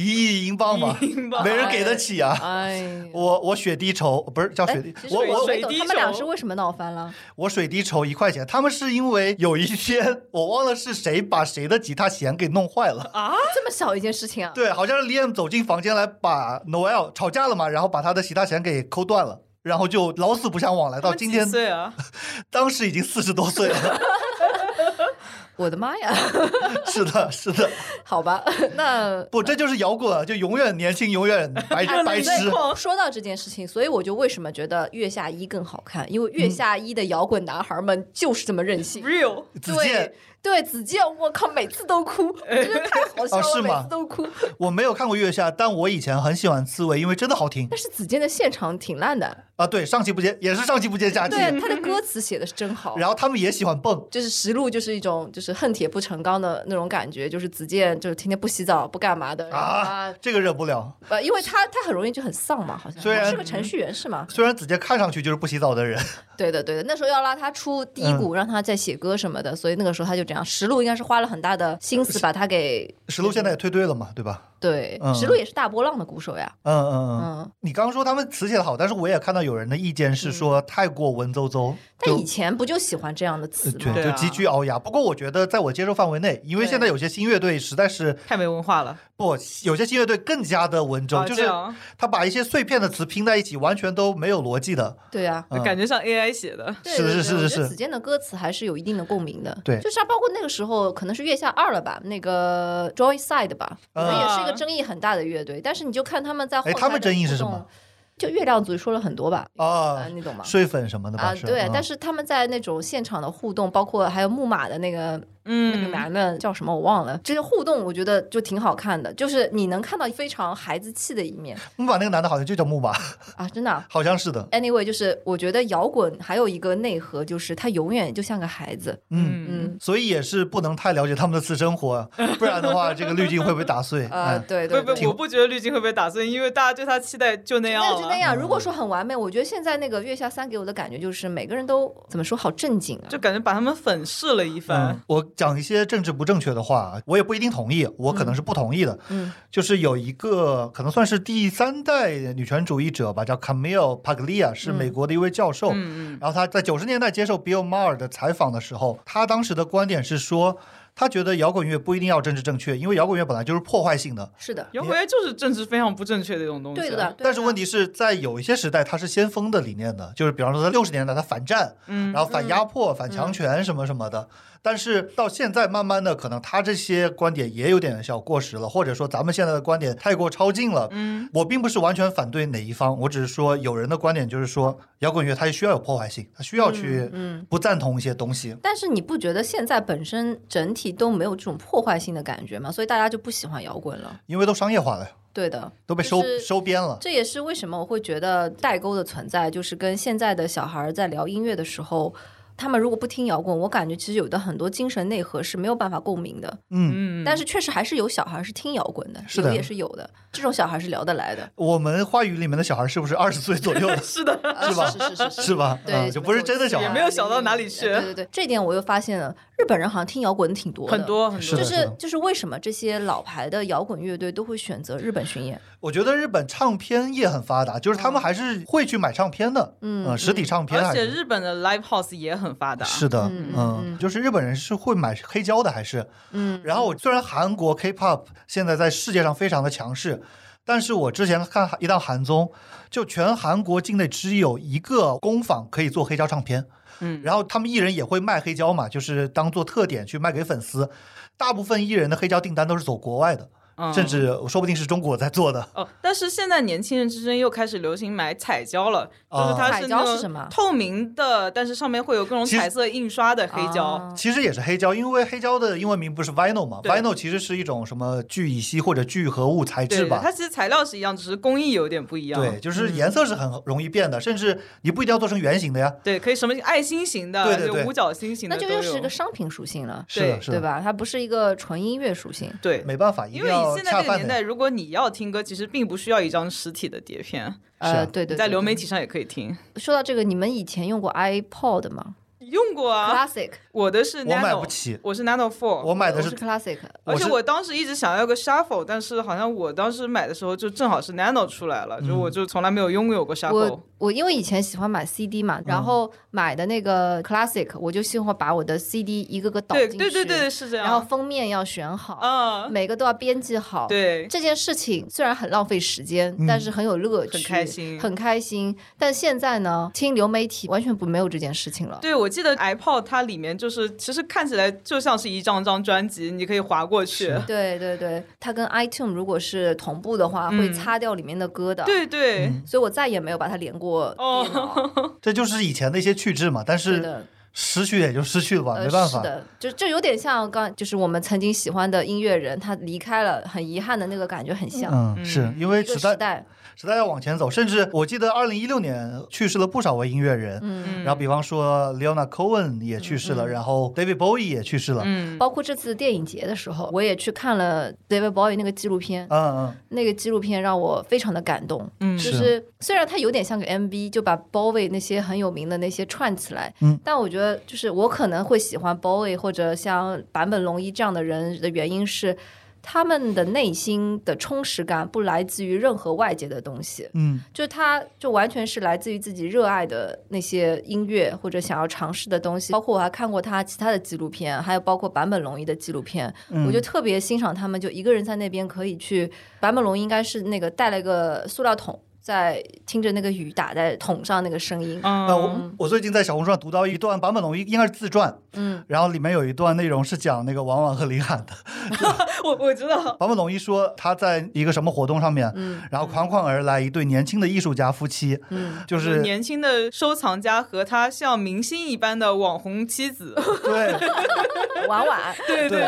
Speaker 2: 一亿英镑嘛，
Speaker 1: 英 镑
Speaker 2: 没人给得起啊！
Speaker 3: 哎。
Speaker 2: 我我雪滴筹不是叫雪滴，
Speaker 3: 其实
Speaker 2: 我
Speaker 1: 水
Speaker 2: 我
Speaker 1: 水
Speaker 3: 没懂
Speaker 1: 滴
Speaker 3: 他们俩
Speaker 1: 手
Speaker 3: 是为什么闹翻了？
Speaker 2: 我水滴筹一块钱，他们是因为有一天我忘了是谁把谁的吉他弦给弄坏了。
Speaker 3: 这么小一件事情啊！
Speaker 2: 对，好像是 Liam 走进房间来把 Noel 吵架了嘛，然后把他的吉他弦给抠断了，然后就老死不相往来。
Speaker 1: 他
Speaker 2: 到
Speaker 1: 们
Speaker 2: 今
Speaker 1: 几
Speaker 2: 天，
Speaker 1: 岁 啊？
Speaker 2: 当时已经四十多岁了。
Speaker 3: 我的妈呀，
Speaker 2: 是的，是的，
Speaker 3: 好吧， 那
Speaker 2: 不，这就是摇滚，啊就永远年轻，永远 白
Speaker 3: 哎
Speaker 2: 白痴
Speaker 3: 所以。 说到这件事情，所以我就为什么觉得月下一更好看，因为
Speaker 2: 嗯
Speaker 3: 月下一的摇滚男孩们就是这么任 性。
Speaker 1: real
Speaker 2: 子健
Speaker 3: 对，对，子健，我靠，每次都哭，真的太好笑
Speaker 2: 哦
Speaker 3: 了，
Speaker 2: 是吗
Speaker 3: 每次都哭。
Speaker 2: 我没有看过月下，但我以前很喜欢刺猬，因为真的好听
Speaker 3: 但是子健的现场挺烂的，
Speaker 2: 啊。对，上气不接，也是上气不接下气。
Speaker 3: 对，他的歌词写的是真好。
Speaker 2: 嗯然后他们也喜欢蹦，
Speaker 3: 就是实录，就是一种就是恨铁不成钢的那种感觉，就是子健就是天天不洗澡不干嘛的
Speaker 2: 啊
Speaker 3: 啊，
Speaker 2: 这个忍不了。
Speaker 3: 呃，因为他他很容易就很丧嘛，好像
Speaker 2: 虽然
Speaker 3: 他是个程序员是吗？
Speaker 2: 虽然子健看上去就是不洗澡的人，
Speaker 3: 对的，对的，那时候要拉他出低
Speaker 2: 嗯
Speaker 3: 谷，让他再写歌什么的，所以那个时候他就这样。石路应该是花了很大的心思把他给
Speaker 2: 石璐现在也退队了嘛，对吧？
Speaker 3: 对，
Speaker 2: 嗯
Speaker 3: 石路也是大波浪的鼓手呀，
Speaker 2: 嗯嗯嗯。
Speaker 3: 嗯。
Speaker 2: 你刚刚说他们词写的好，但是我也看到有人的意见是说太过文绉绉，
Speaker 3: 但以前不就喜欢这样的词
Speaker 2: 就
Speaker 3: 吗？
Speaker 2: 对，
Speaker 1: 对
Speaker 2: 就
Speaker 1: 啊
Speaker 2: 急剧熬牙。不过我觉得在我接受范围内，因为
Speaker 3: 对
Speaker 2: 现在有些新乐队实在是
Speaker 1: 太没文化了，
Speaker 2: 不，有些新乐队更加的文绉，
Speaker 1: 啊
Speaker 2: 就
Speaker 1: 这
Speaker 2: 是
Speaker 1: 样
Speaker 2: 他把一些碎片的词拼在一起，完全都没有逻辑的。
Speaker 3: 对呀、
Speaker 2: 嗯
Speaker 1: 感觉像 AI 写 的。
Speaker 3: 对
Speaker 2: 是
Speaker 3: 对
Speaker 2: 是是
Speaker 3: 对我
Speaker 2: 是
Speaker 3: 觉得
Speaker 2: 是
Speaker 3: 子健的歌词还是有一定的共鸣的。
Speaker 2: 对
Speaker 3: 就是啊包括那个时候可能是月下二了吧，那个 Joy Side 吧，可能
Speaker 1: 嗯
Speaker 3: 也是一个争议很大的乐队。但是你就看他们在后
Speaker 2: 哎
Speaker 3: 台
Speaker 2: 他们
Speaker 3: 的
Speaker 2: 争议是
Speaker 3: 互
Speaker 2: 什么
Speaker 3: 动？就月亮组说了很多吧，
Speaker 2: 啊
Speaker 3: 啊，，你懂吗？
Speaker 2: 睡粉什么的吧？
Speaker 3: 啊，对，但
Speaker 2: 是嗯
Speaker 3: 是他们在那种现场的互动，包括还有木马的那个那个
Speaker 1: 嗯，
Speaker 3: 男的叫什么我忘了，这些互动我觉得就挺好看的，就是你能看到非常孩子气的一面
Speaker 2: 嗯木马那个男的好像就叫木马，
Speaker 3: 啊，真的啊、
Speaker 2: 好像是的。
Speaker 3: Anyway，就是我觉得摇滚还有一个内核，就是他永远就像个孩子。
Speaker 2: 嗯，
Speaker 1: 嗯，
Speaker 2: 所以也是不能太了解他们的私生活，不然的话，这个滤镜会被打碎。
Speaker 3: 啊，
Speaker 2: 嗯
Speaker 3: 对对
Speaker 1: 不
Speaker 3: 对。
Speaker 1: 不，我不觉得滤镜会被打碎，因为大家对他期待就那样
Speaker 3: 那就那
Speaker 1: 了。
Speaker 3: 样。如果说很完美，我觉得现在那个月下三给我的感觉就是每个人都怎么说好正经啊
Speaker 1: 就，感觉把他们粉饰了一
Speaker 2: 嗯
Speaker 1: 番，，
Speaker 2: 我讲一些政治不正确的话，啊我也不一定同意，我可能是不同意的。
Speaker 3: 嗯，
Speaker 2: 就是有一个可能算是第三代女权主义者吧，叫 Camille Paglia，是美国的一位教授。
Speaker 1: 嗯嗯，
Speaker 2: 然后他在九十年代接受 Bill Maher 的采访的时候，他当时的观点是说，他觉得摇滚乐不一定要政治正确，因为摇滚乐本来就是破坏性的。
Speaker 3: 是的，
Speaker 1: 摇滚乐就是政治非常不正确的一种东西。啊
Speaker 3: 对的，对的啊
Speaker 2: 但是问题是在有一些时代，它是先锋的理念的，就是比方说在六十年代，它反战，
Speaker 1: 嗯
Speaker 2: 然后反压迫、反强权什么什么的。但是到现在，慢慢的，可能他这些观点也有点小过时了，或者说咱们现在的观点太过超近了。
Speaker 1: 嗯，，
Speaker 2: 我并不是完全反对哪一方，我只是说有人的观点就是说，摇滚乐它也需要有破坏性，它需要去
Speaker 3: 嗯。
Speaker 2: 不赞同一些东西。
Speaker 3: 但是你不觉得现在本身整体都没有这种破坏性的感觉吗？所以大家就不喜欢摇滚了。
Speaker 2: 因为都商业化了，
Speaker 3: 对的，
Speaker 2: 都被收、
Speaker 3: 就是
Speaker 2: 收编了。
Speaker 3: 这也是为什么我会觉得代沟的存在，就是跟现在的小孩儿在聊音乐的时候，他们如果不听摇滚，我感觉其实有的很多精神内核是没有办法共鸣的。
Speaker 2: 嗯，
Speaker 3: 但是确实还是有小孩儿是听摇滚的，
Speaker 2: 是的
Speaker 3: 有也是有的，这种小孩儿是聊得来的，
Speaker 2: 我们话语里面的小孩是不是二十岁左右的
Speaker 1: 是的，
Speaker 3: 啊
Speaker 2: 是吧
Speaker 3: 是是是
Speaker 2: 是吧？
Speaker 3: 对
Speaker 2: 嗯就不是真的小
Speaker 1: 也
Speaker 2: 孩
Speaker 1: 没。有小到哪里去
Speaker 3: 对对对，这点我又发现了，日本人好像听摇滚挺多的，
Speaker 1: 很多很
Speaker 2: 是的
Speaker 1: 多
Speaker 3: 就是是
Speaker 2: 的
Speaker 3: 就是为什么这些老牌的摇滚乐队都会选择日本巡演？
Speaker 2: 我觉得日本唱片业很发达，就是他们还是会去买唱片的，
Speaker 3: 嗯
Speaker 2: 呃实体唱片
Speaker 1: 而
Speaker 2: 还
Speaker 1: 且
Speaker 2: 是。
Speaker 1: 日本啊的 live house 也很发达。
Speaker 2: 是的，
Speaker 3: 嗯
Speaker 2: 嗯，就是日本人是会买黑胶的，还是
Speaker 3: 嗯，
Speaker 2: 然后我虽然韩国 K-pop 现在在世界上非常的强势，但是我之前看一档韩综，就全韩国境内只有一个工坊可以做黑胶唱片，
Speaker 1: 嗯
Speaker 2: 然后他们艺人也会卖黑胶嘛，就是当做特点去卖给粉丝。大部分艺人的黑胶订单都是走国外的，
Speaker 1: 嗯
Speaker 2: 甚至说不定是中国在做的。
Speaker 1: 哦，但是现在年轻人之间又开始流行买彩胶了，就是
Speaker 2: 哦
Speaker 1: 它
Speaker 3: 彩
Speaker 1: 那
Speaker 3: 胶是什
Speaker 1: 种
Speaker 3: 么
Speaker 1: 透明的，但是上面会有各种
Speaker 2: 其实
Speaker 1: 彩色印刷的黑胶。
Speaker 3: 啊
Speaker 2: 其实也是黑胶，因为黑胶的英文名不是 vinyl 嘛
Speaker 1: 对
Speaker 2: ，vinyl 其实是一种什么聚乙烯或者聚合物材
Speaker 1: 对
Speaker 2: 质
Speaker 1: 对，
Speaker 2: 吧
Speaker 1: 它。其实材料是一样，只是工艺有点不一样。嗯
Speaker 2: 对，就是颜色是很容易变的，甚至你不一定要做成圆形的呀。
Speaker 1: 对，可以什么爱心型的，
Speaker 2: 对对
Speaker 1: 就
Speaker 2: 对
Speaker 1: 五角星型的
Speaker 3: 那
Speaker 1: 都
Speaker 3: 就
Speaker 1: 有，
Speaker 3: 又是个商品属性了，
Speaker 2: 是的，
Speaker 1: 对
Speaker 2: 是
Speaker 3: 对
Speaker 2: 的，
Speaker 3: 吧？它不是一个纯音乐属性。
Speaker 1: 对。
Speaker 2: 没办法，一
Speaker 1: 因
Speaker 2: 定
Speaker 1: 为
Speaker 2: 要
Speaker 1: 你现在
Speaker 2: 恰
Speaker 1: 这个
Speaker 2: 饭
Speaker 1: 年
Speaker 2: 的。
Speaker 1: 代，如果你要听歌，其实并不需要一张实体的碟片，
Speaker 2: 是啊
Speaker 3: 呃，对对
Speaker 1: 你
Speaker 3: 对。
Speaker 1: 在流媒
Speaker 3: 对
Speaker 1: 体上也可以听。
Speaker 3: 说到这个，你们以前用过 iPod 吗
Speaker 1: 用过啊，
Speaker 3: ？Classic，
Speaker 1: 我的是哦 Nano，
Speaker 2: 我买不起，
Speaker 1: 我是 Nano Four，
Speaker 2: 我买的
Speaker 3: 我
Speaker 2: 是
Speaker 3: 是 Classic，
Speaker 1: 而且
Speaker 2: 是
Speaker 1: 我当时一直想要个 Shuffle，但是好像我当时买的时候就正好是 Nano 出来了，就我就从来没有拥有过 Shuffle
Speaker 3: 我。我因为以前喜欢买 CD 嘛，
Speaker 2: 嗯
Speaker 3: 然后买的那个 Classic，我就喜欢把我的 CD 一个个导
Speaker 1: 对
Speaker 3: 进去，
Speaker 1: 对对对，，是这样。
Speaker 3: 然后封面要选好，
Speaker 1: 嗯，
Speaker 3: 每个都要编辑好，
Speaker 1: 对，
Speaker 3: 这件事情虽然很浪费时间，但是很有乐趣，
Speaker 1: 很开心
Speaker 3: 很开心。但现在呢，听流媒体完全不没有这件事情了。
Speaker 1: 对，我记得 iPod 它里面就是其实看起来就像是一张张专辑，你可以划过去。
Speaker 3: 对对对，它跟 iTunes 如果是同步的话，
Speaker 1: 嗯
Speaker 3: 会擦掉里面的歌的。，
Speaker 1: 对对，
Speaker 3: 所以我再也没有把它连过电脑。
Speaker 2: 这就是以前的一些去制嘛，但
Speaker 3: 对
Speaker 2: 是
Speaker 3: 的，
Speaker 2: 失去也就失去了吧，
Speaker 3: 呃，
Speaker 2: 没办
Speaker 3: 是
Speaker 2: 法。
Speaker 3: 的，就就有点像刚就是我们曾经喜欢的音乐人，他离开了，很遗憾的那个感觉很像。
Speaker 2: 嗯，是因为
Speaker 3: 一个
Speaker 2: 时
Speaker 3: 时
Speaker 2: 代
Speaker 3: 代，
Speaker 2: 时代要往前走，甚至我记得二零一六年去世了不少位音乐人，
Speaker 1: 嗯
Speaker 2: 然后比方说 Leona Cohen 也去世了，然后 David Bowie 也去世了，嗯
Speaker 1: 嗯，
Speaker 3: 包括这次电影节的时候，我也去看了 David Bowie 那个纪录片，
Speaker 2: 嗯
Speaker 3: 那个纪录片让我非常的感动。
Speaker 1: 嗯
Speaker 3: 就是是虽然它有点像个 MV，就把 Bowie 那些很有名的那些串起来，
Speaker 2: 嗯
Speaker 3: 但我觉得就是我可能会喜欢 Bowie 或者像坂本龙一这样的人的原因是。他们的内心的充实感不来自于任何外界的东西，
Speaker 2: 嗯
Speaker 3: 就是他就完全是来自于自己热爱的那些音乐或者想要尝试的东西。包括我还看过他其他的纪录片，还有包括坂本龙一的纪录片，
Speaker 2: 嗯，
Speaker 3: 我就特别欣赏他们，就一个人在那边可以去。坂本龙应该是那个带了一个塑料桶，在听着那个雨打在桶上那个声音。
Speaker 2: 呃，
Speaker 1: 嗯，
Speaker 2: 我我最近在小红书上读到一段坂本龙一应该是自传，
Speaker 3: 嗯，
Speaker 2: 然后里面有一段内容是讲那个王婉和林海的。
Speaker 1: 我我知道，
Speaker 2: 坂本龙一说他在一个什么活动上面，
Speaker 3: 嗯
Speaker 2: 然后款款而来一对年轻的艺术家夫妻，
Speaker 3: 嗯，
Speaker 2: 就是
Speaker 1: 年轻的收藏家和他像明星一般的网红妻子，
Speaker 2: 对
Speaker 3: 婉婉，
Speaker 1: 对对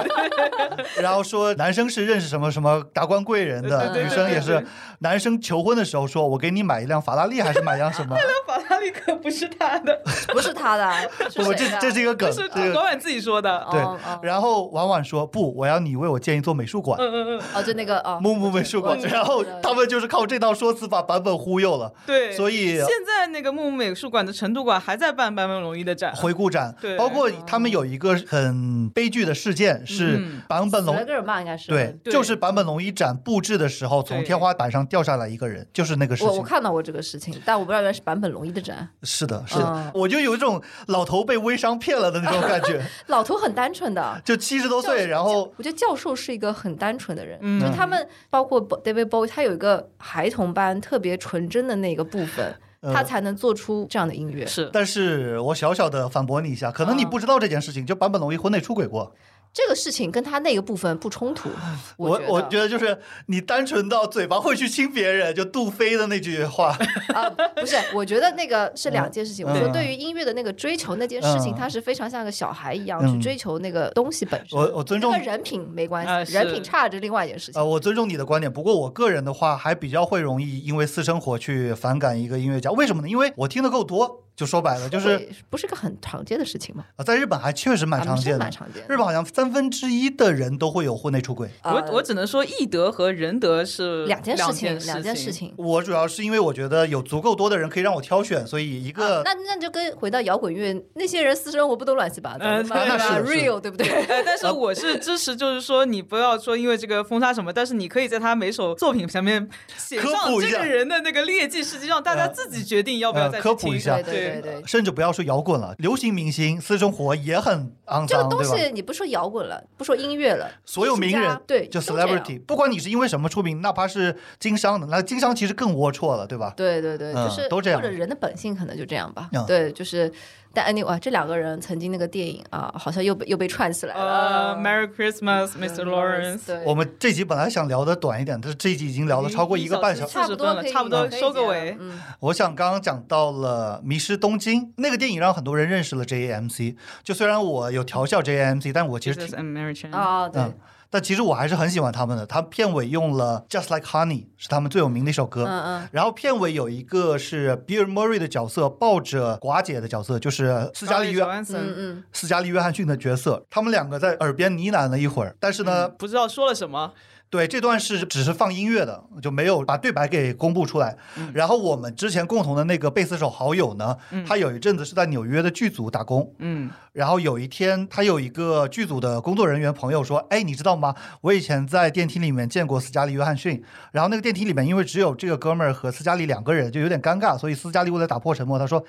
Speaker 2: 然后说男生是认识什么什么达官贵人的，
Speaker 1: 对对对
Speaker 2: 女生也
Speaker 1: 对
Speaker 2: 是
Speaker 1: 对，
Speaker 2: 男生求婚的时候说我给你买一辆法拉利还是买辆什 么？
Speaker 1: 法拉利可不是他的，
Speaker 3: 不是他的， 是
Speaker 2: 不，
Speaker 3: 谁
Speaker 2: 这
Speaker 3: 的？
Speaker 2: 这是一个梗，
Speaker 1: 啊是
Speaker 2: 这
Speaker 1: 管
Speaker 2: 个
Speaker 1: 管自己说的。
Speaker 2: 对
Speaker 3: 哦哦。
Speaker 2: 然后婉婉说不，我要你为我建一座美术馆。
Speaker 1: 嗯嗯嗯，
Speaker 3: 哦，就那个哦，
Speaker 2: 木木美术馆，
Speaker 3: 我知道
Speaker 2: 然后
Speaker 3: 我知道
Speaker 2: 他们就是靠这套说辞把版本忽悠了。
Speaker 1: 对。
Speaker 2: 所以
Speaker 1: 现在那个木木美术馆的成都馆还在办坂本龙一的展，
Speaker 2: 回顾展
Speaker 1: 对，
Speaker 2: 包括他们有一个很很悲剧的事件是
Speaker 1: 嗯
Speaker 2: 坂本龙
Speaker 3: 格尔曼应该是
Speaker 2: 对，
Speaker 1: 对
Speaker 2: 就是坂本龙一展布置的时候，从
Speaker 1: 对
Speaker 2: 天花板上掉下来一个人，就是那个事
Speaker 3: 我我
Speaker 2: 情。
Speaker 3: 看到过这个事情，但我不知道原来是坂本龙一的展。
Speaker 2: 是的，是的
Speaker 3: 嗯，
Speaker 2: 我就有一种老头被微商骗了的那种感觉，
Speaker 3: 老头很单纯的，
Speaker 2: 就七十多
Speaker 3: 教
Speaker 2: 岁，
Speaker 3: 授
Speaker 2: 然后
Speaker 3: 我觉得教授是一个很单纯的人，
Speaker 1: 嗯
Speaker 3: 就他们包括 Bo- David Bowie，他有一个孩童般特别纯真的那个部分，
Speaker 2: 呃
Speaker 3: 他才能做出这样的音乐。
Speaker 1: 是
Speaker 2: 但是我小小的反驳你一下，可能你
Speaker 3: 嗯
Speaker 2: 不知道这件事情，就坂本龙一婚内出轨过。
Speaker 3: 这个事情跟他那个部分不冲突，
Speaker 2: 我
Speaker 3: 觉
Speaker 2: 我
Speaker 3: 得
Speaker 2: 觉得就是你单纯到嘴巴会去亲别人，就杜飞的那句话，
Speaker 3: 啊、不是，我觉得那个是两件事情。
Speaker 2: 嗯
Speaker 3: 我觉得
Speaker 2: 嗯
Speaker 3: 对于音乐的那个追求那件事情，
Speaker 2: 嗯
Speaker 3: 他是非常像个小孩一样
Speaker 2: 嗯
Speaker 3: 去追求那个东西本身。
Speaker 2: 我我尊
Speaker 3: 这
Speaker 2: 重
Speaker 3: 个人品没关系，
Speaker 1: 啊是
Speaker 3: 人品差这是另外一件事情。
Speaker 2: 呃，我尊重你的观点，不过我个人的话，还比较会容易因为私生活去反感一个音乐家。为什么呢？因为我听的够多，就说白了，就是
Speaker 3: 会不是个很常见的事情嘛？
Speaker 2: 呃在日本还确实蛮
Speaker 3: 啊
Speaker 2: 常
Speaker 3: 是
Speaker 2: 见的
Speaker 3: 蛮。常见的。
Speaker 2: 日本好像三分之一的人都会有婚内出轨。
Speaker 1: 我
Speaker 3: 呃
Speaker 1: 我只能说义德和仁德是
Speaker 3: 两件事情，
Speaker 1: 两
Speaker 3: 两
Speaker 1: 件
Speaker 3: 件事。情。
Speaker 2: 我主要是因为我觉得有足够多的人可以让我挑选，所以一
Speaker 3: 啊
Speaker 2: 个、
Speaker 3: 那那就跟回到摇滚乐，那些人私生活不都乱七八糟的
Speaker 1: 嗯
Speaker 3: 吗？
Speaker 1: 对
Speaker 3: 对
Speaker 2: 那
Speaker 3: 吧
Speaker 2: 是是
Speaker 3: ？real 对不对？
Speaker 1: 呃，但是我是支持，就是说你不要说因为这个封杀什么，但是你可以在他每首作品前面写
Speaker 2: 科
Speaker 1: 上
Speaker 2: 普一
Speaker 1: 这
Speaker 2: 下
Speaker 1: 个人的那个劣迹事迹，让大家自己决定要不要
Speaker 2: 呃
Speaker 1: 再去
Speaker 2: 科普
Speaker 1: 听
Speaker 2: 一下
Speaker 3: 对对对对。
Speaker 2: 甚至不要说摇滚了，流行明星私生活也很肮
Speaker 3: 这个
Speaker 2: 脏，
Speaker 3: 东
Speaker 2: 对吧？
Speaker 3: 西你不说摇滚了，不说音乐了，
Speaker 2: 所有名
Speaker 3: 艺术
Speaker 2: 人
Speaker 3: 家对
Speaker 2: 就
Speaker 3: 都这样
Speaker 2: celebrity，不管你是因为什么出名，哪怕是经商的，那经商其实更龌龊了，对吧？
Speaker 3: 对对对，
Speaker 2: 嗯
Speaker 3: 就是
Speaker 2: 都这样
Speaker 3: 或者人的本性可能就这样吧。
Speaker 2: 嗯
Speaker 3: 对，就是但 anyway，这两个人曾经那个电影啊，好像又被又被串起来了。
Speaker 1: 呃，Merry Christmas，Mr. Lawrence。
Speaker 3: 对，
Speaker 2: 我们这集本来想聊的短一点，但是这一集已经聊了超过一个半小时。
Speaker 1: 差不多可以
Speaker 3: 差
Speaker 1: 差
Speaker 3: 不
Speaker 1: 不
Speaker 3: 多
Speaker 1: 多
Speaker 3: 可以
Speaker 1: 收个尾
Speaker 3: 嗯，
Speaker 2: 我想刚刚讲到了《迷失东京》那个电影，让很多人认识了 JAMC。就虽然我有调笑 JAMC，但我其实
Speaker 1: Jesus
Speaker 2: 挺，
Speaker 1: and Mary Chain。
Speaker 3: 啊，对，
Speaker 2: 嗯但其实我还是很喜欢他们的。他片尾用了《Just Like Honey》，是他们最有名的一首歌。
Speaker 3: 嗯嗯，
Speaker 2: 然后片尾有一个是比尔·莫瑞的角色抱着寡姐的角色，就是斯嘉丽·约
Speaker 1: 安
Speaker 3: 嗯
Speaker 1: 森，
Speaker 3: 嗯，
Speaker 2: 斯嘉丽·约翰逊的角色，他们两个在耳边呢喃了一会儿，但是呢，
Speaker 1: 嗯不知道说了什么。
Speaker 2: 对，这段是只是放音乐的，就没有把对白给公布出来。然后我们之前共同的那个贝斯手好友呢，他有一阵子是在纽约的剧组打工，
Speaker 1: 嗯，
Speaker 2: 然后有一天他有一个剧组的工作人员朋友说：“哎，你知道吗？我以前在电梯里面见过斯嘉丽·约翰逊。”然后那个电梯里面因为只有这个哥们儿和斯嘉丽两个人，就有点尴尬，所以斯嘉丽为了打破沉默，他说：“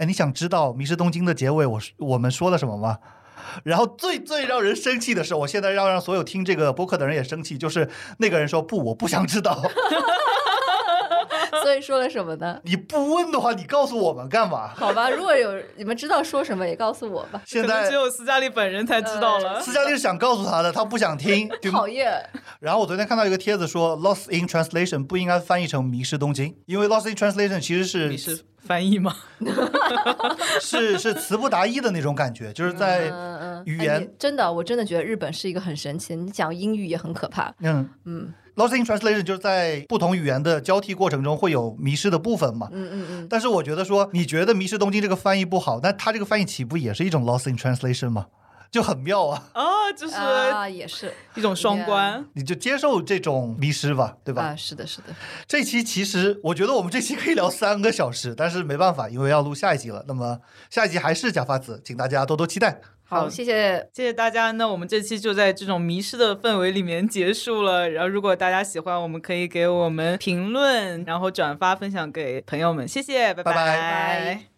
Speaker 2: 哎，你想知道《迷失东京》的结尾我是我们说了什么吗？”然后最最让人生气的是，我现在要让所有听这个播客的人也生气，就是那个人说不，我不想知道。
Speaker 3: 嗯所以说了什么呢？
Speaker 2: 你不问的话，你告诉我们干嘛？
Speaker 3: 好吧，如果有你们知道说什么，也告诉我吧。
Speaker 2: 现
Speaker 1: 可能
Speaker 2: 在
Speaker 1: 只有斯嘉丽本人才知道
Speaker 3: 呃
Speaker 1: 了。
Speaker 2: 斯嘉丽是想告诉他的，他不 想听。 就
Speaker 3: 讨厌，
Speaker 2: 然后我昨天看到一个帖子说，Lost in Translation 不应该翻译成迷失东京，因为 Lost in Translation 其实
Speaker 1: 你
Speaker 2: 是
Speaker 1: 是翻译 吗？
Speaker 2: 是是词不达意的那种感 觉，就是
Speaker 3: 嗯
Speaker 2: 在
Speaker 3: 嗯嗯，
Speaker 2: 语
Speaker 3: 哎
Speaker 2: 言
Speaker 3: 你真的，我真的觉得日本是一个很神奇的，你讲英语也很可怕。
Speaker 2: 嗯
Speaker 3: 嗯
Speaker 2: Lost in Translation 就是在不同语言的交替过程中会有迷失的部分嘛。
Speaker 3: 嗯嗯嗯，
Speaker 2: 但是我觉得说，你觉得《迷失东京》这个翻译不好，那它这个翻译岂不也是一种 lost in translation 吗？就很妙啊！
Speaker 1: 啊，就是
Speaker 3: 啊，也是
Speaker 1: 一种双关。
Speaker 2: 你就接受这种迷失吧，对吧？
Speaker 3: 啊，是的，是的，
Speaker 2: 这期其实我觉得我们这期可以聊三个小时，但是没办法，因为要录下一集了。那么下一集还是假发子，请大家多多期待。
Speaker 3: 好，
Speaker 1: 好
Speaker 3: 谢谢，
Speaker 1: 谢谢大家，那我们这期就在这种迷失的氛围里面结束了。然后，如果大家喜欢，我们可以给我们评论，然后转发分享给朋友们。谢谢，拜
Speaker 2: 拜拜
Speaker 3: 拜